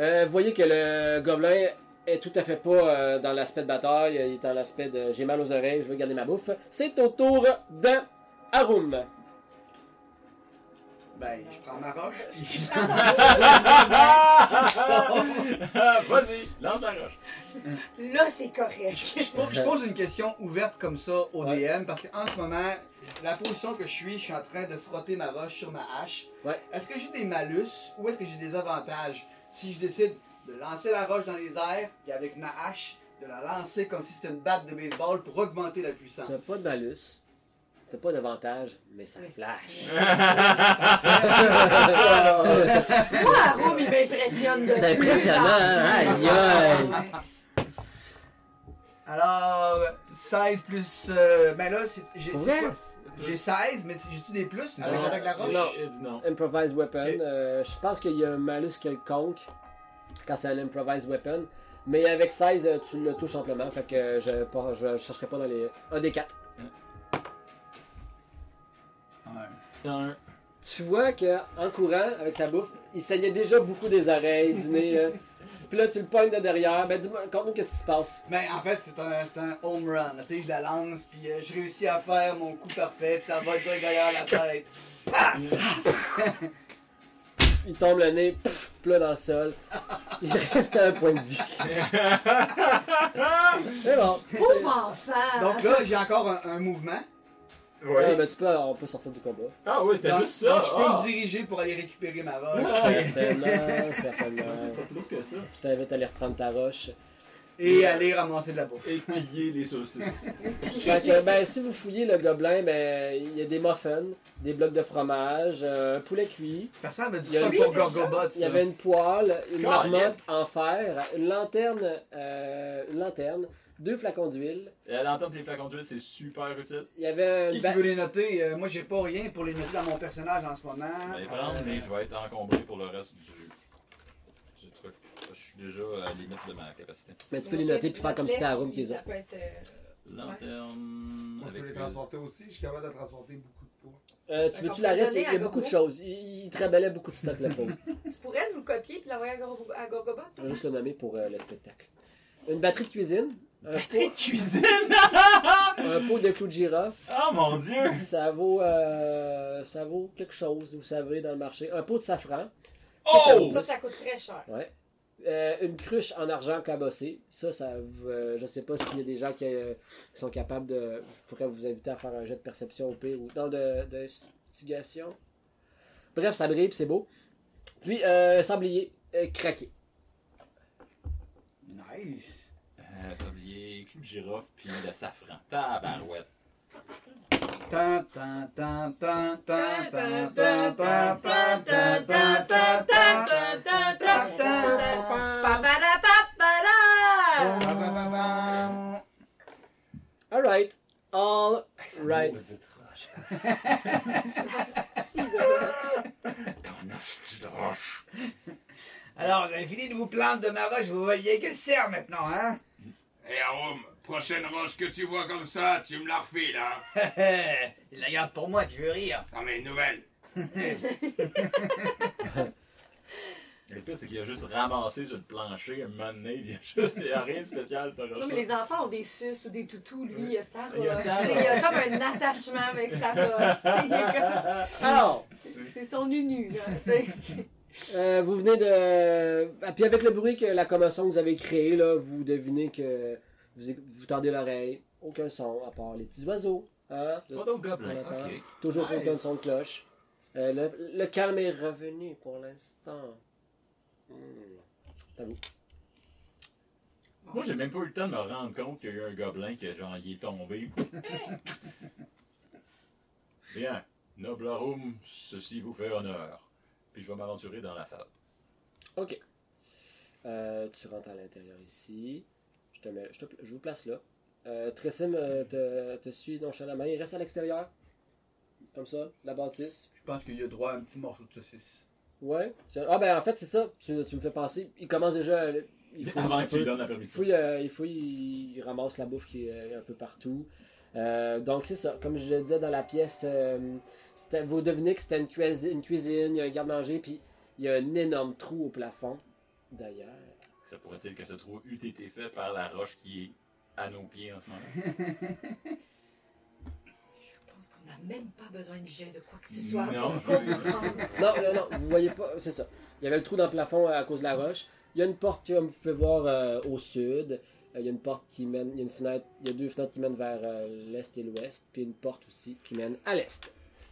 Speaker 1: Euh, vous voyez que le gobelin est tout à fait pas euh, dans l'aspect de bataille, il est dans l'aspect de j'ai mal aux oreilles, je veux garder ma bouffe. C'est au tour de Arum.
Speaker 6: Ben, je prends ma roche. puis- [LAUGHS]
Speaker 3: Ah, Vas-y, lance la roche.
Speaker 8: Là, c'est correct.
Speaker 6: Je pose- je pose une question ouverte comme ça au
Speaker 1: Ouais.
Speaker 6: DM parce qu'en ce moment, la position que je suis, je suis en train de frotter ma roche sur ma hache.
Speaker 1: Ouais.
Speaker 6: Est-ce que j'ai des malus ou est-ce que j'ai des avantages si je décide de lancer la roche dans les airs et avec ma hache de la lancer comme si c'était une batte de baseball pour augmenter la puissance?
Speaker 1: T'as
Speaker 6: [LAUGHS]
Speaker 1: pas de malus, t'as pas d'avantage, mais ça
Speaker 5: Mais-
Speaker 1: flash. Ah,
Speaker 5: Moi, à Rome, il m'impressionne de plus.
Speaker 1: C'est impressionnant, hein? Aïe, aïe.
Speaker 6: Alors, 16 plus. euh, ben là, c'est- j'ai
Speaker 1: Pour
Speaker 6: c'est
Speaker 1: vrai?
Speaker 6: quoi? J'ai 16, mais si- j'ai-tu des plus avec
Speaker 1: Non.
Speaker 6: l'attaque de la roche?
Speaker 1: Non.
Speaker 3: J'ai dit non.
Speaker 1: Improvised weapon.
Speaker 6: Ok.
Speaker 1: euh, je pense qu'il y a un malus quelconque quand c'est un improvised weapon. Mais avec 16, euh, tu le touches amplement. Fait que je, pas- je, je chercherai pas dans les. Un des quatre.
Speaker 3: Un.
Speaker 1: Tu vois qu'en courant, avec sa bouffe, il saignait déjà beaucoup des oreilles, du nez. là. Puis là, tu le pognes de derrière. Ben, dis-moi, conte-nous qu'est-ce qui se passe.
Speaker 6: Mais Ben, en fait, c'est un, c'est un home run. Tu sais, je la lance, puis euh, je réussis à faire mon coup parfait, puis ça va direct derrière la tête.
Speaker 1: Il tombe le nez, pff, plat dans le sol. Il reste à un point de vie. C'est bon.
Speaker 5: Pauvre enfant!
Speaker 6: Donc là, j'ai encore un, un mouvement.
Speaker 3: Ouais.
Speaker 1: Ah, ben, tu peux, on peut sortir du combat.
Speaker 3: Ah oui, c'était
Speaker 6: Donc-
Speaker 3: juste ça.
Speaker 6: donc je peux
Speaker 3: Ah.
Speaker 6: me diriger pour aller récupérer ma roche.
Speaker 1: Certainement, certainement.
Speaker 3: C'était plus
Speaker 6: [LAUGHS]
Speaker 3: que ça.
Speaker 1: Je t'invite à aller reprendre
Speaker 8: [LAUGHS]
Speaker 1: ta roche.
Speaker 6: Et aller ramasser de la bouffe.
Speaker 3: Et piller les saucisses.
Speaker 1: Fait que, ben, si vous fouillez le gobelin, ben, il y a des muffins, des blocs de fromage, euh, un poulet cuit,
Speaker 6: Ça ressemble à du
Speaker 1: Il y a
Speaker 6: stock
Speaker 1: eu
Speaker 6: pour
Speaker 1: déjà-
Speaker 6: Gorgobot,
Speaker 1: il y
Speaker 6: ça.
Speaker 1: avait une poêle, une
Speaker 3: Colin.
Speaker 1: marmotte en fer, une lanterne, euh, une lanterne, deux flacons d'huile,
Speaker 3: Et à l'entente les flacons d'huile, c'est super utile.
Speaker 1: il y avait un
Speaker 6: Qui,
Speaker 1: ba-
Speaker 6: qui veut les noter Euh, Moi, j'ai pas rien pour les noter dans mon personnage en ce moment.
Speaker 3: Je vais les
Speaker 6: Euh,
Speaker 3: prendre, mais je vais être encombré pour le reste du, du truc. Je suis déjà à la limite de ma capacité.
Speaker 1: Mais tu peux les noter puis faire comme si c'était la room qui les a.
Speaker 8: Ça peut être. euh,
Speaker 3: Lanterne.
Speaker 4: Moi, je peux les
Speaker 3: avec
Speaker 4: transporter aussi. Je suis capable de transporter beaucoup de poids.
Speaker 1: Euh, tu
Speaker 8: Fait
Speaker 1: veux
Speaker 8: qu'on
Speaker 1: tu
Speaker 8: peut
Speaker 1: la
Speaker 8: le
Speaker 1: reste?
Speaker 8: donner
Speaker 1: Il y a
Speaker 8: à
Speaker 1: beaucoup de
Speaker 8: Gobo.
Speaker 1: choses. Il, il te rabelait beaucoup de stock, le pauvre.
Speaker 8: Tu pourrais nous le copier puis l'envoyer à, Gorgo- à Gorgobot?
Speaker 1: Je vais juste le nommer pour euh, le spectacle. Une batterie de cuisine, un pot,
Speaker 3: Cuisine!
Speaker 1: [LAUGHS] un pot de clous de girofle,
Speaker 3: Oh mon dieu!
Speaker 1: ça vaut, euh, ça vaut quelque chose, vous savez, dans le marché. Un pot de safran,
Speaker 3: Oh!
Speaker 8: Ça, ça coûte très cher.
Speaker 1: ouais. Euh, une cruche en argent cabossée. Ça, ça euh, je sais pas s'il y a des gens qui, euh, qui sont capables de. Je pourrais vous inviter à faire un jet de perception au pire ou. Non, de, de investigation. Bref, ça brille, puis c'est beau. Puis, euh, sablier, euh, craqué.
Speaker 6: Nice.
Speaker 3: Euh, tablier, clou de girofle, puis de safran. Tabarouette.
Speaker 6: Tan, tan, tan, tan, tan, tan, tan, tan, tan, tan, tan, tan, tan, tan, tan, tan.
Speaker 8: Pa-pa-da-pa-pa-da!
Speaker 1: Alright. All right.
Speaker 8: Si, là.
Speaker 7: Alors, vous avez fini de vous plaindre de ma roche, vous voyez qu'elle sert maintenant, hein
Speaker 15: Hey Arum, Eh, prochaine roche que tu vois comme ça, tu me la refiles, hein?
Speaker 7: Il la garde pour moi, tu veux rire
Speaker 15: Non mais une nouvelle.
Speaker 3: Le pire, c'est qu'il a juste ramassé sur le plancher, un moment donné, il y a juste il y a rien de spécial sur
Speaker 8: Non, mais les enfants ont des suces ou des toutous, lui, il a sa roche.
Speaker 3: Il a sa
Speaker 8: Tu sais, Il a comme un attachement avec sa roche. tu sais, il est comme-
Speaker 3: [LAUGHS]
Speaker 1: Alors,
Speaker 8: C'est son unu, là. tu sais.
Speaker 1: euh, vous venez de. ah, Puis avec le bruit que la commotion que vous avez créée, là, vous devinez que vous, éc- vous tendez l'oreille. Aucun son, à part les petits oiseaux. Hein?
Speaker 3: Pas d'autres gobelins.
Speaker 1: Attends.
Speaker 3: Ok.
Speaker 1: Toujours
Speaker 6: Nice.
Speaker 1: aucun son de cloche. Euh, le, le calme est revenu pour l'instant. Hmm.
Speaker 3: Moi, j'ai même pas eu le temps de me rendre compte qu'il y a eu un gobelin qui, genre, il
Speaker 8: [LAUGHS]
Speaker 3: est tombé. Bien, Noblarum, ceci vous fait honneur. Puis je vais m'aventurer dans la salle.
Speaker 1: Ok. Euh, tu rentres à l'intérieur ici. Je, te mets, je, te- je vous place là. Euh, Tressim euh, te, te suit nonchalamment. Il reste à l'extérieur. Comme ça, la bâtisse.
Speaker 6: Je pense qu'il y a droit à un petit morceau de saucisse.
Speaker 1: Ouais. C'est- Ah ben en fait c'est ça, tu, tu me fais penser. Il commence déjà. à- Il fouille,
Speaker 3: Avant
Speaker 1: il
Speaker 3: que tu
Speaker 1: fouille,
Speaker 3: lui donnes la
Speaker 1: il,
Speaker 3: permission.
Speaker 1: fouille, euh, il fouille, il ramasse la bouffe qui est un peu partout. Euh, donc c'est ça, comme je le disais dans la pièce, euh, c'était- vous devinez que c'était une, cuisi- une cuisine, il y a un garde-manger, puis il y a un énorme trou au plafond, d'ailleurs.
Speaker 3: Ça pourrait-il que ce trou eût été fait par la roche qui est à nos pieds en ce moment?
Speaker 8: Je pense qu'on n'a même pas besoin de jet de quoi que ce soit
Speaker 3: Non.
Speaker 8: pour comprendre ça.
Speaker 1: Non, non, non, vous voyez pas, c'est ça. Il y avait le trou dans le plafond euh, à cause de la roche. Il y a une porte, comme vous pouvez voir, euh, au sud. Euh, il y a une porte qui mène, il y a une fenêtre, il y a deux fenêtres qui mènent vers euh, l'est et l'ouest, puis une porte aussi qui mène à l'est.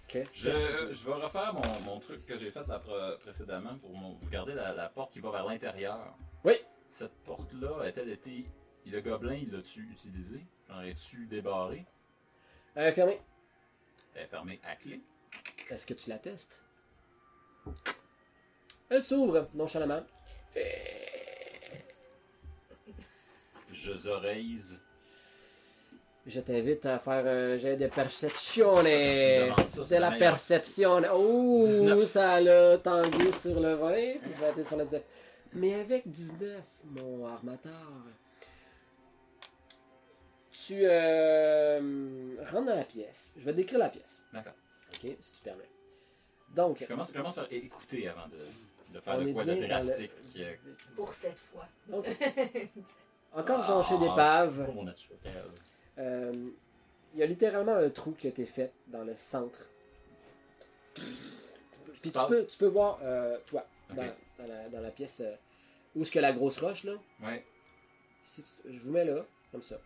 Speaker 1: Ok.
Speaker 3: Je, euh, je vais refaire mon, mon truc que j'ai fait la pré- précédemment pour mon- vous garder la, la porte qui va vers l'intérieur.
Speaker 1: Oui.
Speaker 3: Cette porte-là, a-t-elle été. Le gobelin, il l'a-tu utilisé? J'en ai-tu débarré?
Speaker 1: Euh, fermé.
Speaker 3: Elle est fermée à clé.
Speaker 1: Est-ce que tu la testes Elle s'ouvre nonchalamment.
Speaker 3: Je zoreise.
Speaker 1: Je t'invite à faire euh, un jet de perception.
Speaker 3: me demandes ça, c'est
Speaker 1: eh, De la
Speaker 3: le meilleur.
Speaker 1: perception. Ouh,
Speaker 3: 19.
Speaker 1: ça l'a tangué sur le 20, puis ça a été sur le 19. Mais avec 19, mon armateur, tu euh, rentres dans la pièce. Je vais te décrire la pièce.
Speaker 3: D'accord.
Speaker 1: Ok, si tu permets. Donc,
Speaker 3: Je commence, je commence par écouter avant de, de faire
Speaker 1: On
Speaker 3: de
Speaker 1: est
Speaker 3: quoi
Speaker 1: bien
Speaker 3: de
Speaker 1: dans le-
Speaker 3: drastique. euh,
Speaker 8: Pour cette fois.
Speaker 1: donc, encore
Speaker 3: ah,
Speaker 1: j'en chez des paves.
Speaker 3: pas mon naturel.
Speaker 1: Euh, Il y a littéralement un trou qui a été fait dans le centre. Puis tu
Speaker 3: passe?
Speaker 1: peux, tu peux voir, euh, toi,
Speaker 3: Ok.
Speaker 1: dans, dans la, dans la pièce, euh, où est-ce que la grosse roche, là.
Speaker 3: Ouais.
Speaker 1: Si tu- je vous mets là, comme ça.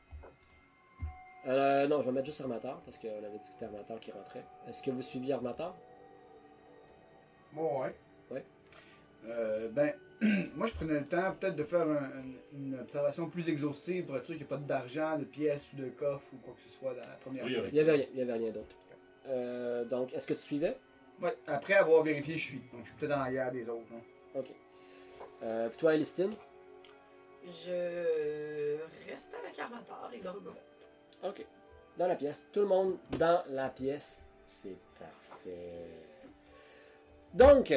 Speaker 1: Euh, non, je vais mettre juste Armateur, parce qu'on avait dit que c'était Armateur qui rentrait. Est-ce que vous suiviez Armateur
Speaker 4: Bon, ouais.
Speaker 6: Euh, ben, moi, je prenais le temps peut-être de faire un- un- une observation plus exhaustive pour être sûr qu'il n'y a pas d'argent, de pièces ou de coffre ou quoi que ce soit dans la première
Speaker 3: Priorité.
Speaker 1: Il n'y avait rien, il y avait rien d'autre. Euh, donc, est-ce que tu suivais
Speaker 6: Ouais, après avoir vérifié, je suis. Donc, je suis peut-être dans la guerre des autres. hein.
Speaker 1: Ok. Euh, puis toi, Elistine
Speaker 5: Je reste avec Armator et Gorgon.
Speaker 1: Ok. Dans la pièce. Tout le monde dans la pièce. C'est parfait. Donc,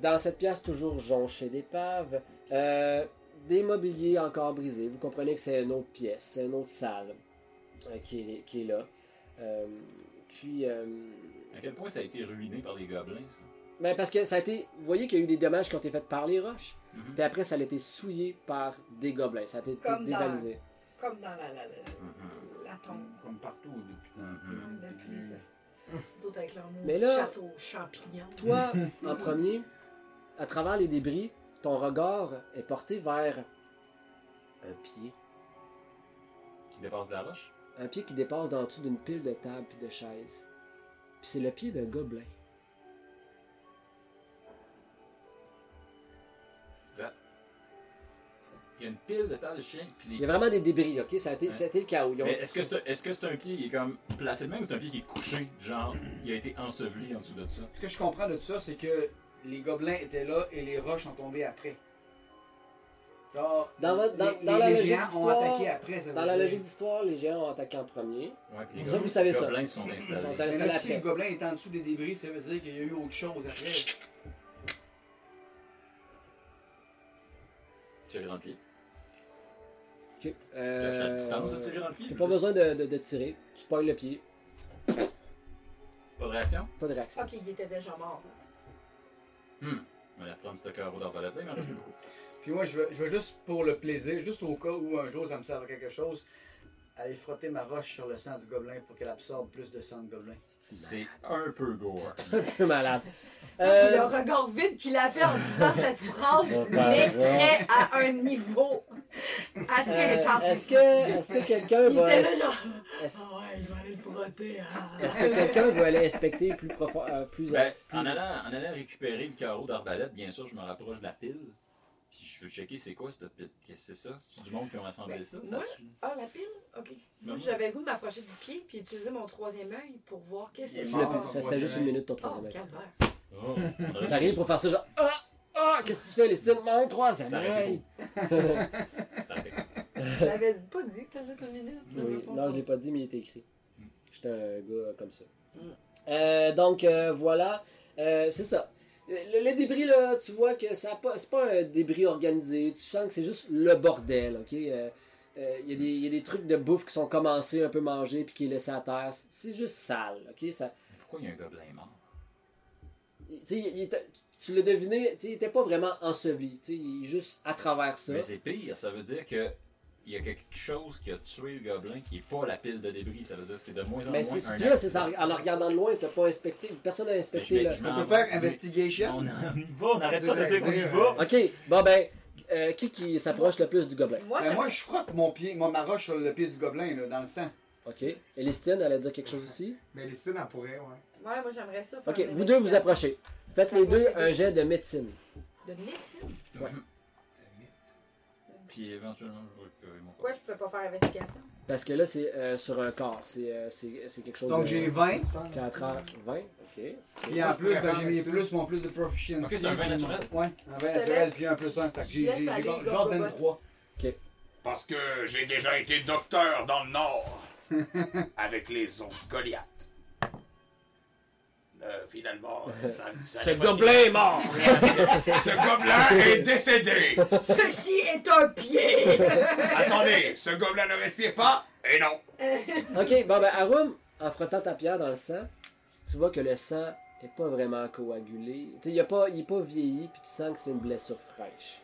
Speaker 1: dans cette pièce toujours jonchée d'épaves, euh, des mobiliers encore brisés. Vous comprenez que c'est une autre pièce, c'est une autre salle euh, qui, est, qui est là. Euh, puis, euh,
Speaker 3: À quel point ça a été ruiné par les gobelins, ça?
Speaker 1: ben parce que ça a été, vous voyez qu'il y a eu des dommages qui ont été faits par les roches.
Speaker 3: Mhm.
Speaker 1: Puis après, ça a été souillé par des gobelins. Ça a été tout
Speaker 8: Comme dans-
Speaker 1: dévalisé.
Speaker 8: Comme dans la, la, la,
Speaker 1: Mm-hmm.
Speaker 8: la tombe.
Speaker 6: Comme partout depuis
Speaker 3: Mhm.
Speaker 8: Depuis les,
Speaker 5: Les autres avec leur mot
Speaker 1: Mm. Mais là-
Speaker 5: chasse aux champignons.
Speaker 1: Toi,
Speaker 3: [LAUGHS]
Speaker 1: en premier, à travers les débris, ton regard est porté vers un pied.
Speaker 3: Qui dépasse de la roche?
Speaker 1: Un pied qui dépasse dans dessous d'une pile de tables et de chaises. Puis c'est le pied d'un gobelin.
Speaker 3: C'est vrai. Il y a une pile de tas de chiens, puis les
Speaker 1: Il y a vraiment des débris, ok? Ça a été, ça a été le chaos. Ils ont-
Speaker 3: Mais est-ce que c'est un, est-ce que c'est un pied qui est comme placé de même ou c'est un pied qui est couché, genre il a été enseveli en dessous de ça?
Speaker 6: Ce que je comprends de tout ça, c'est que les gobelins étaient là et les roches sont tombées après. Genre,
Speaker 1: Dans votre- dans-
Speaker 6: les,
Speaker 1: dans
Speaker 6: les-
Speaker 1: la
Speaker 6: les
Speaker 1: logique
Speaker 6: géants ont
Speaker 1: d'histoire-
Speaker 6: attaqué après. ça veut
Speaker 1: Dans la
Speaker 6: dire.
Speaker 1: logique d'histoire, les géants ont attaqué en premier.
Speaker 3: Ouais, puis les
Speaker 1: Ça, vous savez ça.
Speaker 3: gobelins se sont
Speaker 1: Ils sont
Speaker 3: installés.
Speaker 6: Mais
Speaker 1: allés
Speaker 6: là,
Speaker 1: la
Speaker 6: si le
Speaker 1: paix.
Speaker 6: gobelin est en dessous des débris, ça veut dire qu'il y a eu autre chose après.
Speaker 3: Tirer dans le pied.
Speaker 1: Ok,
Speaker 3: Je suis à
Speaker 1: euh,
Speaker 3: distance de tirer dans le pied.
Speaker 1: T'as pas besoin de, de- de tirer. Tu pognes le pied.
Speaker 3: Pas de réaction?
Speaker 1: Pas de réaction.
Speaker 5: Ok, il était déjà mort. là.
Speaker 3: On va aller reprendre ce carreau d'arbalète, mais il m'en reste plus beaucoup.
Speaker 6: Puis moi, je veux, je veux juste pour le plaisir, juste au cas où un jour ça me sert à quelque chose, aller frotter ma roche sur le sang du gobelin pour qu'elle absorbe plus de sang de gobelin.
Speaker 3: C'est un peu gore.
Speaker 1: Un peu [LAUGHS] malade.
Speaker 5: Et
Speaker 1: Euh,
Speaker 5: le regard vide qu'il avait en disant cette phrase
Speaker 1: Bon, par
Speaker 5: m'effraie à un niveau assez
Speaker 1: euh,
Speaker 5: intense.
Speaker 1: est-ce que, euh, est-ce que quelqu'un
Speaker 5: Il
Speaker 1: va.
Speaker 5: était là, genre,
Speaker 1: est-ce-
Speaker 5: ah ouais, je vais aller le frotter. ah.
Speaker 1: Est-ce que quelqu'un veut aller inspecter plus profond, euh, plus,
Speaker 3: Ben, en, allant, en allant récupérer le carreau d'arbalète, bien sûr, je me rapproche de la pile. Puis je veux checker c'est quoi cette pile. Qu'est-ce que c'est ça? C'est du monde qui ont rassemblé
Speaker 5: Ben,
Speaker 3: ça? ça
Speaker 5: moi, Ah, la pile? Ok. Moi,
Speaker 3: Ben,
Speaker 5: j'avais le goût de m'approcher du pied puis utiliser mon troisième œil pour voir qu'est-ce
Speaker 6: Il est
Speaker 5: que
Speaker 1: Tu
Speaker 5: c'est.
Speaker 1: l'as
Speaker 6: mort.
Speaker 1: pas-
Speaker 5: Oh,
Speaker 1: ça, c'était juste une minute ton troisième œil.
Speaker 5: calvaire.
Speaker 3: Oh, on aurait-
Speaker 1: T'arrives pour faire ça genre Ah Ah Qu'est-ce que tu fais les sites Mon troisième
Speaker 3: Ça aurait été
Speaker 1: œil [LAUGHS]
Speaker 3: ça aurait été-
Speaker 5: Je l'avais pas dit que c'était juste une minute. je l'avais
Speaker 1: Oui,
Speaker 5: pas
Speaker 1: Non, je
Speaker 5: entendu.
Speaker 1: l'ai pas dit, mais il était écrit. J'étais un gars euh, comme ça.
Speaker 5: Mm.
Speaker 1: Euh, donc euh, voilà. Euh, c'est ça. Le, le débris là, tu vois que ça a pas, c'est pas un débris organisé. Tu sens que c'est juste le bordel, ok? Euh, euh, Il y, a des- il y a des trucs de bouffe qui sont commencés, un peu mangés, puis qui est laissé à terre. C'est juste sale, ok? Ça,
Speaker 3: Pourquoi il y a un gobelin mort?
Speaker 1: Tu sais, il- il était- tu l'as deviné, tu sais, il était pas vraiment enseveli. tu sais, Il est juste à travers ça.
Speaker 3: Mais c'est pire, ça veut dire que il y a quelque chose qui a tué le gobelin qui est pas la pile de débris. Ça veut dire que c'est de moins en
Speaker 1: Mais
Speaker 3: moins
Speaker 1: c'est
Speaker 3: un
Speaker 1: puis là, c'est ça, en la regardant de loin, t'as pas inspecté. Personne n'a inspecté
Speaker 3: Mais je
Speaker 1: là.
Speaker 3: m'ai- je
Speaker 6: On
Speaker 3: m'en-
Speaker 6: peut faire investigation.
Speaker 3: On en y va, on arrête pas de dire qu'on y va.
Speaker 1: Ok, bon ben, euh, qui qui s'approche le plus du gobelin
Speaker 5: Moi,
Speaker 6: Ben, moi, je frotte mon pied, moi, ma roche sur le pied du gobelin, là, dans le sang.
Speaker 1: Ok. Elistine, elle a dit quelque chose aussi.
Speaker 4: Mais les signes, en pourrait, ouais.
Speaker 5: j'aime- ouais, moi, j'aimerais ça. faire
Speaker 1: Ok,
Speaker 5: une
Speaker 1: vous deux vous
Speaker 5: investigation.
Speaker 1: approchez. Faites les deux un jet de médecine.
Speaker 5: De médecine.
Speaker 3: Puis éventuellement, je vais récupérer mon corps.
Speaker 5: Pourquoi je pouvais pas faire investigation?
Speaker 1: Parce que là, c'est euh, sur un corps. C'est euh, c'est- c'est quelque chose
Speaker 6: Donc,
Speaker 1: de.
Speaker 6: j'ai 20.
Speaker 1: 4 heures 20. Ok.
Speaker 6: Puis en
Speaker 4: Moi, je
Speaker 6: plus,
Speaker 4: pourrais
Speaker 6: ben,
Speaker 4: faire
Speaker 6: j'ai mis
Speaker 4: médecine.
Speaker 6: plus, mon plus de proficiency.
Speaker 3: Ok, c'est un vin naturel.
Speaker 6: Ouais, un vin
Speaker 5: te
Speaker 6: naturel,
Speaker 5: laisse-
Speaker 6: puis un plus un. Fait que
Speaker 5: je
Speaker 6: j'ai
Speaker 5: laisse
Speaker 6: j'ai-
Speaker 5: aller,
Speaker 6: j'ai-
Speaker 5: go,
Speaker 6: genre
Speaker 5: go, go.
Speaker 6: 23.
Speaker 15: Parce que j'ai déjà été docteur dans le Nord. avec les autres Goliath. Euh, finalement, ça, ça
Speaker 1: Ce
Speaker 15: n'est pas si-
Speaker 1: gobelin est mort
Speaker 15: Ce gobelin est décédé.
Speaker 5: Ceci est un pied!
Speaker 15: Attendez, ce gobelin ne respire pas.
Speaker 4: Eh
Speaker 15: Et non.
Speaker 1: Ok, bon ben Arum, en frottant ta pierre dans le sang, tu vois que le sang est pas vraiment coagulé. Tu sais, il a pas, il est pas vieilli, puis tu sens que c'est une blessure fraîche.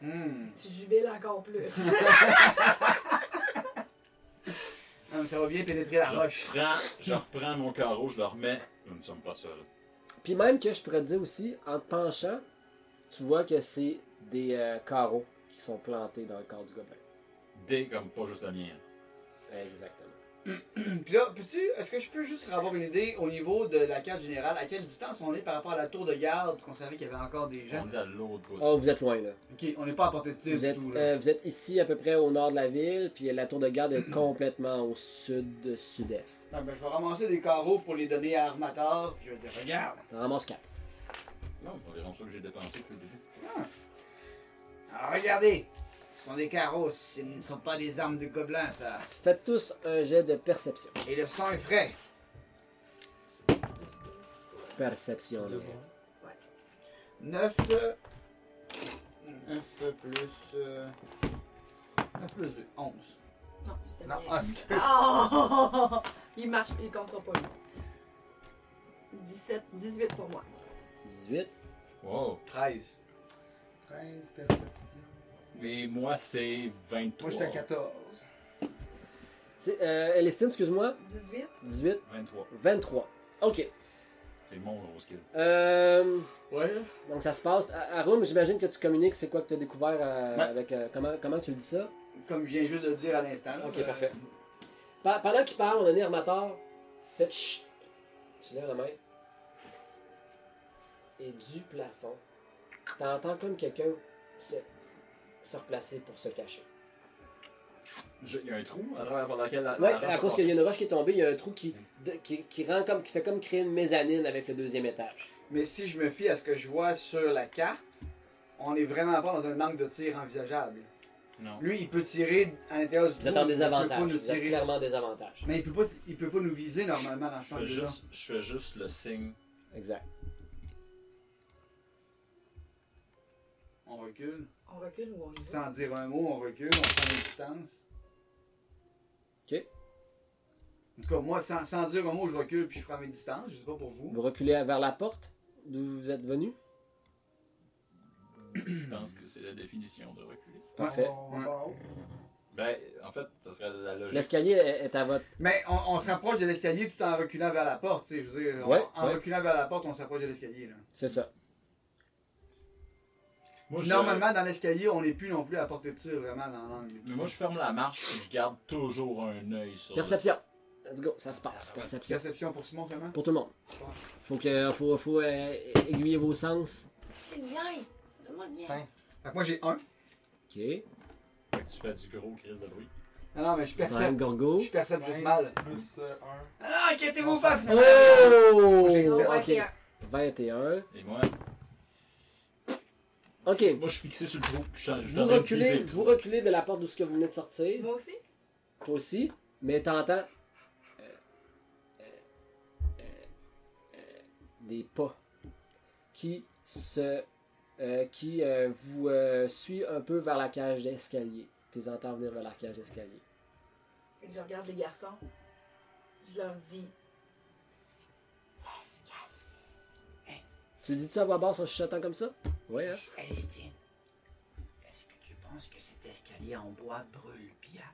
Speaker 6: Hmm.
Speaker 5: [LAUGHS] tu jubiles encore plus.
Speaker 6: Ah, mais Ça va bien pénétrer la
Speaker 3: Je
Speaker 6: roche.
Speaker 3: reprends, je reprends mon carreau, je le remets. Nous ne sommes pas seuls.
Speaker 1: Puis même que je pourrais te dire aussi, en te penchant, tu vois que c'est des euh, carreaux qui sont plantés dans le corps du gobelin.
Speaker 3: Des comme pas juste le mien.
Speaker 1: Exactement.
Speaker 6: [CLEARS THROAT] Puis là, peux-tu, est-ce que je peux juste avoir une idée au niveau de la carte générale, à quelle distance on est par rapport à la tour de garde, qu'on savait qu'il y avait encore des gens?
Speaker 3: On est à l'autre bout.
Speaker 1: Oh, vous êtes loin, là.
Speaker 6: Ok, on n'est pas à portée de tir
Speaker 1: Vous
Speaker 6: du
Speaker 1: êtes,
Speaker 6: tout, là.
Speaker 1: euh, vous êtes ici, à peu près au nord de la ville, puis la tour de garde est complètement au sud-sud-est.
Speaker 6: Ah, ben, je vais ramasser des carreaux pour les donner à Armator, puis je vais dire, regarde,
Speaker 1: On ramasse 4.
Speaker 3: Non, c'est environ ça que j'ai dépensé depuis le début.
Speaker 7: Ah, regardez! Ce sont des carreaux, ce ne sont pas des armes de gobelins, ça.
Speaker 1: Faites tous un jet de perception.
Speaker 7: Et le sang est frais.
Speaker 1: Perception, là.
Speaker 6: 9, 9 plus, euh, 9 plus 2, 11.
Speaker 5: Non, c'était [LAUGHS]
Speaker 4: Non,
Speaker 5: bien.
Speaker 4: ah, c'est que-
Speaker 5: Oh! Il marche, il comptera pas lui. 17, 18 pour moi.
Speaker 1: 18.
Speaker 3: Wow.
Speaker 6: 13.
Speaker 4: 13 perceptions.
Speaker 3: Mais moi, c'est
Speaker 4: Moi,
Speaker 3: 23.
Speaker 4: j'étais à 14.
Speaker 1: C'est- Euh, Elistine, excuse-moi.
Speaker 5: 18?
Speaker 1: 18,
Speaker 3: 23.
Speaker 1: 23. Ok.
Speaker 3: C'est mon gros skill.
Speaker 1: Euh,
Speaker 9: Ouais.
Speaker 1: donc ça se passe. À- Arum, j'imagine que tu communiques c'est quoi que tu as découvert euh,
Speaker 6: Ouais.
Speaker 1: avec. euh, comment, comment tu le dis ça
Speaker 6: Comme je viens juste de le dire à l'instant. là,
Speaker 1: Ok,
Speaker 6: euh,
Speaker 1: parfait. Pa- pendant qu'il parle, on a un armateur. Faites chut. Tu lèves la main. Et du plafond, t'entends comme quelqu'un se, se replacer pour se cacher.
Speaker 3: Je- Il y a un trou à travers par lequel
Speaker 6: Ah,
Speaker 3: la.
Speaker 1: Ouais,
Speaker 3: la roche
Speaker 1: à
Speaker 3: a
Speaker 1: cause qu'il y a
Speaker 3: passé.
Speaker 1: une roche qui est tombée, il y a un trou qui,
Speaker 6: Mm.
Speaker 1: de- qui, qui rend comme, qui fait comme créer une mezzanine avec le deuxième étage.
Speaker 6: Mais si je me fie à ce que je vois sur la carte, on est vraiment pas dans un angle de tir envisageable.
Speaker 3: Non.
Speaker 6: Lui, il peut tirer à l'intérieur du
Speaker 1: Vous êtes en
Speaker 6: mais il peut pas
Speaker 1: désavantage.
Speaker 6: nous
Speaker 1: Vous êtes
Speaker 6: tirer.
Speaker 1: clairement en désavantage.
Speaker 6: Mais il peut pas, il peut pas nous viser normalement dans
Speaker 3: Je
Speaker 6: ce
Speaker 3: fais,
Speaker 6: angle-là.
Speaker 3: juste, je fais juste le signe.
Speaker 1: Exact.
Speaker 6: On recule.
Speaker 5: On recule ou on y va?
Speaker 6: Sans dire un mot, on recule, on prend une distance.
Speaker 1: Ok.
Speaker 6: En tout cas, moi, sans, sans dire un mot, je recule puis je prends mes distances. Je sais pas pour vous.
Speaker 1: Vous reculez vers la porte d'où vous êtes venu.
Speaker 3: Je pense que c'est la définition de reculer.
Speaker 1: Parfait.
Speaker 4: On va en haut.
Speaker 3: Ben, en fait, ça serait la logique.
Speaker 1: L'escalier est est à votre.
Speaker 6: Mais on, on se rapproche de l'escalier tout en reculant vers la porte. tu sais, Je veux dire, on-
Speaker 1: Ouais,
Speaker 6: en
Speaker 1: ouais.
Speaker 6: reculant vers la porte, on s'approche de l'escalier. là.
Speaker 1: C'est ça.
Speaker 3: Moi, je-
Speaker 6: Normalement, dans l'escalier, on n'est plus non plus à portée de tir vraiment dans l'angle.
Speaker 3: Mais moi, je ferme la marche et je garde toujours un œil sur.
Speaker 1: Perception. Let's go. Ça se passe. Perception.
Speaker 6: Perception pour Simon seulement?
Speaker 1: Pour tout le monde. Faut que faut, faut euh, aiguiller vos sens.
Speaker 5: C'est le mien! Donne-moi le mien!
Speaker 4: Hein?
Speaker 6: Fait que moi j'ai un.
Speaker 1: Ok.
Speaker 3: Fait que tu fais du gros crise de bruit.
Speaker 6: Ah non, mais je
Speaker 1: Cinq
Speaker 6: percève.
Speaker 1: gorgo.
Speaker 6: Je percève
Speaker 4: Cinq
Speaker 6: juste mal.
Speaker 4: Plus euh, 1.
Speaker 6: Ah, inquiétez-vous pas!
Speaker 1: Oh!
Speaker 4: J'ai
Speaker 1: Ok.
Speaker 5: ok.
Speaker 1: 21.
Speaker 3: Et moi,
Speaker 1: Ok.
Speaker 3: moi je suis fixé sur le trou. puis je- je suis
Speaker 1: Vous
Speaker 3: en train de
Speaker 1: reculez,
Speaker 3: viser le
Speaker 1: vous
Speaker 3: trou.
Speaker 1: reculez de la porte d'où ce que vous venez de sortir.
Speaker 5: Moi aussi?
Speaker 1: Toi aussi. Mais t'entends. euh, euh, euh, euh, des pas. Qui se. euh, qui euh, vous euh, suit un peu vers la cage d'escalier. T'es entends venir vers la cage d'escalier.
Speaker 5: Et que je regarde les garçons. Je leur dis. L'escalier.
Speaker 1: Tu le dis-tu à voix basse en chuchotant comme ça? Oui, hein?
Speaker 7: Alistine, est-ce que tu penses que cet escalier en bois brûle bien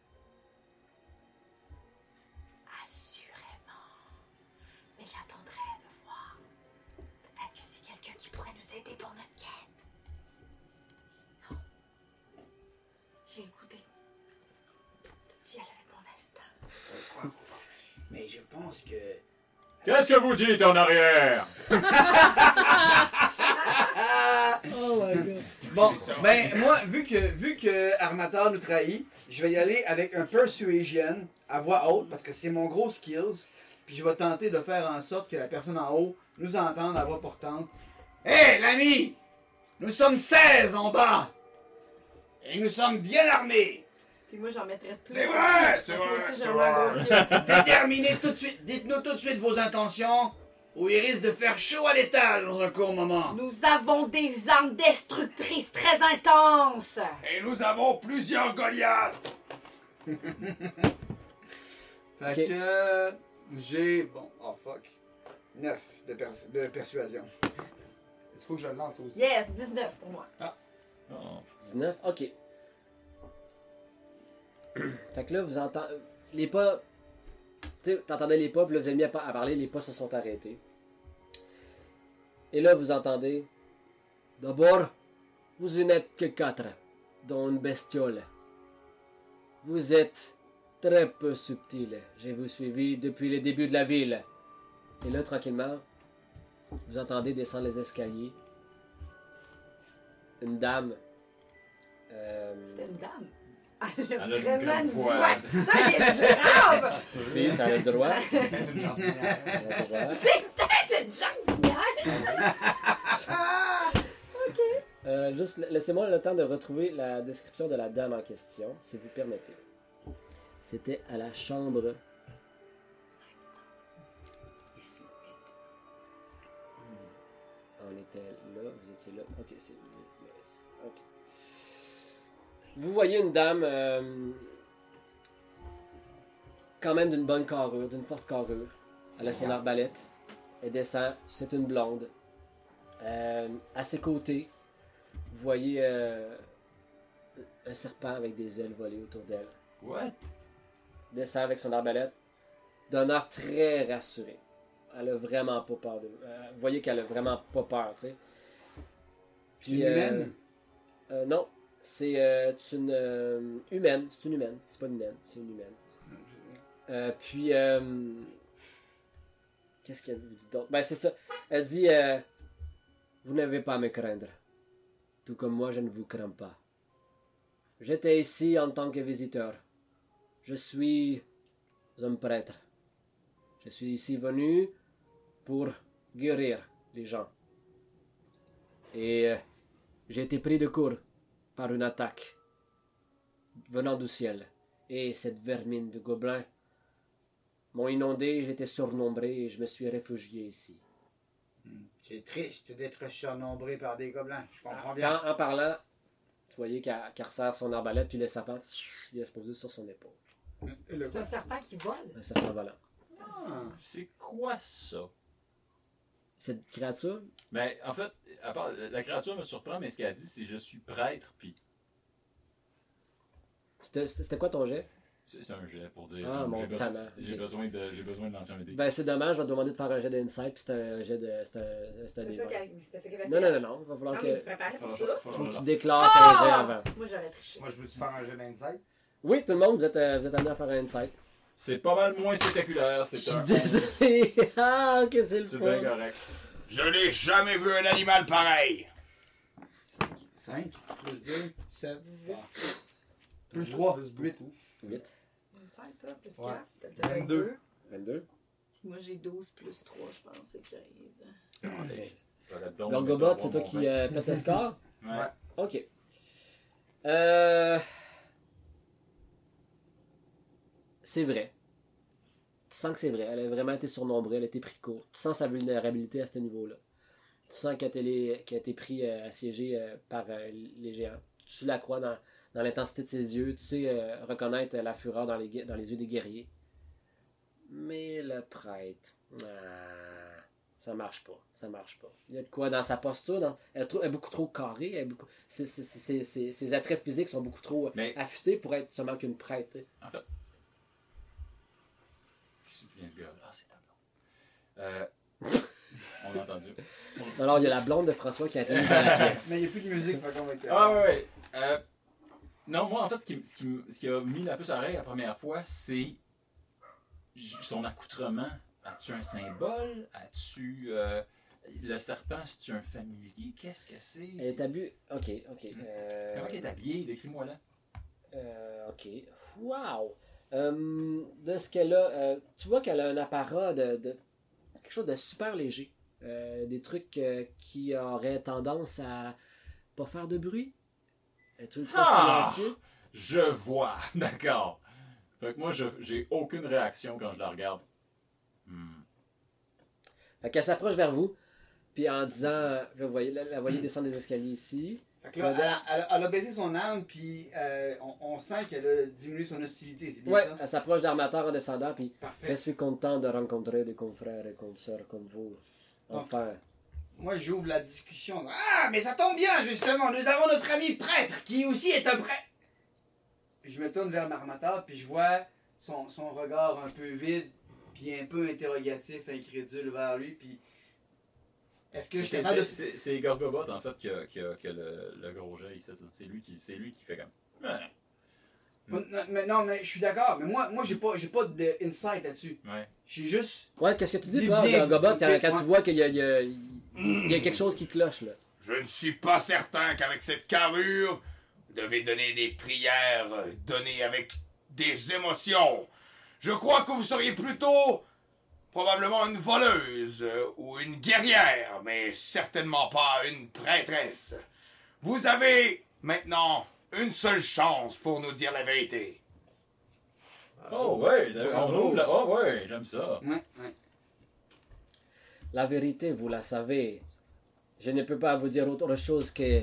Speaker 5: Assurément. Mais j'attendrai de voir. Peut-être que c'est quelqu'un qui pourrait nous aider pour notre quête. Non. J'ai le goût d'être. de deal avec mon instinct.
Speaker 7: Mais je pense que
Speaker 3: Qu'est-ce que vous dites en arrière
Speaker 1: Oh my god!
Speaker 6: Bon, ben moi, vu que, vu que Armator nous trahit, je vais y aller avec un Persuasion à voix haute parce que c'est mon gros skills. Puis je vais tenter de faire en sorte que la personne en haut nous entende à voix portante.
Speaker 7: Hé, l'ami Nous sommes 16 en bas Et nous sommes bien armés
Speaker 5: Puis moi, j'en mettrais plus.
Speaker 15: C'est vrai, c'est
Speaker 5: Parce que moi
Speaker 15: vrai,
Speaker 5: aussi, j'ai
Speaker 15: c'est
Speaker 5: un magot
Speaker 15: vrai.
Speaker 5: aussi.
Speaker 6: [LAUGHS]
Speaker 7: Déterminez tout de suite, dites-nous tout de suite vos intentions, ou il risque de faire chaud à l'étage dans un court moment.
Speaker 5: Nous avons des armes destructrices très intenses.
Speaker 15: Et nous avons plusieurs Goliaths.
Speaker 6: [LAUGHS] Fait
Speaker 1: Ok.
Speaker 6: que j'ai, bon, oh fuck, 9 de, pers- de persuasion.
Speaker 4: Il faut que je le lance aussi.
Speaker 5: Yes, 19 pour moi.
Speaker 3: Oh.
Speaker 1: 19, ok. fait que là, vous entendez. Les pas. Tu sais, t'entendais les pas, puis là, vous avez mis à, par- à parler, les pas se sont arrêtés. Et là, vous entendez. D'abord, vous n'êtes que quatre, dont une bestiole. Vous êtes très peu subtil. J'ai vous suivi depuis les débuts de la ville. Et là, tranquillement, vous entendez descendre les escaliers. Une dame. euh,
Speaker 5: C'était une dame.
Speaker 3: Elle
Speaker 5: Elle
Speaker 3: a
Speaker 5: a
Speaker 3: une
Speaker 5: vraiment
Speaker 3: grande
Speaker 5: une
Speaker 3: voix.
Speaker 5: voix solide, grave!
Speaker 1: fille, ça a le droit. Ça a le droit.
Speaker 5: C'est peut-être une jambière!
Speaker 1: Euh, juste la- laissez-moi le temps de retrouver la description de la dame en question, si vous permettez. C'était à la chambre. Hmm. On était là, vous étiez là. Ok, c'est ok. Vous voyez une dame euh, quand même d'une bonne carrure, d'une forte carrure. Elle a son arbalète. Elle descend. C'est une blonde. Euh, à ses côtés, vous voyez euh, un serpent avec des ailes volées autour d'elle.
Speaker 3: What?
Speaker 1: Descend avec son arbalète, d'un air très rassuré. Elle a vraiment pas peur de. euh, vous voyez qu'elle a vraiment pas peur, tu sais.
Speaker 6: C'est une humaine?
Speaker 1: euh, Non, c'est euh, c'est une euh, humaine. C'est une humaine. C'est pas une naine, c'est une humaine. Euh, puis, euh, qu'est-ce qu'elle vous dit d'autre? Ben, c'est ça. Elle dit euh, Vous n'avez pas à me craindre. Tout comme moi, je ne vous crains pas. J'étais ici en tant que visiteur. Je suis un prêtre. Je suis ici venu pour guérir les gens. Et euh, j'ai été pris de court par une attaque venant du ciel. Et cette vermine de gobelins m'ont inondé, j'étais surnombré et je me suis réfugié ici.
Speaker 7: C'est triste d'être surnombré par des gobelins. Je comprends bien.
Speaker 1: Quand, en parlant, vous voyez qu'elle qu'elle resserre son arbalète puis le serpent il est posé sur son épaule. Ah.
Speaker 5: C'est un serpent qui vole.
Speaker 1: Un serpent volant.
Speaker 3: C'est quoi ça?
Speaker 1: Cette créature,
Speaker 3: Mais en fait, à part, la créature me surprend, mais ce qu'elle dit, c'est je suis prêtre, puis
Speaker 1: c'était- c'était quoi ton jet?
Speaker 3: c'est c'est un jet pour dire.
Speaker 1: Ah,
Speaker 3: euh,
Speaker 1: mon
Speaker 3: j'ai beso-
Speaker 1: talent.
Speaker 3: J'ai
Speaker 1: Ok.
Speaker 3: besoin de, j'ai besoin de l'ancienneté.
Speaker 1: Ben c'est dommage, je vais te demander de faire un jet d'insight puis c'est un jet de. C'est un, c'est un
Speaker 5: C'est
Speaker 1: des
Speaker 5: ça
Speaker 1: vingt.
Speaker 5: qu'elle- c'était ça qu'elle avait
Speaker 1: Non,
Speaker 5: fait.
Speaker 1: non, non, non, il va falloir
Speaker 5: Non,
Speaker 1: que.
Speaker 5: mais il se préparait pour ça.
Speaker 1: Faut que tu
Speaker 3: Voilà.
Speaker 1: déclares ton jet
Speaker 5: Ah!
Speaker 1: avant.
Speaker 5: Moi, j'aurais triché.
Speaker 4: Moi, je veux-tu faire un jeu d'insight?
Speaker 1: Oui, tout le monde, vous êtes, euh, vous êtes amené à faire un insight.
Speaker 3: C'est pas mal moins spectaculaire, c'est un.
Speaker 1: Désolé! [LAUGHS] Ah, ok, c'est le
Speaker 3: C'est bien
Speaker 1: fun!
Speaker 3: correct.
Speaker 15: Je n'ai jamais vu un animal pareil.
Speaker 6: 5 plus 2, 7.
Speaker 5: 18 plus.
Speaker 6: Plus 3, 8.
Speaker 1: 8,
Speaker 5: Une cinq, toi, plus
Speaker 4: Ouais.
Speaker 5: 4. T'as
Speaker 4: 22.
Speaker 5: 22.
Speaker 1: 22.
Speaker 5: Puis moi, j'ai 12 plus 3, je pense, c'est 15.
Speaker 3: J'aurais donc aimé
Speaker 1: Gorgobot,
Speaker 3: savoir
Speaker 1: c'est toi
Speaker 3: mon
Speaker 1: qui
Speaker 3: vin.
Speaker 1: euh, pète le score?
Speaker 3: Ouais.
Speaker 1: Ok. Euh... C'est vrai. Tu sens que c'est vrai. Elle a vraiment été surnombrée, elle a été pris de court. Tu sens sa vulnérabilité à ce niveau-là. Tu sens qu'elle a, été- qu'elle a été pris euh, assiégée euh, par euh, les géants. Tu la crois dans, dans l'intensité de ses yeux. Tu sais euh, reconnaître euh, la fureur dans les, guer- dans les yeux des guerriers. Mais le prêtre. ah, ça marche pas. Ça marche pas. Il y a de quoi dans sa posture. dans- elle, est trop- elle est beaucoup trop carrée. Elle est beaucoup, ses, ses- ses- ses- ses attraits physiques sont beaucoup trop euh,
Speaker 3: Mais-
Speaker 1: affûtés pour être seulement qu'une prêtre. tu sais.
Speaker 3: Je sais bien ce gars. Ah, c'est ta blonde. Euh, [LAUGHS] on l'a entendu.
Speaker 1: Alors, il y a la blonde de François qui arrive dans la pièce.
Speaker 3: [LAUGHS]
Speaker 6: Mais il n'y a plus de musique, fait qu'on va être.
Speaker 3: Ah, ouais, ouais. Euh, non, moi, en fait, ce qui, ce qui, m- ce qui a mis la puce à l'oreille la première fois, c'est j- son accoutrement. As-tu un symbole As-tu. euh, le serpent, c'est-tu un familier Qu'est-ce que
Speaker 1: Elle
Speaker 3: c'est
Speaker 1: est habillée. Ok, ok. euh,
Speaker 3: Comment il est habillé Décris-moi là.
Speaker 1: euh, ok. Wow! Euh, de ce qu'elle a, euh, tu vois qu'elle a un apparat de, de- quelque chose de super léger. Euh, des trucs euh, qui auraient tendance à pas faire de bruit. Être ultra
Speaker 3: Ah!
Speaker 1: silencieux.
Speaker 3: Je vois, [LAUGHS] d'accord. Fait que moi, je- j'ai aucune réaction quand je la regarde. Hmm.
Speaker 1: Fait qu'elle s'approche vers vous, puis en disant, euh, vous voyez, la, la voyez descendre des escaliers ici.
Speaker 6: Fait que là, elle a, elle a- elle a baissé son arme, puis euh, on, on sent qu'elle a diminué son hostilité, c'est bien
Speaker 1: Ouais,
Speaker 6: ça?
Speaker 1: elle s'approche d'Armateur en descendant, puis je
Speaker 6: Parfait.
Speaker 1: suis content de rencontrer des confrères et consoeurs comme vous. Enfin.
Speaker 6: Moi, j'ouvre la discussion. Ah!
Speaker 7: Ah, mais ça tombe bien, justement. Nous avons notre ami prêtre qui aussi est un prêtre.
Speaker 6: Puis je me tourne vers Marmata, puis je vois son, son regard un peu vide, puis un peu interrogatif, incrédule vers lui, puis... Est-ce que je suis
Speaker 3: C'est-
Speaker 6: capable
Speaker 3: C'est
Speaker 6: de...
Speaker 3: c'est- c'est Gorgobot, en fait, qui a, qui a- qui a le, le gros jet ici. là. C'est lui, qui- c'est lui qui fait comme. Ouais.
Speaker 6: Mais, mais non, mais je suis d'accord. Mais moi, moi j'ai pas, j'ai pas d'insight là-dessus.
Speaker 3: Ouais.
Speaker 6: J'ai juste.
Speaker 1: Ouais, qu'est-ce que tu dis,
Speaker 6: Dis
Speaker 1: toi,
Speaker 6: bien,
Speaker 1: Gobot, quand,
Speaker 6: bien,
Speaker 1: quand
Speaker 6: ouais.
Speaker 1: tu vois qu'il y a, il y a- il y a quelque chose qui cloche, là?
Speaker 4: Je ne suis pas certain qu'avec cette carrure, vous devez donner des prières euh, données avec des émotions. Je crois que vous seriez plutôt probablement une voleuse euh, ou une guerrière, mais certainement pas une prêtresse. Vous avez maintenant une seule chance pour nous dire la vérité.
Speaker 3: Oh, ouais, on ouvre la. Oh, ouais, j'aime ça.
Speaker 6: Ouais, ouais.
Speaker 1: La vérité, vous la savez. Je ne peux pas vous dire autre chose que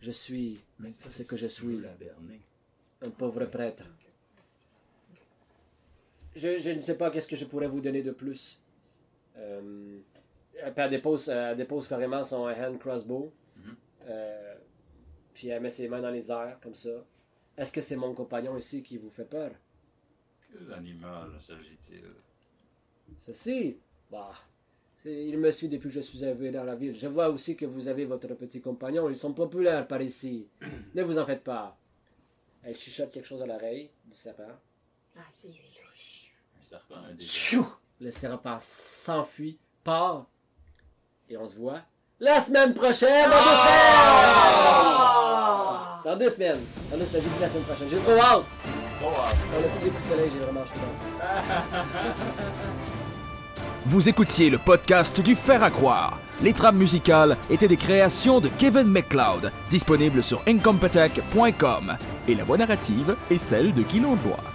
Speaker 1: je suis ce que je suis, un pauvre prêtre. Je, je ne sais pas qu'est-ce que je pourrais vous donner de plus. Euh, puis elle dépose, elle dépose carrément son hand crossbow. Euh, puis elle met ses mains dans les airs, comme ça. Est-ce que c'est mon compagnon ici qui vous fait peur?
Speaker 3: Quel animal s'agit-il
Speaker 1: Ceci, bah, c'est- il me suit depuis que je suis arrivé dans la ville. Je vois aussi que vous avez votre petit compagnon. Ils sont populaires par
Speaker 3: [CLEARS THROAT]
Speaker 1: ici. ne vous en faites pas. Elle chuchote quelque chose à l'oreille du serpent.
Speaker 5: Ah, c'est louche.
Speaker 3: Un serpent, un démon.
Speaker 1: Chou! Le serpent s'enfuit, part, et on se voit la semaine prochaine, dans
Speaker 3: Ah!
Speaker 1: deux semaines! Dans deux semaines. Dans deux semaines, j'ai dit la semaine prochaine. J'ai trop hâte!
Speaker 3: Trop hâte.
Speaker 1: Dans le petit des coups de soleil, j'ai vraiment chaud.
Speaker 17: Vous écoutiez le podcast du Fer à croire. Les trames musicales étaient des créations de Kevin McLeod, disponibles sur incompetech.com. Et la voix narrative est celle de Guy Londois.